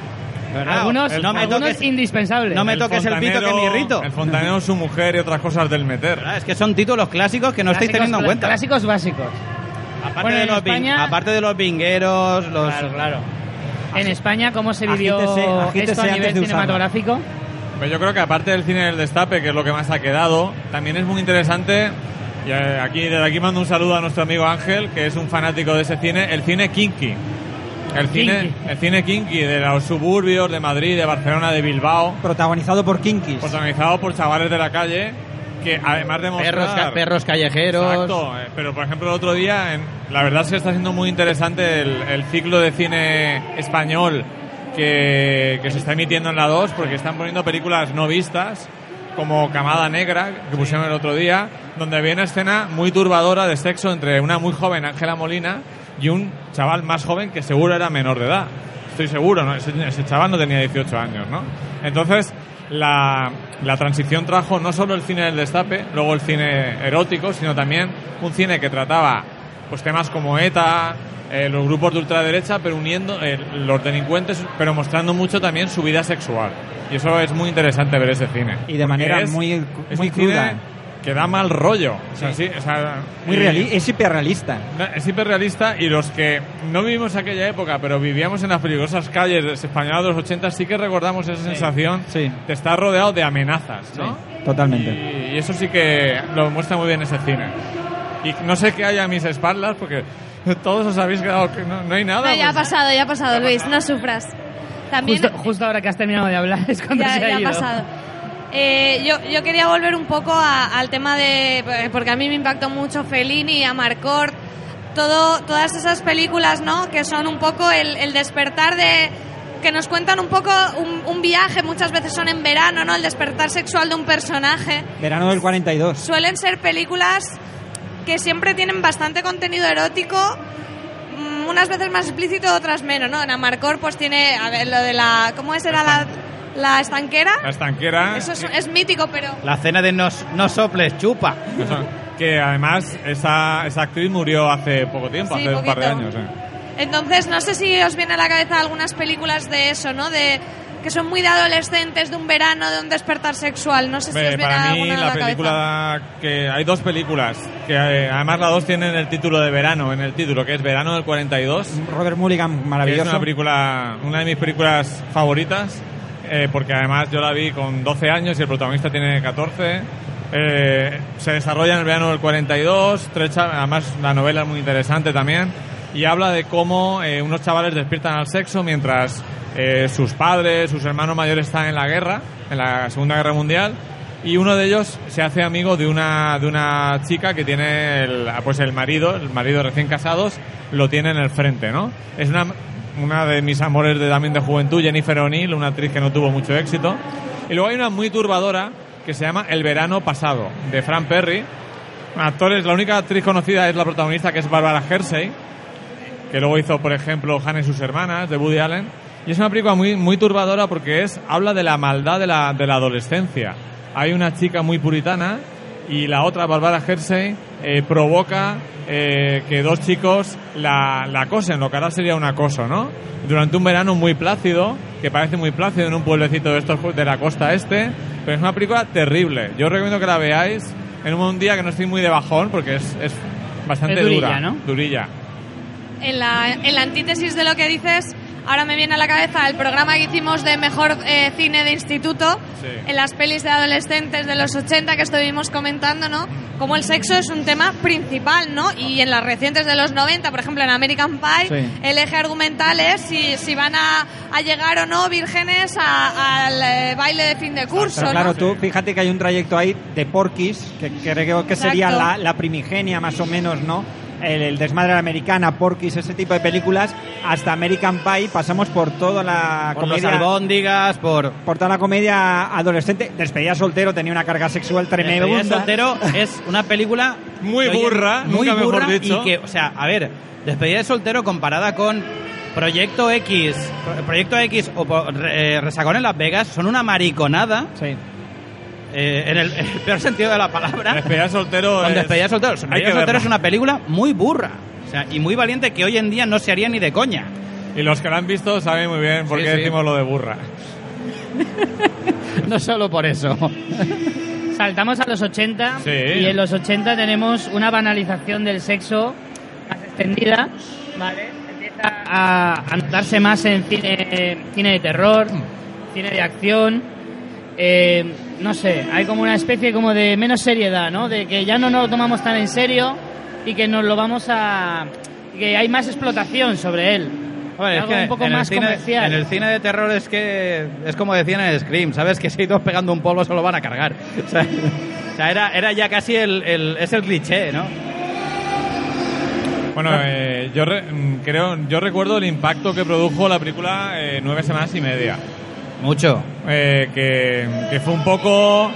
D: ¿Verdad?
A: algunos
D: no me
A: algunos
D: toques,
A: indispensables.
D: no me toques el pito que me
G: fontanero-
D: irrito.
G: El fontanero, su mujer y otras cosas del meter.
D: ¿Verdad? Es que son títulos clásicos que no estáis
A: Clásicos-
D: teniendo en cuenta.
A: Clásicos básicos.
D: Aparte,
A: Bueno,
D: de
A: en
D: los
A: España-
D: vin- aparte de los vingueros, los...
A: Claro, claro. En España, ¿cómo se vivió
E: Agítese- agítese
A: esto a
E: antes
A: nivel
E: de usarlo.
A: cinematográfico?
G: Pero yo creo que aparte del cine del destape, que es lo que más ha quedado, también es muy interesante. Y eh, aquí, desde aquí mando un saludo a nuestro amigo Ángel, que es un fanático de ese cine, el cine kinky. El cine,
A: Kinky.
G: el cine kinky de los suburbios de Madrid, de Barcelona, de Bilbao,
E: Protagonizado por Kinkis.
G: protagonizado por chavales de la calle, que además de mostrar...
I: Perros, ca- perros callejeros.
G: Exacto, eh, pero por ejemplo el otro día, en- la verdad es que está siendo muy interesante el, el ciclo de cine español que, que se está emitiendo en la 2 porque están poniendo películas no vistas como Camada Negra, que pusieron el otro día, donde había una escena muy turbadora de sexo entre una muy joven Ángela Molina y un chaval más joven que seguro era menor de edad. Estoy seguro, ¿no? ese, ese chaval no tenía 18 años, ¿no? Entonces, la, la transición trajo no solo el cine del destape, luego el cine erótico, sino también un cine que trataba pues temas como ETA, eh, los grupos de ultraderecha, pero uniendo eh, los delincuentes, pero mostrando mucho también su vida sexual. Y eso es muy interesante ver ese cine.
E: Y de
G: Porque
E: manera
G: es-
E: muy-
G: es
E: muy
G: un cine
E: cruda.
G: que da mal rollo. O sea, sí, o sea,
E: Muy
G: y-
E: reali- es hiperrealista.
G: es hiperrealista y los que no vivimos aquella época, pero vivíamos en las peligrosas calles españolas de los 80, sí que recordamos esa sensación
E: Sí.
G: de estar rodeado de amenazas, ¿no?
E: Totalmente.
G: Y, y eso sí que lo muestra muy bien ese cine. Y no sé qué hay a mis espaldas, porque (laughs) todos os habéis quedado que no, no hay nada.
F: No, ya ha
G: pues.
F: pasado, ya ha pasado, Luis, no sufras. También
A: Justo, justo ahora que has terminado de hablar es cuando
F: ya,
A: se ha
F: ya ha
A: ido.
F: pasado. Eh, yo, yo quería volver un poco a- al tema de. Porque a mí me impactó mucho Fellini, Amarcord, todo, todas esas películas, ¿no? Que son un poco el, el despertar de. que nos cuentan un poco un, un viaje, muchas veces son en verano, ¿no? El despertar sexual de un personaje.
E: Verano del 42.
F: Suelen ser películas que siempre tienen bastante contenido erótico, mm, unas veces más explícito, otras menos, ¿no? En Amarcord, pues tiene. A ver, lo de la. ¿Cómo es? Era la, la estanquera.
G: La estanquera.
F: Eso es, es mítico, pero.
I: La cena de nos, no soples, chupa.
G: Eso, que además esa, esa actriz murió hace poco tiempo,
F: Sí,
G: hace un par de
F: poquito.
G: años. ¿eh?
F: Entonces, no sé si os viene a la cabeza algunas películas de eso, ¿no? De que son muy de adolescentes, de un verano, de un despertar sexual. No sé si
G: Hombre,
F: os viene
G: para mí
F: alguna a
G: la
F: la cabeza.
G: película que hay dos películas que eh, además las dos tienen el título de verano en el título que es Verano del 42
E: Robert Mulligan,
G: que es
E: maravilloso.
G: una película una de mis películas favoritas eh, porque además yo la vi con 12 años y el protagonista tiene 14 Eh, se desarrolla en el verano del 42 tres cha- además la novela es muy interesante también y habla de cómo eh, unos chavales despiertan al sexo mientras eh, sus padres sus hermanos mayores están en la guerra en la segunda guerra mundial y uno de ellos se hace amigo de una, de una chica que tiene el, pues el marido, el marido recién casados, lo tiene en el frente, ¿no? Es una, una de mis amores de, también de juventud, Jennifer O'Neill, una actriz que no tuvo mucho éxito. Y luego hay una muy turbadora que se llama El verano pasado, de Fran Perry. Actores, la única actriz conocida es la protagonista que es Barbara Hersey, que luego hizo, por ejemplo, Hannah y sus hermanas, de Woody Allen. Y es una película muy, muy turbadora porque es, habla de la maldad de la, de la adolescencia. Hay una chica muy puritana y la otra, Barbara Hersey, eh, provoca eh, que dos chicos la, la acosen, lo que ahora sería un acoso, ¿no? Durante un verano muy plácido, que parece muy plácido en un pueblecito de, estos, de la costa este, pero es una película terrible. Yo os recomiendo que la veáis en un día que no estoy muy de bajón porque es, es bastante
A: Es durilla,
G: dura.
A: ¿no?
G: Durilla.
F: En la, en la antítesis de lo que dices, ahora me viene a la cabeza el programa que hicimos de mejor eh, cine de instituto,
G: Sí.
F: en las pelis de adolescentes de los 80 que estuvimos comentando, ¿no? Como el sexo es un tema principal, ¿no? Y en las recientes de los 90, por ejemplo, en American Pie,
E: Sí.
F: el eje argumental es si, si van a, a llegar o no vírgenes a- al eh, baile de fin de curso,
E: Pero
F: ¿no?
E: claro, tú fíjate que hay un trayecto ahí de Porquis, que creo que sería
F: Exacto.
E: la, la primigenia más o menos, ¿no? El, el desmadre de la americana, Porquis, ese tipo de películas, hasta American Pie, pasamos por toda la
I: Por los
E: comedia...
I: albóndigas, por...
E: por toda la comedia adolescente, Despedida soltero tenía una carga sexual tremenda.
I: Despedida soltero es una película
G: Muy
I: que, oye,
G: burra,
I: muy
G: nunca mejor
I: burra
G: dicho.
I: Y que, o sea, a ver, despedida de soltero comparada con Proyecto X, Pro- Proyecto X o po- re- eh, Resacón en Las Vegas son una mariconada
E: Sí.
I: eh, en, el, en el peor sentido de la
G: (laughs)
I: palabra.
G: Despedida soltero.
I: Con
G: es-
I: Despedida de soltero,
G: hay
I: Despedida
G: que
I: de soltero
G: verla.
I: es una película muy burra, o sea, y muy valiente que hoy en día no se haría ni de coña.
G: Y los que la han visto saben muy bien por
I: Sí,
G: qué
I: sí.
G: decimos lo de burra.
A: No solo por eso. Saltamos a los 80
G: Sí.
A: y en los 80 tenemos una banalización del sexo más extendida, ¿vale? Empieza a, a notarse más en cine, cine de terror, cine de acción. eh, no sé, hay como una especie como de menos seriedad, ¿no? De que ya no nos lo tomamos tan en serio y que nos lo vamos a... que hay más explotación sobre él.
I: Hombre, es
A: algo
I: que
A: un poco
I: en el
A: más
I: cine-
A: comercial.
I: En el cine de terror es que es como decían en Scream, ¿sabes? Que si hay dos pegando un polvo se lo van a cargar. O sea, o sea, era, era ya casi el, el- es el cliché, ¿no? (laughs)
G: Bueno, eh, yo re- mm, creo, yo recuerdo el impacto que produjo la película eh, nueve semanas y media,
I: Mucho.
G: Eh, que, que fue un poco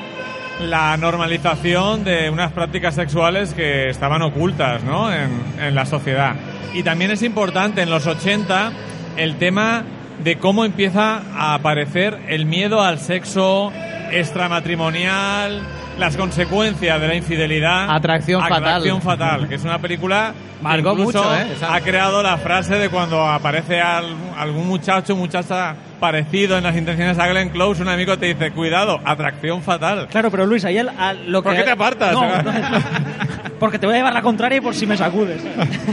G: la normalización de unas prácticas sexuales que estaban ocultas, ¿no? En, en la sociedad. Y también es importante en los 80 el tema de cómo empieza a aparecer el miedo al sexo extramatrimonial, las consecuencias de la infidelidad.
J: Atracción fatal.
G: Atracción fatal, que es una película que
J: Marcó
G: incluso
J: mucho, ¿eh? Esa-
G: ha creado la frase de cuando aparece al- algún muchacho, muchacha parecido en las intenciones a Glenn Close, un amigo te dice, cuidado, atracción fatal.
B: Claro, pero Luis, ahí al- al- lo que...
G: ¿Por qué te apartas? (laughs)
B: No, no, porque te voy a llevar la contraria y por si me sacudes.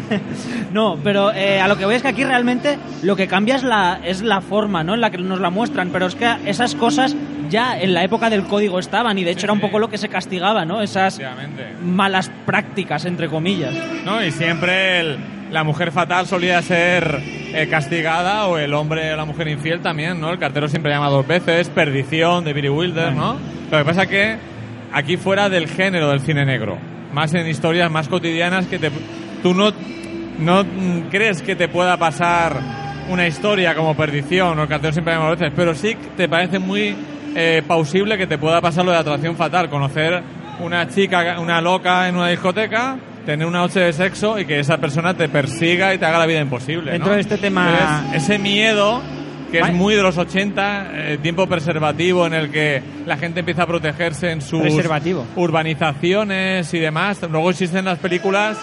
B: (laughs) no, pero eh, a lo que voy es que aquí realmente lo que cambia es la, es la forma ¿no? en la que nos la muestran, pero es que esas cosas ya en la época del código estaban y de hecho era un poco lo que se castigaba, ¿no? Esas
G: Efectivamente.
B: malas prácticas, entre comillas.
G: ¿no? Y siempre el- la mujer fatal solía ser eh, castigada o el hombre o la mujer infiel también, ¿no? El cartero siempre llama dos veces, perdición de Billy Wilder, ¿no? Lo que pasa que aquí fuera del género del cine negro, más en historias más cotidianas que te, tú no, no mm, crees que te pueda pasar una historia como perdición o el cartero siempre llama dos veces, pero sí que te parece muy eh, pausible que te pueda pasar lo de atracción fatal, conocer una chica, una loca en una discoteca, tener una noche de sexo y que esa persona te persiga y te haga la vida imposible.
E: Dentro
G: ¿no?
E: de este tema-
G: Entonces, ese miedo que es muy de los 80, eh, tiempo preservativo en el que la gente empieza a protegerse en sus
E: Preservativo.
G: urbanizaciones y demás. Luego existen las películas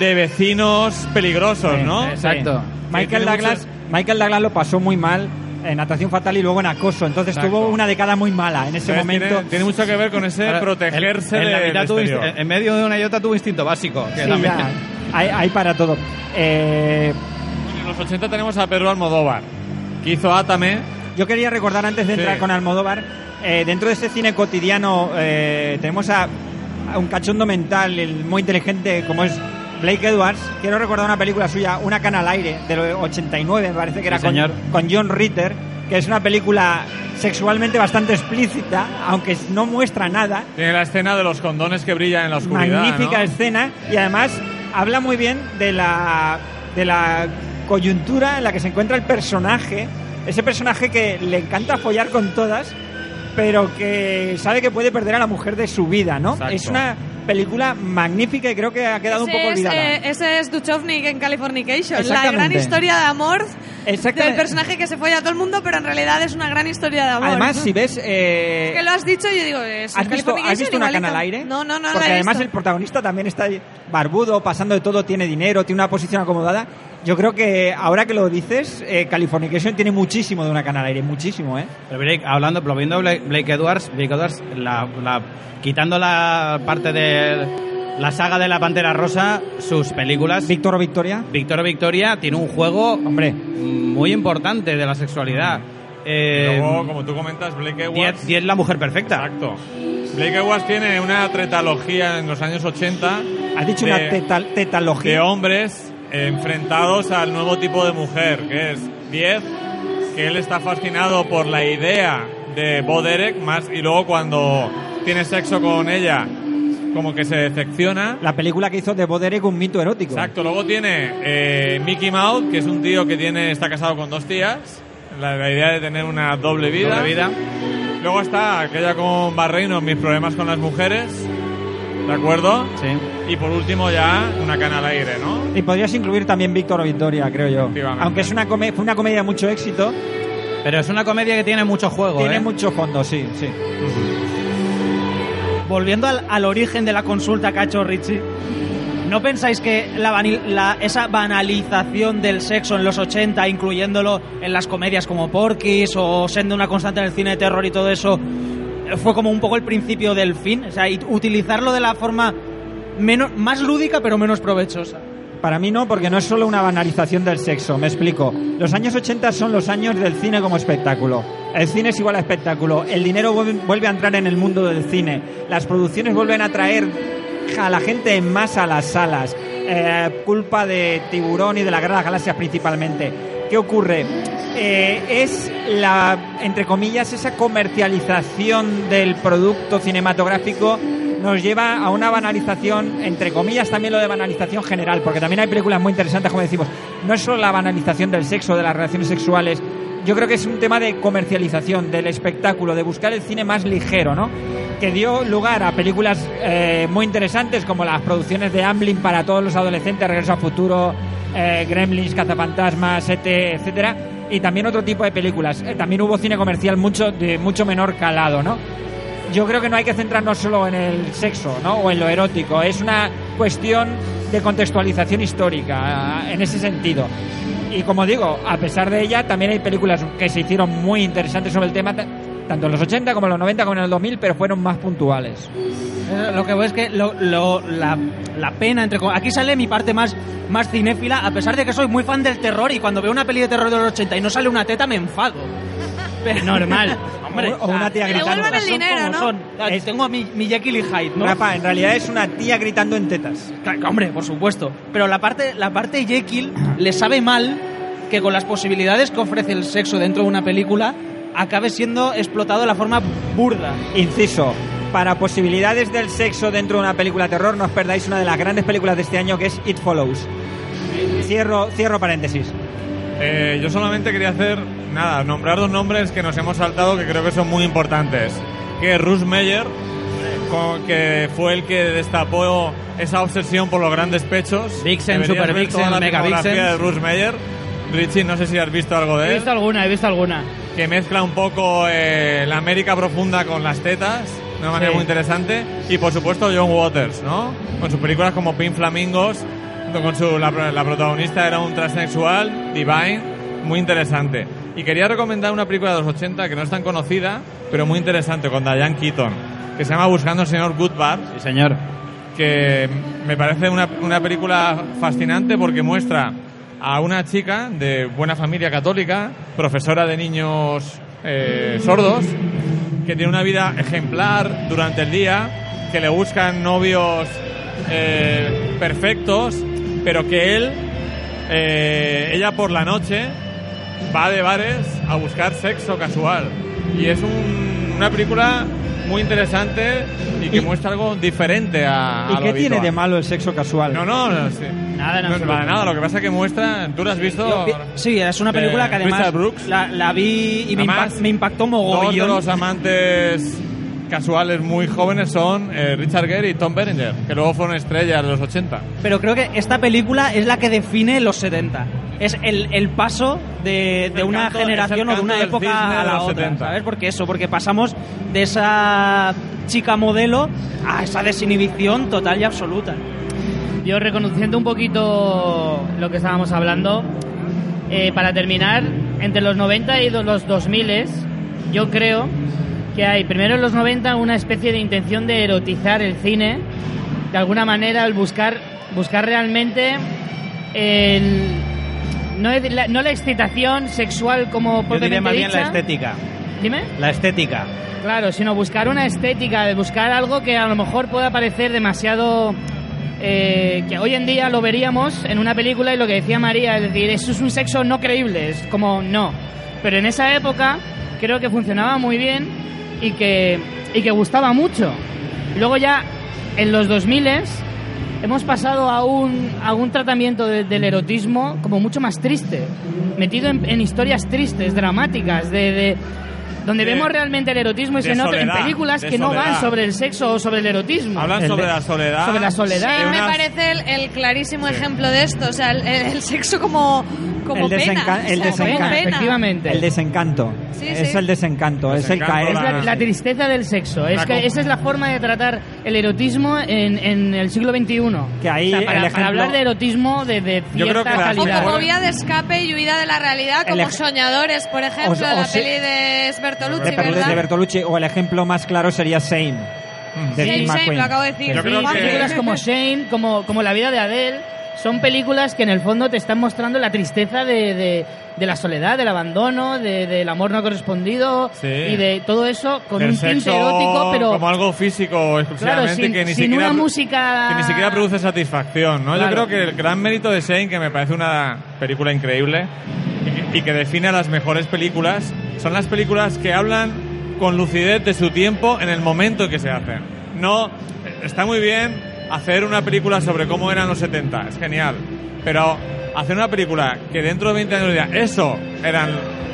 G: de vecinos peligrosos, ¿no?
J: Exacto.
E: Michael
G: tiene
E: Douglas, Michael Douglas lo pasó muy mal en natación fatal y luego en acoso. Entonces
G: Exacto.
E: tuvo una década muy mala en ese
G: Entonces,
E: momento.
G: Tiene, tiene mucho que ver con ese
I: Ahora,
G: protegerse este
I: en, en la
G: del
I: mitad tuvo insti-
G: exterior.
I: en- en medio de una y otra tuvo instinto básico. que
E: Sí,
I: también-
E: ya. Hay, hay para todo. Eh,
G: En los 80 tenemos a Pedro Almodóvar, que hizo Átame,
E: yo quería recordar antes de entrar
G: Sí.
E: con Almodóvar, eh, dentro de este cine cotidiano eh, tenemos a, a un cachondo mental, el muy inteligente como es Blake Edwards. Quiero recordar una película suya, Una cana al aire, de los 89, me parece que era
I: Sí,
E: con-
I: señor.
E: con John Ritter, que es una película sexualmente bastante explícita, aunque no muestra nada.
G: Tiene la escena de los condones que brillan en la oscuridad.
E: magnífica
G: ¿no?
E: escena y además habla muy bien de la de la coyuntura en la que se encuentra el personaje ese personaje que le encanta follar con todas pero que sabe que puede perder a la mujer de su vida no
G: Exacto.
E: es una película magnífica y creo que ha quedado un
F: Ese
E: poco
F: es,
E: olvidada
F: eh, ese es Duchovny en Californication, la
E: Exactamente.
F: gran historia de amor del
E: Exactamente.
F: personaje que se folla a todo el mundo, pero en realidad es una gran historia de amor.
E: además si ves eh,
F: que lo has dicho, yo digo, es
E: ¿Has visto,
F: Californication
E: ¿Has visto una
F: igualito.
E: cana al aire?
F: No, no, no.
E: Porque
F: la he
E: además
F: visto.
E: el protagonista también está barbudo, pasando de todo, tiene dinero, tiene una posición acomodada. Yo creo que ahora que lo dices, eh, Californication tiene muchísimo de una cana al aire, muchísimo, ¿eh?
I: Pero Blake, hablando, volviendo a Blake, Blake Edwards, Blake Edwards la- la- quitando la parte de la saga de la Pantera Rosa, sus películas,
E: Víctor o Victoria.
I: Víctor o Victoria, tiene un juego
E: Hombre,
I: muy importante de la sexualidad. Eh,
G: Luego, como tú comentas, Blake Edwards.
I: 10 10 la mujer perfecta.
G: Exacto. Blake Edwards tiene una tretalogía en los años 80
E: has dicho
G: de,
E: una teta- tetalogía.
G: de hombres eh, enfrentados al nuevo tipo de mujer, que es 10, que él está fascinado por la idea de Bo Derek, más, y luego cuando tiene sexo con ella, como que se decepciona.
E: La película que hizo de Boderek un mito erótico.
G: Exacto, luego tiene eh, Mickey Mouse, que es un tío que tiene está casado con dos tías, la, la idea de tener una doble vida.
I: Doble vida.
G: Luego está aquella con Barreino, mis problemas con las mujeres, ¿de acuerdo?
I: Sí.
G: Y por último ya una cana al aire, ¿no?
E: Y podrías incluir también Víctor o Victoria, creo yo.
G: Efectivamente.
E: Aunque es una come- fue una comedia de mucho éxito,
I: Pero es una comedia que tiene mucho juego.
E: tiene
I: ¿eh?
E: mucho fondo, sí, sí.
B: volviendo al, al origen de la consulta que ha hecho Richie, ¿no pensáis que la bani- la- esa banalización del sexo en los 80, incluyéndolo en las comedias como Porky's o siendo una constante en el cine de terror y todo eso, eh, fue como un poco el principio del fin? O sea, y utilizarlo de la forma menos, más lúdica pero menos provechosa.
E: Para mí no, porque no es solo una banalización del sexo, me explico. Los años 80 son los años del cine como espectáculo. El cine es igual a espectáculo, el dinero vuel- vuelve a entrar en el mundo del cine, las producciones vuelven a traer a la gente en masa a las salas, Eh, culpa de Tiburón y de la Guerra de las Galaxias principalmente. ¿Qué ocurre? Eh, es la, entre comillas, esa comercialización del producto cinematográfico nos lleva a una banalización, entre comillas también lo de banalización general, porque también hay películas muy interesantes, como decimos, no es solo la banalización del sexo, de las relaciones sexuales, yo creo que es un tema de comercialización, del espectáculo, de buscar el cine más ligero, ¿no? Que dio lugar a películas eh, muy interesantes como las producciones de Amblin para todos los adolescentes, Regreso al Futuro, eh, Gremlins, Cazafantasmas, ET, E etcétera, y también otro tipo de películas. Eh, también hubo cine comercial mucho, de mucho menor calado, ¿no? Yo creo que no hay que centrarnos solo en el sexo, ¿no? O en lo erótico. Es una cuestión de contextualización histórica, eh, en ese sentido. Y como digo, a pesar de ella, también hay películas que se hicieron muy interesantes sobre el tema, ta- tanto en los 80 como en los 90 como en el 2000, pero fueron más puntuales.
B: Eh, Lo que veo es que lo- lo- la, la pena, entre co- Aquí sale mi parte más, más cinéfila, a pesar de que soy muy fan del terror y cuando veo una peli de terror de los 80 y no sale una teta me
E: (laughs)
B: enfado. Pero
A: Normal.
B: Hombre,
E: O una tía
F: Que gritando. devuelvan el
B: Son
F: dinero,
B: como
F: ¿no?
B: son. Ah, Tengo a mi, mi Jekyll y Hyde, ¿no?
E: Rafa, en realidad es una tía gritando en tetas.
B: Claro, hombre, por supuesto. Pero la parte, la parte Jekyll le sabe mal que con las posibilidades que ofrece el sexo dentro de una película acabe siendo explotado de la forma burda.
E: Inciso. Para posibilidades del sexo dentro de una película de terror, no os perdáis una de las grandes películas de este año que es It Follows. Cierro, cierro paréntesis.
G: Eh, yo solamente quería hacer, nada, nombrar dos nombres que nos hemos saltado que creo que son muy importantes. Que Russ Meyer, con- que fue el que destapó esa obsesión por los grandes pechos.
I: Vixen,
G: Deberías
I: Super
G: ver
I: Vixen,
G: toda la
I: Mega
G: filmografía
I: Vixen.
G: de Russ Meyer. Richie, no sé si has visto algo de
A: He
G: él.
A: visto alguna, he visto alguna.
G: Que mezcla un poco eh, la América profunda con las tetas, de una manera
A: Sí.
G: muy interesante. Y por supuesto John Waters, ¿no? Con sus películas como Pin Flamingos, con su, la, la protagonista era un transexual, Divine, muy interesante. Y quería recomendar una película de los 80 que no es tan conocida, pero muy interesante, con Diane Keaton, que se llama Buscando al señor Goodbar
I: Sí, señor.
G: que me parece una, una película fascinante porque muestra a una chica de buena familia católica, profesora de niños eh, sordos, que tiene una vida ejemplar durante el día, que le buscan novios eh, perfectos, pero que él, eh, ella por la noche, va de bares a buscar sexo casual. Y es un- una película muy interesante y que muestra algo diferente a,
E: ¿Y
G: a Ah, lo
E: qué tiene
G: habitual.
E: de malo el sexo casual?
G: No, no, no, sí.
A: Nada, en
G: No,
A: absoluto.
G: para nada. Lo que pasa es que muestra. ¿Tú lo has visto?
B: Sí, es una
G: De
E: Eh,
B: película que además
G: Richard Brooks.
B: la, la vi y me,
G: Además,
B: impa- me impactó
G: Dos de
B: mogollón.
G: los amantes casuales muy jóvenes son eh, Richard Gere y Tom Berenger, que luego fueron estrellas de los 80.
B: Pero creo que esta película es la que define los 70. Es el, el paso de, de
G: el
B: una
G: canto- es el
B: generación o de
G: canto
B: una
G: del cisne de
B: época a la
G: los
B: otra.
G: 70.
B: ¿Sabes por qué eso? Porque pasamos de esa chica modelo a esa desinhibición total y absoluta.
A: Yo reconociendo un poquito lo que estábamos hablando, eh, para terminar, entre los 90 y do- los 2000, yo creo que hay primero en los 90 una especie de intención de erotizar el cine, de alguna manera al buscar, buscar realmente el, no, es la, no la excitación sexual como
D: Yo
A: propiamente
D: diría más bien la
A: dicha.
D: estética.
A: Dime.
D: La estética.
A: Claro, sino buscar una estética, de buscar algo que a lo mejor pueda parecer demasiado... eh, que hoy en día lo veríamos en una película y lo que decía María, es decir, eso es un sexo no creíble, es como no. Pero en esa época creo que funcionaba muy bien y que, y que gustaba mucho. Luego ya en los 2000 hemos pasado a un, a un tratamiento de- del erotismo como mucho más triste, metido en, en historias tristes, dramáticas, de, de- donde
G: De-
A: vemos realmente el erotismo y
G: de
A: se nota en
G: soledad,
A: películas
G: de
A: que no van
G: soledad.
A: sobre el sexo o sobre el erotismo.
G: Hablan
A: El
G: sobre
A: de-
G: la soledad.
A: Sobre la soledad.
G: de
F: me
G: unas-
F: parece el, el clarísimo ejemplo de esto. O sea, el, el- el sexo como, como
E: El
F: pena.
E: desenca-
F: o
E: el
F: sea,
E: desencanto.
F: como pena.
A: Efectivamente.
E: El desencanto.
F: Sí,
E: es
F: sí.
E: el desencanto, es el
G: Desencanto,
E: caer.
A: Es la,
G: Ah,
A: la
G: sí.
A: tristeza del sexo. Es
G: La
A: que
G: com-
A: esa es la forma de tratar el erotismo en, en el siglo XXI.
E: Que ahí
A: O sea, para,
E: el
A: para
E: ejemplo-
A: hablar de erotismo de, de
G: Yo creo
A: cierta
G: que la-
F: O
A: calidad.
F: como vía de escape y huida de la realidad, como
E: ej-
F: soñadores, por ejemplo,
E: Os-
F: la
E: os-
F: peli de Bertolucci,
E: de, Bertolucci,
F: ¿verdad?
E: de Bertolucci, o el ejemplo más claro sería Same. De
F: Shame,
E: Steve
F: shame,
E: McQueen.
F: lo acabo de decir.
G: Mm. Yo creo
F: Juan,
G: que-
A: películas como Shane, como, como La vida de Adele, son películas que en el fondo te están mostrando la tristeza de, de- de la soledad, del abandono, de- del amor no correspondido
G: Sí.
A: y de todo eso con
G: del
A: un tinte
G: sexo
A: erótico,
G: como
A: pero
G: algo físico exclusivamente
A: claro, sin,
G: que ni
A: sin
G: siquiera
A: una
G: pro-
A: música
G: que ni siquiera produce satisfacción, ¿no?
A: Claro.
G: Yo creo que el gran mérito de Shane, que me parece una película increíble y- y que define a las mejores películas, son las películas que hablan con lucidez de su tiempo en el momento en que se hacen. No, está muy bien hacer una película sobre cómo eran los 70, es genial, pero hacer una película que dentro de 20 años diga, eso eran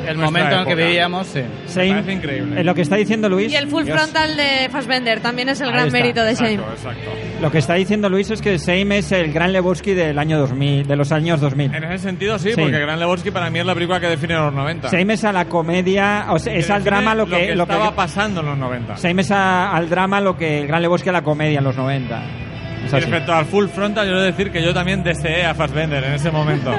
I: El
G: nuestra
I: momento en el que
G: época.
I: vivíamos, sí.
E: Shane,
G: parece increíble.
E: en eh, lo que está diciendo Luis,
F: Y el full frontal de Fassbender también es el gran
E: está,
F: mérito de Shane.
G: Exacto, exacto.
E: lo que está diciendo Luis es que Shame es el gran Lebowski del año 2000, de los años 2000.
G: En ese sentido, sí,
E: Sí.
G: porque Gran Lebowski para mí es la película que define los 90.
E: Shame es a la comedia, o sea,
G: Que
E: es al
G: define
E: drama lo que, lo que-
G: estaba pasando en los 90.
E: Shame es a- al drama lo que el gran Lebowski a la comedia en los 90. Es
G: Y
E: así.
G: Respecto al Full Frontal, yo he de decir que yo también deseé a Fassbender en ese
E: (laughs)
G: momento.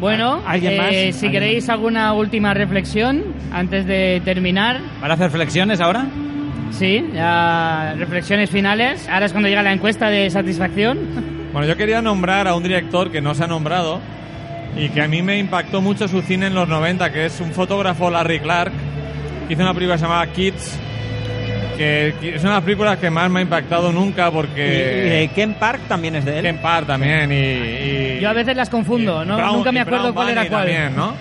A: Bueno,
E: ¿Alguien
A: eh,
E: más? ¿Alguien
A: si queréis alguna última reflexión antes de terminar,
D: ¿Van a hacer flexiones ahora?
A: sí, ya reflexiones finales. Ahora es cuando llega la encuesta de satisfacción.
G: bueno, yo quería nombrar a un director que no se ha nombrado y que a mí me impactó mucho su cine en los 90, que es un fotógrafo, Larry Clark, que hizo una película llamada Kids, que que es una de las películas que más me ha impactado nunca
E: Y- y,
G: porque...
E: eh, Ken Park también es de él.
G: Ken Park también y... y-
A: Yo a veces las confundo, ¿no?
G: Brown-
A: nunca me
G: y
A: acuerdo
G: Brown
A: cuál era
G: Bunny
A: cuál.
G: también, ¿no?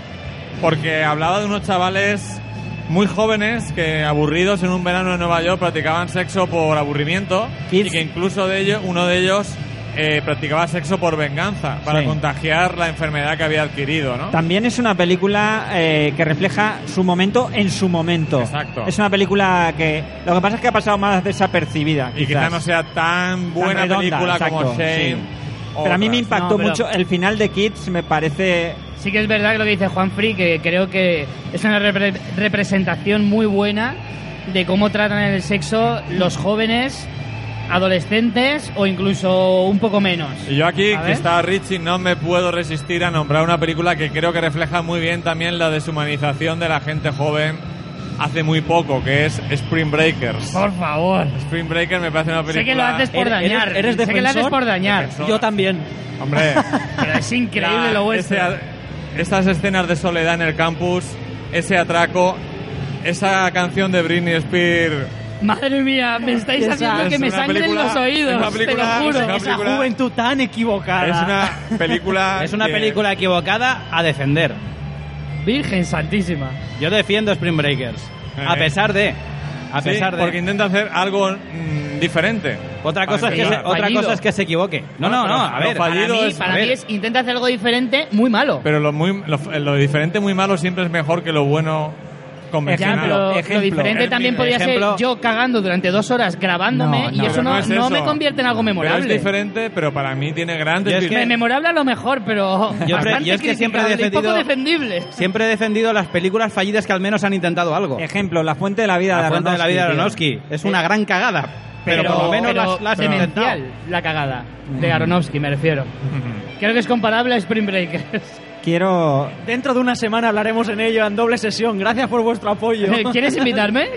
G: Porque hablaba de unos chavales muy jóvenes que aburridos en un verano en Nueva York practicaban sexo por aburrimiento
E: Kids.
G: y que incluso de ellos, uno de ellos eh, practicaba sexo por venganza para
E: Sí.
G: contagiar la enfermedad que había adquirido, ¿no?
E: También es una película eh, que refleja su momento en su momento.
G: Exacto.
E: Es una película que lo que pasa es que ha pasado más desapercibida.
G: y quizá no sea tan buena
E: redonda,
G: película como
E: exacto,
G: Shane.
E: sí. Pero a mí me
G: otras.
E: impactó
A: No, pero-
E: mucho el final de Kids, me parece
A: Sí que es verdad que lo que dice Juan Free, que creo que es una repre- representación muy buena de cómo tratan el sexo los jóvenes, adolescentes o incluso un poco menos.
G: Y yo aquí,
A: A
G: que
A: ver.
G: está Richie, no me puedo resistir a nombrar una película que creo que refleja muy bien también la deshumanización de la gente joven hace muy poco, que es Spring Breakers.
A: Por favor.
G: Spring Breakers me parece una película...
A: Oh. Sé que lo haces por
B: ¿Eres-
A: dañar.
B: eres
A: sé que lo haces
B: defensor?
A: por dañar.
G: Defensor.
B: Yo también.
G: (laughs) Hombre,
A: Pero
G: (laughs)
A: es (laughs) increíble
G: la-
A: lo vuestro.
G: ese a- estas escenas de soledad en el campus, ese atraco, esa canción de Britney Spears...
A: Madre mía, me estáis
B: Esa-
A: haciendo que
G: es
A: me
G: una
A: sangren
G: película-
A: los
G: es una
A: oídos, te lo
G: película- es
A: juro.
G: una
B: Esa
G: película-
B: juventud tan equivocada.
G: Es
A: (laughs)
G: una película...
D: Es una
G: que-
D: película equivocada a defender.
A: Virgen Santísima.
D: Yo defiendo Spring Breakers. A
G: Eh.
D: pesar de. A
G: Sí,
D: pesar de.
G: porque intenta hacer algo mm, diferente.
D: Otra cosa,
G: Para
D: es que se,
G: empezar.
D: otra
A: Fallido.
D: cosa es que se equivoque. No, no, no. A
G: Lo
D: ver.
A: Para
G: Ah, fallido
A: mí,
G: es-
A: para
G: a
A: mí
G: ver,
A: es intenta hacer algo diferente, muy malo.
G: Pero lo, muy, lo, lo diferente muy malo siempre es mejor que lo bueno
A: Ya,
G: convencional.
A: pero lo
E: ejemplo.
A: diferente
G: El-
A: también podría
D: ejemplo-
A: ser yo cagando durante dos horas grabándome
E: No,
A: y
E: no.
A: eso
G: Pero
A: no,
G: es
A: no
G: eso.
A: me convierte en algo memorable.
G: Pero es diferente, pero para mí tiene grandes
D: Yo es
G: virtudes.
A: Me- Memorable a lo mejor, pero
D: Yo pre-
A: bastante
D: yo es que siempre he
A: criticable y poco
D: defendido-
A: defendible.
D: Siempre he defendido las películas fallidas que al menos han intentado algo.
E: Ejemplo, La Fuente de la Vida de
D: La cuenta de la
E: Aronofsky,
D: vida de
E: tío.
D: Aronofsky. Es una gran cagada. Pero, por lo menos
A: pero
D: las, las han
A: demencial,
D: intentado.
A: la cagada de Aronofsky, me refiero. Creo que es comparable a Spring Breakers.
E: Quiero.
B: Dentro de una semana hablaremos en ello en doble sesión. Gracias por
A: (laughs)
B: vuestro apoyo.
A: ¿Quieres invitarme?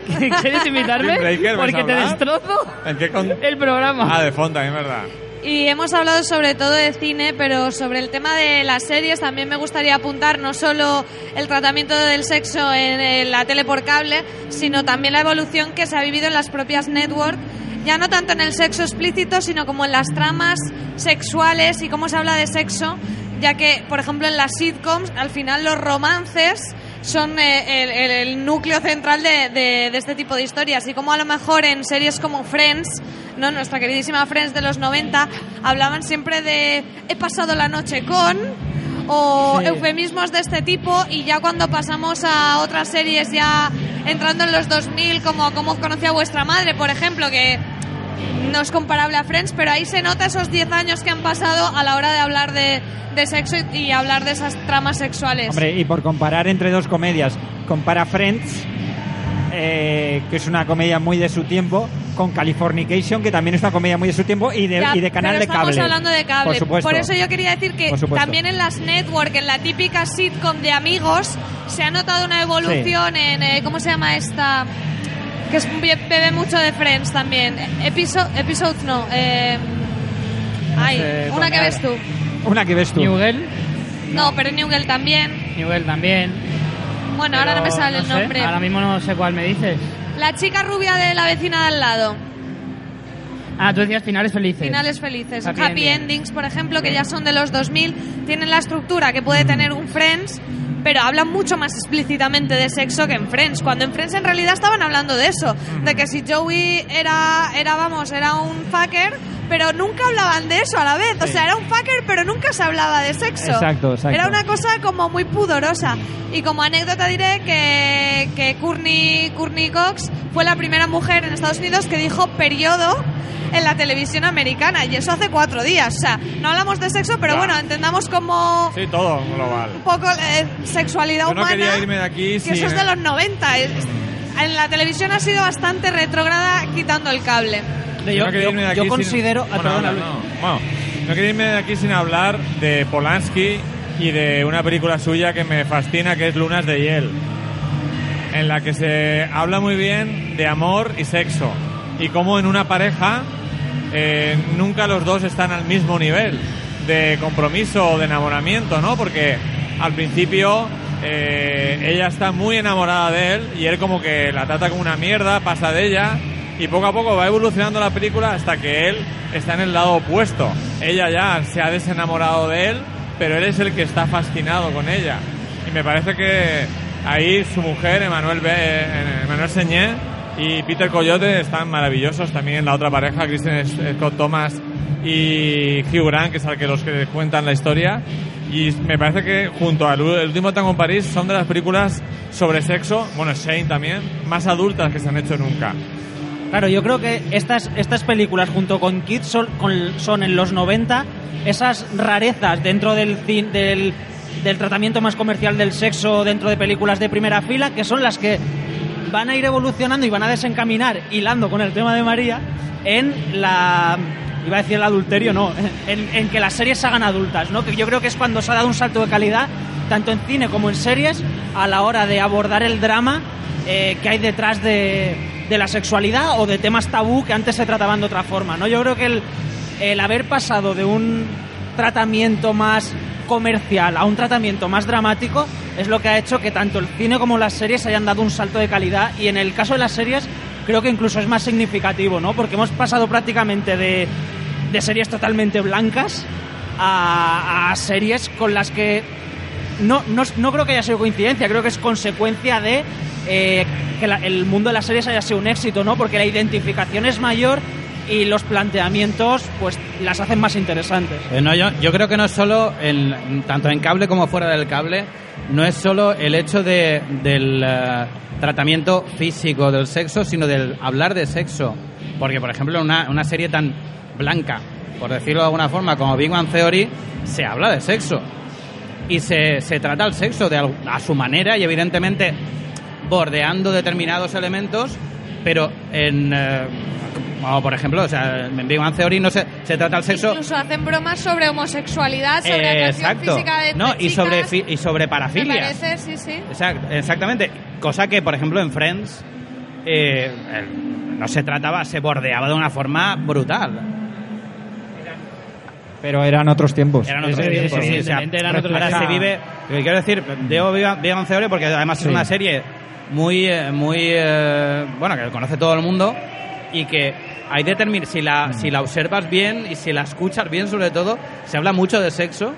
A: ¿Quieres invitarme?
G: Spring Breakers, ¿vas a
A: Porque te
G: hablar?
A: destrozo
G: ¿En qué con-
A: el programa.
G: Ah, de fondo, es verdad.
F: Y hemos hablado sobre todo de cine, pero sobre el tema de las series también me gustaría apuntar no solo el tratamiento del sexo en eh, la tele por cable, sino también la evolución que se ha vivido en las propias networks, ya no tanto en el sexo explícito, sino como en las tramas sexuales y cómo se habla de sexo, ya que, por ejemplo, en las sitcoms, al final los romances son eh, el, el- el núcleo central de, de- de este tipo de historias. Y como a lo mejor en series como Friends, ¿no? nuestra queridísima Friends de los 90, hablaban siempre de he pasado la noche con o eufemismos de este tipo y ya cuando pasamos a otras series ya entrando en los 2000 como cómo conocí a vuestra madre, por ejemplo, que no es comparable a Friends, pero ahí se nota esos 10 años que han pasado a la hora de hablar de, de sexo y, y hablar de esas tramas sexuales.
E: Hombre, y por comparar entre dos comedias, compara Friends, eh, que es una comedia muy de su tiempo, con Californication, que también es una comedia muy de su tiempo, y de,
F: Ya,
E: y de canal
F: pero
E: de cable.
F: Estamos hablando de cable.
E: Por supuesto.
F: eso yo quería decir que
E: Por supuesto.
F: también en las network, en la típica sitcom de amigos, se ha notado una evolución en. eh, ¿Cómo se llama esta? Que es, be- bebe mucho de Friends también. Episo- episode no. Eh, ay, una que ves tú.
E: Una que ves tú.
A: Newell,
F: No, pero New Girl también.
A: Newell también.
F: Bueno, ahora no me
A: pero
F: sale el
A: sé,
F: nombre.
A: Ahora mismo no sé cuál me dices.
F: La chica rubia de la vecina de al lado.
A: Ah, tú decías finales felices.
F: Finales felices.
A: Happy
F: Happy,
A: ending.
F: endings, por ejemplo, que ya son de los 2000, tienen la estructura que
A: Mm.
F: puede tener un Friends, pero hablan mucho más explícitamente de sexo que en Friends. Cuando en Friends en realidad estaban hablando de eso, de que si Joey era, era vamos, era un fucker, pero nunca hablaban de eso a la vez. O sea, era un fucker, pero nunca se hablaba de sexo.
E: Exacto, exacto.
F: Era una cosa como muy pudorosa. Y como anécdota diré que, que Courtney, Courtney Cox fue la primera mujer en Estados Unidos que dijo periodo en la televisión americana. Y eso hace cuatro días. O sea, no hablamos de sexo, pero
G: Ya.
F: bueno, entendamos como
G: Sí, todo global.
F: un poco eh, sexualidad
G: Yo no
F: humana.
G: quería irme de aquí
F: que
G: sin-
F: eso es de los 90. Es- En la televisión ha sido bastante retrógrada quitando el cable.
B: Yo,
G: no quería
B: yo-
G: irme de
B: yo
G: aquí sin-
B: considero. ah,
G: Bueno,
B: perdona,
G: habla,
B: Luis.
G: no. Bueno, no quería irme de aquí sin hablar de Polanski y de una película suya que me fascina, que es Lunas de Hiel, en la que se habla muy bien de amor y sexo y cómo en una pareja eh, nunca los dos están al mismo nivel de compromiso o de enamoramiento, ¿no? Porque al principio eh, ella está muy enamorada de él y él como que la trata como una mierda, pasa de ella y poco a poco va evolucionando la película hasta que él está en el lado opuesto. Ella ya se ha desenamorado de él, pero él es el que está fascinado con ella. Y me parece que ahí su mujer, Emanuel, Be- eh, Emanuel Señé y Peter Coyote están maravillosos. También la otra pareja, Kristen Scott Thomas y Hugh Grant, que es al que los que cuentan la historia. Y me parece que junto al u- El último tango en París son de las películas sobre sexo, bueno, Shane también, más adultas que se han hecho nunca.
B: Claro, yo creo que estas, estas películas junto con Kids son, con- son en los 90 esas rarezas dentro del, cin- del, del tratamiento más comercial del sexo dentro de películas de primera fila, que son las que van a ir evolucionando y van a desencaminar, hilando con el tema de María, en la... Iba a decir el adulterio, no, (laughs) en, en que las series se hagan adultas, ¿no? Que yo creo que es cuando se ha dado un salto de calidad, tanto en cine como en series, a la hora de abordar el drama eh, que hay detrás de, de la sexualidad o de temas tabú que antes se trataban de otra forma. ¿no? Yo creo que el, el haber pasado de un tratamiento más comercial a un tratamiento más dramático es lo que ha hecho que tanto el cine como las series hayan dado un salto de calidad y en el caso de las series creo que incluso es más significativo, ¿no? Porque hemos pasado prácticamente de, de series totalmente blancas a, a series con las que no, no, no creo que haya sido coincidencia, creo que es consecuencia de eh, que la- el mundo de las series haya sido un éxito, ¿no? Porque la identificación es mayor y los planteamientos, pues, las hacen más interesantes.
D: Eh, no, yo, yo creo que no es solo, en, tanto en cable como fuera del cable, no es solo el hecho de, del eh, tratamiento físico del sexo, sino del hablar de sexo. Porque, por ejemplo, una, una serie tan blanca, por decirlo de alguna forma, como Big Bang Theory, se habla de sexo. Y se, se trata el sexo de, al- a su manera y, evidentemente, bordeando determinados elementos, pero en... eh, como por ejemplo, o sea, en Big Bang Theory no se, se trata el sexo
K: Incluso hacen bromas sobre homosexualidad, sobre
D: eh,
K: atracción física de
D: no,
K: de
D: y sobre,
K: chicas.
D: fi- y sobre
K: Me
D: parafilia.
K: parece, sí, sí.
D: Exact- exactamente. Cosa que, por ejemplo, en Friends eh, el- no se trataba, se bordeaba de una forma brutal.
E: Pero eran otros tiempos.
D: Eran otros
A: Sí, sí,
D: tiempos,
A: sí,
D: o sea,
A: evidentemente eran
D: ahora
A: otros
D: se
A: tiempos.
D: vive... lo que Quiero decir, veo Big Bang- Big Bang Theory porque además es
E: Sí.
D: una serie muy, eh, muy... eh, bueno, que conoce todo el mundo y que hay determin si la, si la observas bien y si la escuchas bien sobre todo, se habla mucho de sexo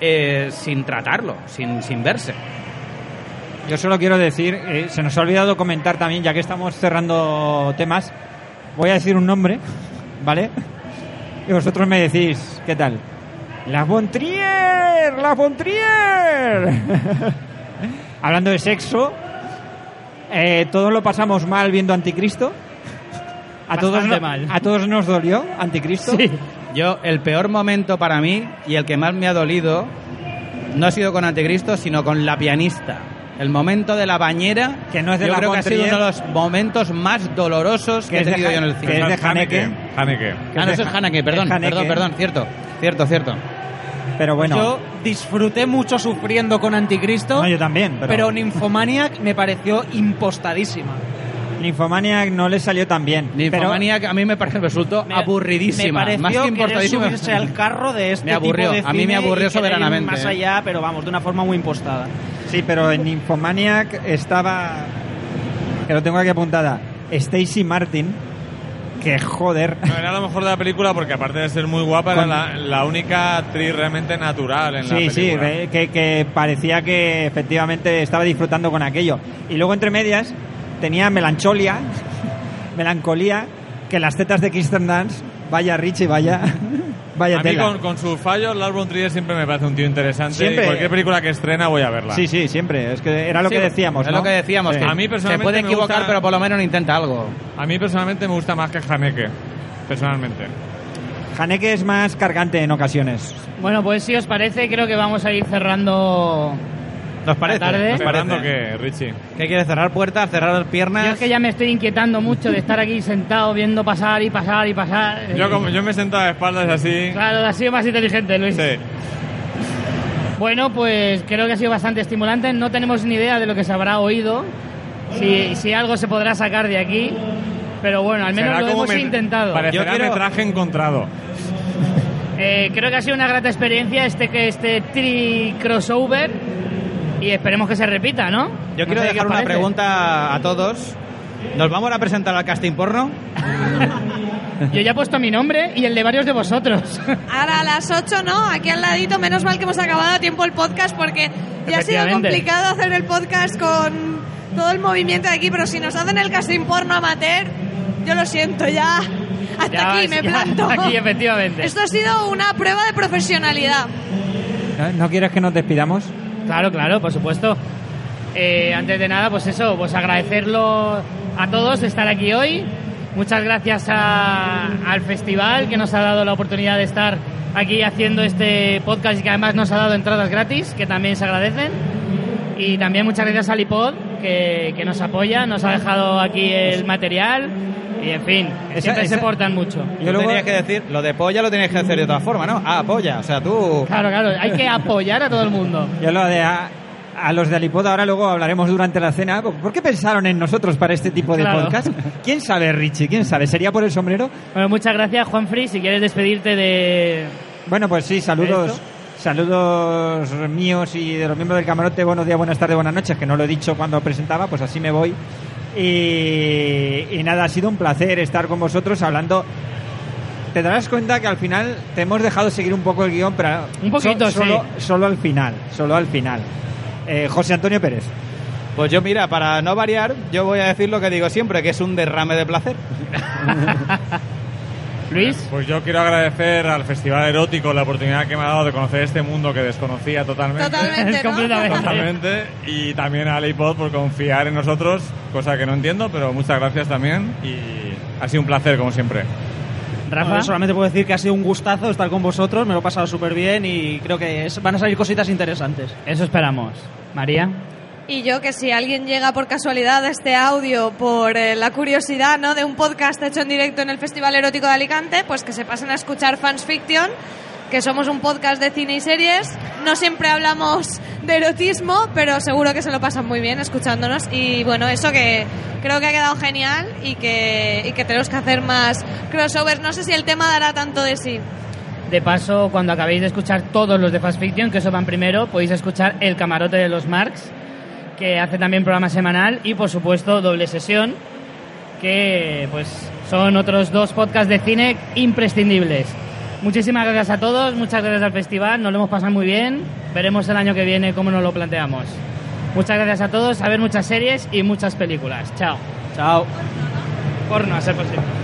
D: eh, sin tratarlo, sin, sin verse.
E: Yo solo quiero decir, eh, se nos ha olvidado comentar también, ya que estamos cerrando temas, voy a decir un nombre, ¿vale? Y vosotros me decís, ¿qué tal? ¡La Bontrier! ¡La Bontrier! (laughs) Hablando de sexo, eh, todos lo pasamos mal viendo Anticristo. A todos,
B: Bastante
E: no-
B: mal.
E: a todos nos dolió Anticristo.
D: Yo, el peor momento para mí y el que más me ha dolido no ha sido con Anticristo, sino con la pianista. El momento de la bañera,
E: Que no es de
D: yo
E: la
D: creo que ha sido
E: Contrier.
D: uno de los momentos más dolorosos que he
E: es de
D: tenido yo en el
E: Ja- que
D: cine.
E: es de Haneke.
G: Haneke.
E: que
D: Ah,
E: es
D: no,
E: de
D: eso es
E: Ja-
D: Haneke, perdón,
E: es Haneke.
D: perdón, perdón, cierto, cierto, cierto.
E: Pero bueno,
B: Yo disfruté mucho sufriendo con Anticristo,
E: no, yo también.
B: pero... Nymphomaniac me pareció impostadísima.
E: Ninfomaniac no le salió tan bien.
D: Ninfomanía que a mí me parece resultó
B: Me-
D: aburridísima,
B: me pareció
D: más que
B: querer
D: importantísima.
B: subirse
D: (laughs)
B: al carro de este
D: Me aburrió,
B: tipo de
D: a mí me
B: cine
D: aburrió
B: y querer ir
D: soberanamente,
B: Más
D: eh.
B: allá, pero vamos, de una forma muy impostada.
E: Pero- sí, pero en Ninfomaniac estaba. Que lo tengo aquí apuntada. Stacy Martin. Que joder.
G: No, era lo mejor de la película porque aparte de ser muy guapa era
E: Con-
G: la, la única actriz realmente natural en la
E: Sí,
G: película.
E: sí, re- que, que parecía que efectivamente estaba disfrutando con aquello. Y luego, entre (laughs) medias, tenía melancholia, melancolía, que las tetas de Kirsten Dance Vaya Richie, vaya. (laughs) Vaya
G: A mí
E: tela.
G: con, con sus fallos, Lars von Trier siempre me parece un tío interesante.
E: Siempre.
G: Y cualquier película que estrena voy a verla.
E: Sí, sí, siempre. Es que era lo
L: Sí,
E: que decíamos,
L: Es
E: ¿no?
L: lo que decíamos.
E: Sí.
L: que
G: A mí personalmente
L: se puede
G: me
L: equivocar,
G: gusta-
L: pero por lo menos intenta algo.
G: A mí personalmente me gusta más que Haneke. Personalmente.
E: Haneke es más cargante en ocasiones.
A: Bueno, pues si os parece, creo que vamos a ir cerrando.
D: ¿Nos parece?
A: tarde.
D: ¿Nos
G: Esperando
D: parece?
G: que, Richie.
D: ¿Qué quieres? ¿Cerrar puertas? ¿Cerrar piernas?
A: Yo es que ya me estoy inquietando mucho de estar aquí sentado viendo pasar y pasar y pasar.
G: Yo, como, yo me sento a espaldas así.
A: Claro, ha sido más inteligente, Luis.
G: Sí.
A: Bueno, pues creo que ha sido bastante estimulante. No tenemos ni idea de lo que se habrá oído, si, si algo se podrá sacar de aquí. Pero bueno, al menos
G: Será
A: lo
G: como
A: hemos
G: me-
A: intentado.
G: Parecerá
D: Yo quiero-
G: metraje encontrado.
A: Eh, creo que ha sido una grata experiencia este, que- este tri-crossover y esperemos que se repita, ¿no? No
D: Yo quiero
A: sé qué
D: dejar
A: os
D: una
A: parece.
D: pregunta a todos. ¿Nos vamos a presentar al casting porno?
A: Yo ya he puesto mi nombre y el de varios de vosotros.
F: Ahora a las 8, ¿no? Aquí al ladito, menos mal que hemos acabado a tiempo el podcast porque ya ha sido
A: Efectivamente.
F: complicado hacer el podcast con todo el movimiento de aquí, pero si nos hacen el casting porno amateur, yo lo siento, ya hasta
A: (laughs) Ya,
F: aquí me
A: ya,
F: planto.
A: Aquí, efectivamente.
F: Esto ha sido una prueba de
A: (laughs)
F: profesionalidad.
E: ¿No, no quieres que nos despidamos?
A: Claro, claro, por supuesto. Eh, antes de nada, pues eso, pues agradecerlo a todos de estar aquí hoy. Muchas gracias a- al festival que nos ha dado la oportunidad de estar aquí haciendo este podcast y que además nos ha dado entradas gratis, que también se agradecen. Y también muchas gracias al iPod, que, que nos apoya, nos ha dejado aquí el material. Y en fin,
E: Esa-
A: siempre se
E: esa-
A: portan mucho.
E: Yo
D: Tú
E: luego-
D: tenías que decir, lo de polla lo tenías que hacer de otra forma, ¿no? Ah, polla. O sea, tú...
A: Claro, claro, hay que apoyar a todo el mundo.
E: Yo lo de a, a los de Alipod ahora luego hablaremos durante la cena. ¿Por qué pensaron en nosotros para este tipo de
A: Claro.
E: podcast? ¿Quién sabe, Richie? ¿Quién sabe? ¿Sería por el sombrero?
A: Bueno, muchas gracias, Juanfri. Si quieres despedirte de,
E: Bueno, pues sí, saludos. Saludos míos y de los miembros del camarote. Buenos días, buenas tardes, buenas noches, que no lo he dicho cuando presentaba, pues así me voy. Y, y nada, ha sido un placer estar con vosotros hablando. Te darás cuenta que al final te hemos dejado seguir un poco el guión, pero
A: Un poquito, sí.
E: solo, solo al final, solo al final. Eh, José Antonio Pérez.
D: Pues yo, mira, para no variar, yo voy a decir lo que digo siempre, que es un derrame de placer.
A: Luis.
G: Pues yo quiero agradecer al Festival Erótico la oportunidad que me ha dado de conocer este mundo que desconocía totalmente.
F: Totalmente, ¿no?
A: Completamente.
G: (laughs) Totalmente. Y también a iPod por confiar en nosotros, cosa que no entiendo, pero muchas gracias también. Y ha sido un placer, como siempre.
A: Rafa.
B: Bueno, solamente puedo decir que ha sido un gustazo estar con vosotros, me lo he pasado súper bien y creo que es- van a salir cositas interesantes.
A: Eso esperamos. María.
F: Y yo que si alguien llega por casualidad a este audio por eh, la curiosidad ¿no? de un podcast hecho en directo en el Festival Erótico de Alicante, pues que se pasen a escuchar Fans Fiction, que somos un podcast de cine y series. No siempre hablamos de erotismo, pero seguro que se lo pasan muy bien escuchándonos. Y bueno, eso que creo que ha quedado genial y que, y que tenemos que hacer más crossovers. No sé si el tema dará tanto de sí.
A: De paso, cuando acabéis de escuchar todos los de Fast Fiction, que eso van primero, podéis escuchar El Camarote de los Marx, que hace también programa semanal, y por supuesto Doble Sesión, que pues son otros dos podcasts de cine imprescindibles. Muchísimas gracias a todos, muchas gracias al festival, nos lo hemos pasado muy bien, veremos el año que viene cómo nos lo planteamos. Muchas gracias a todos, a ver muchas series y muchas películas. Chao.
B: Chao.
A: Porno, a ser posible.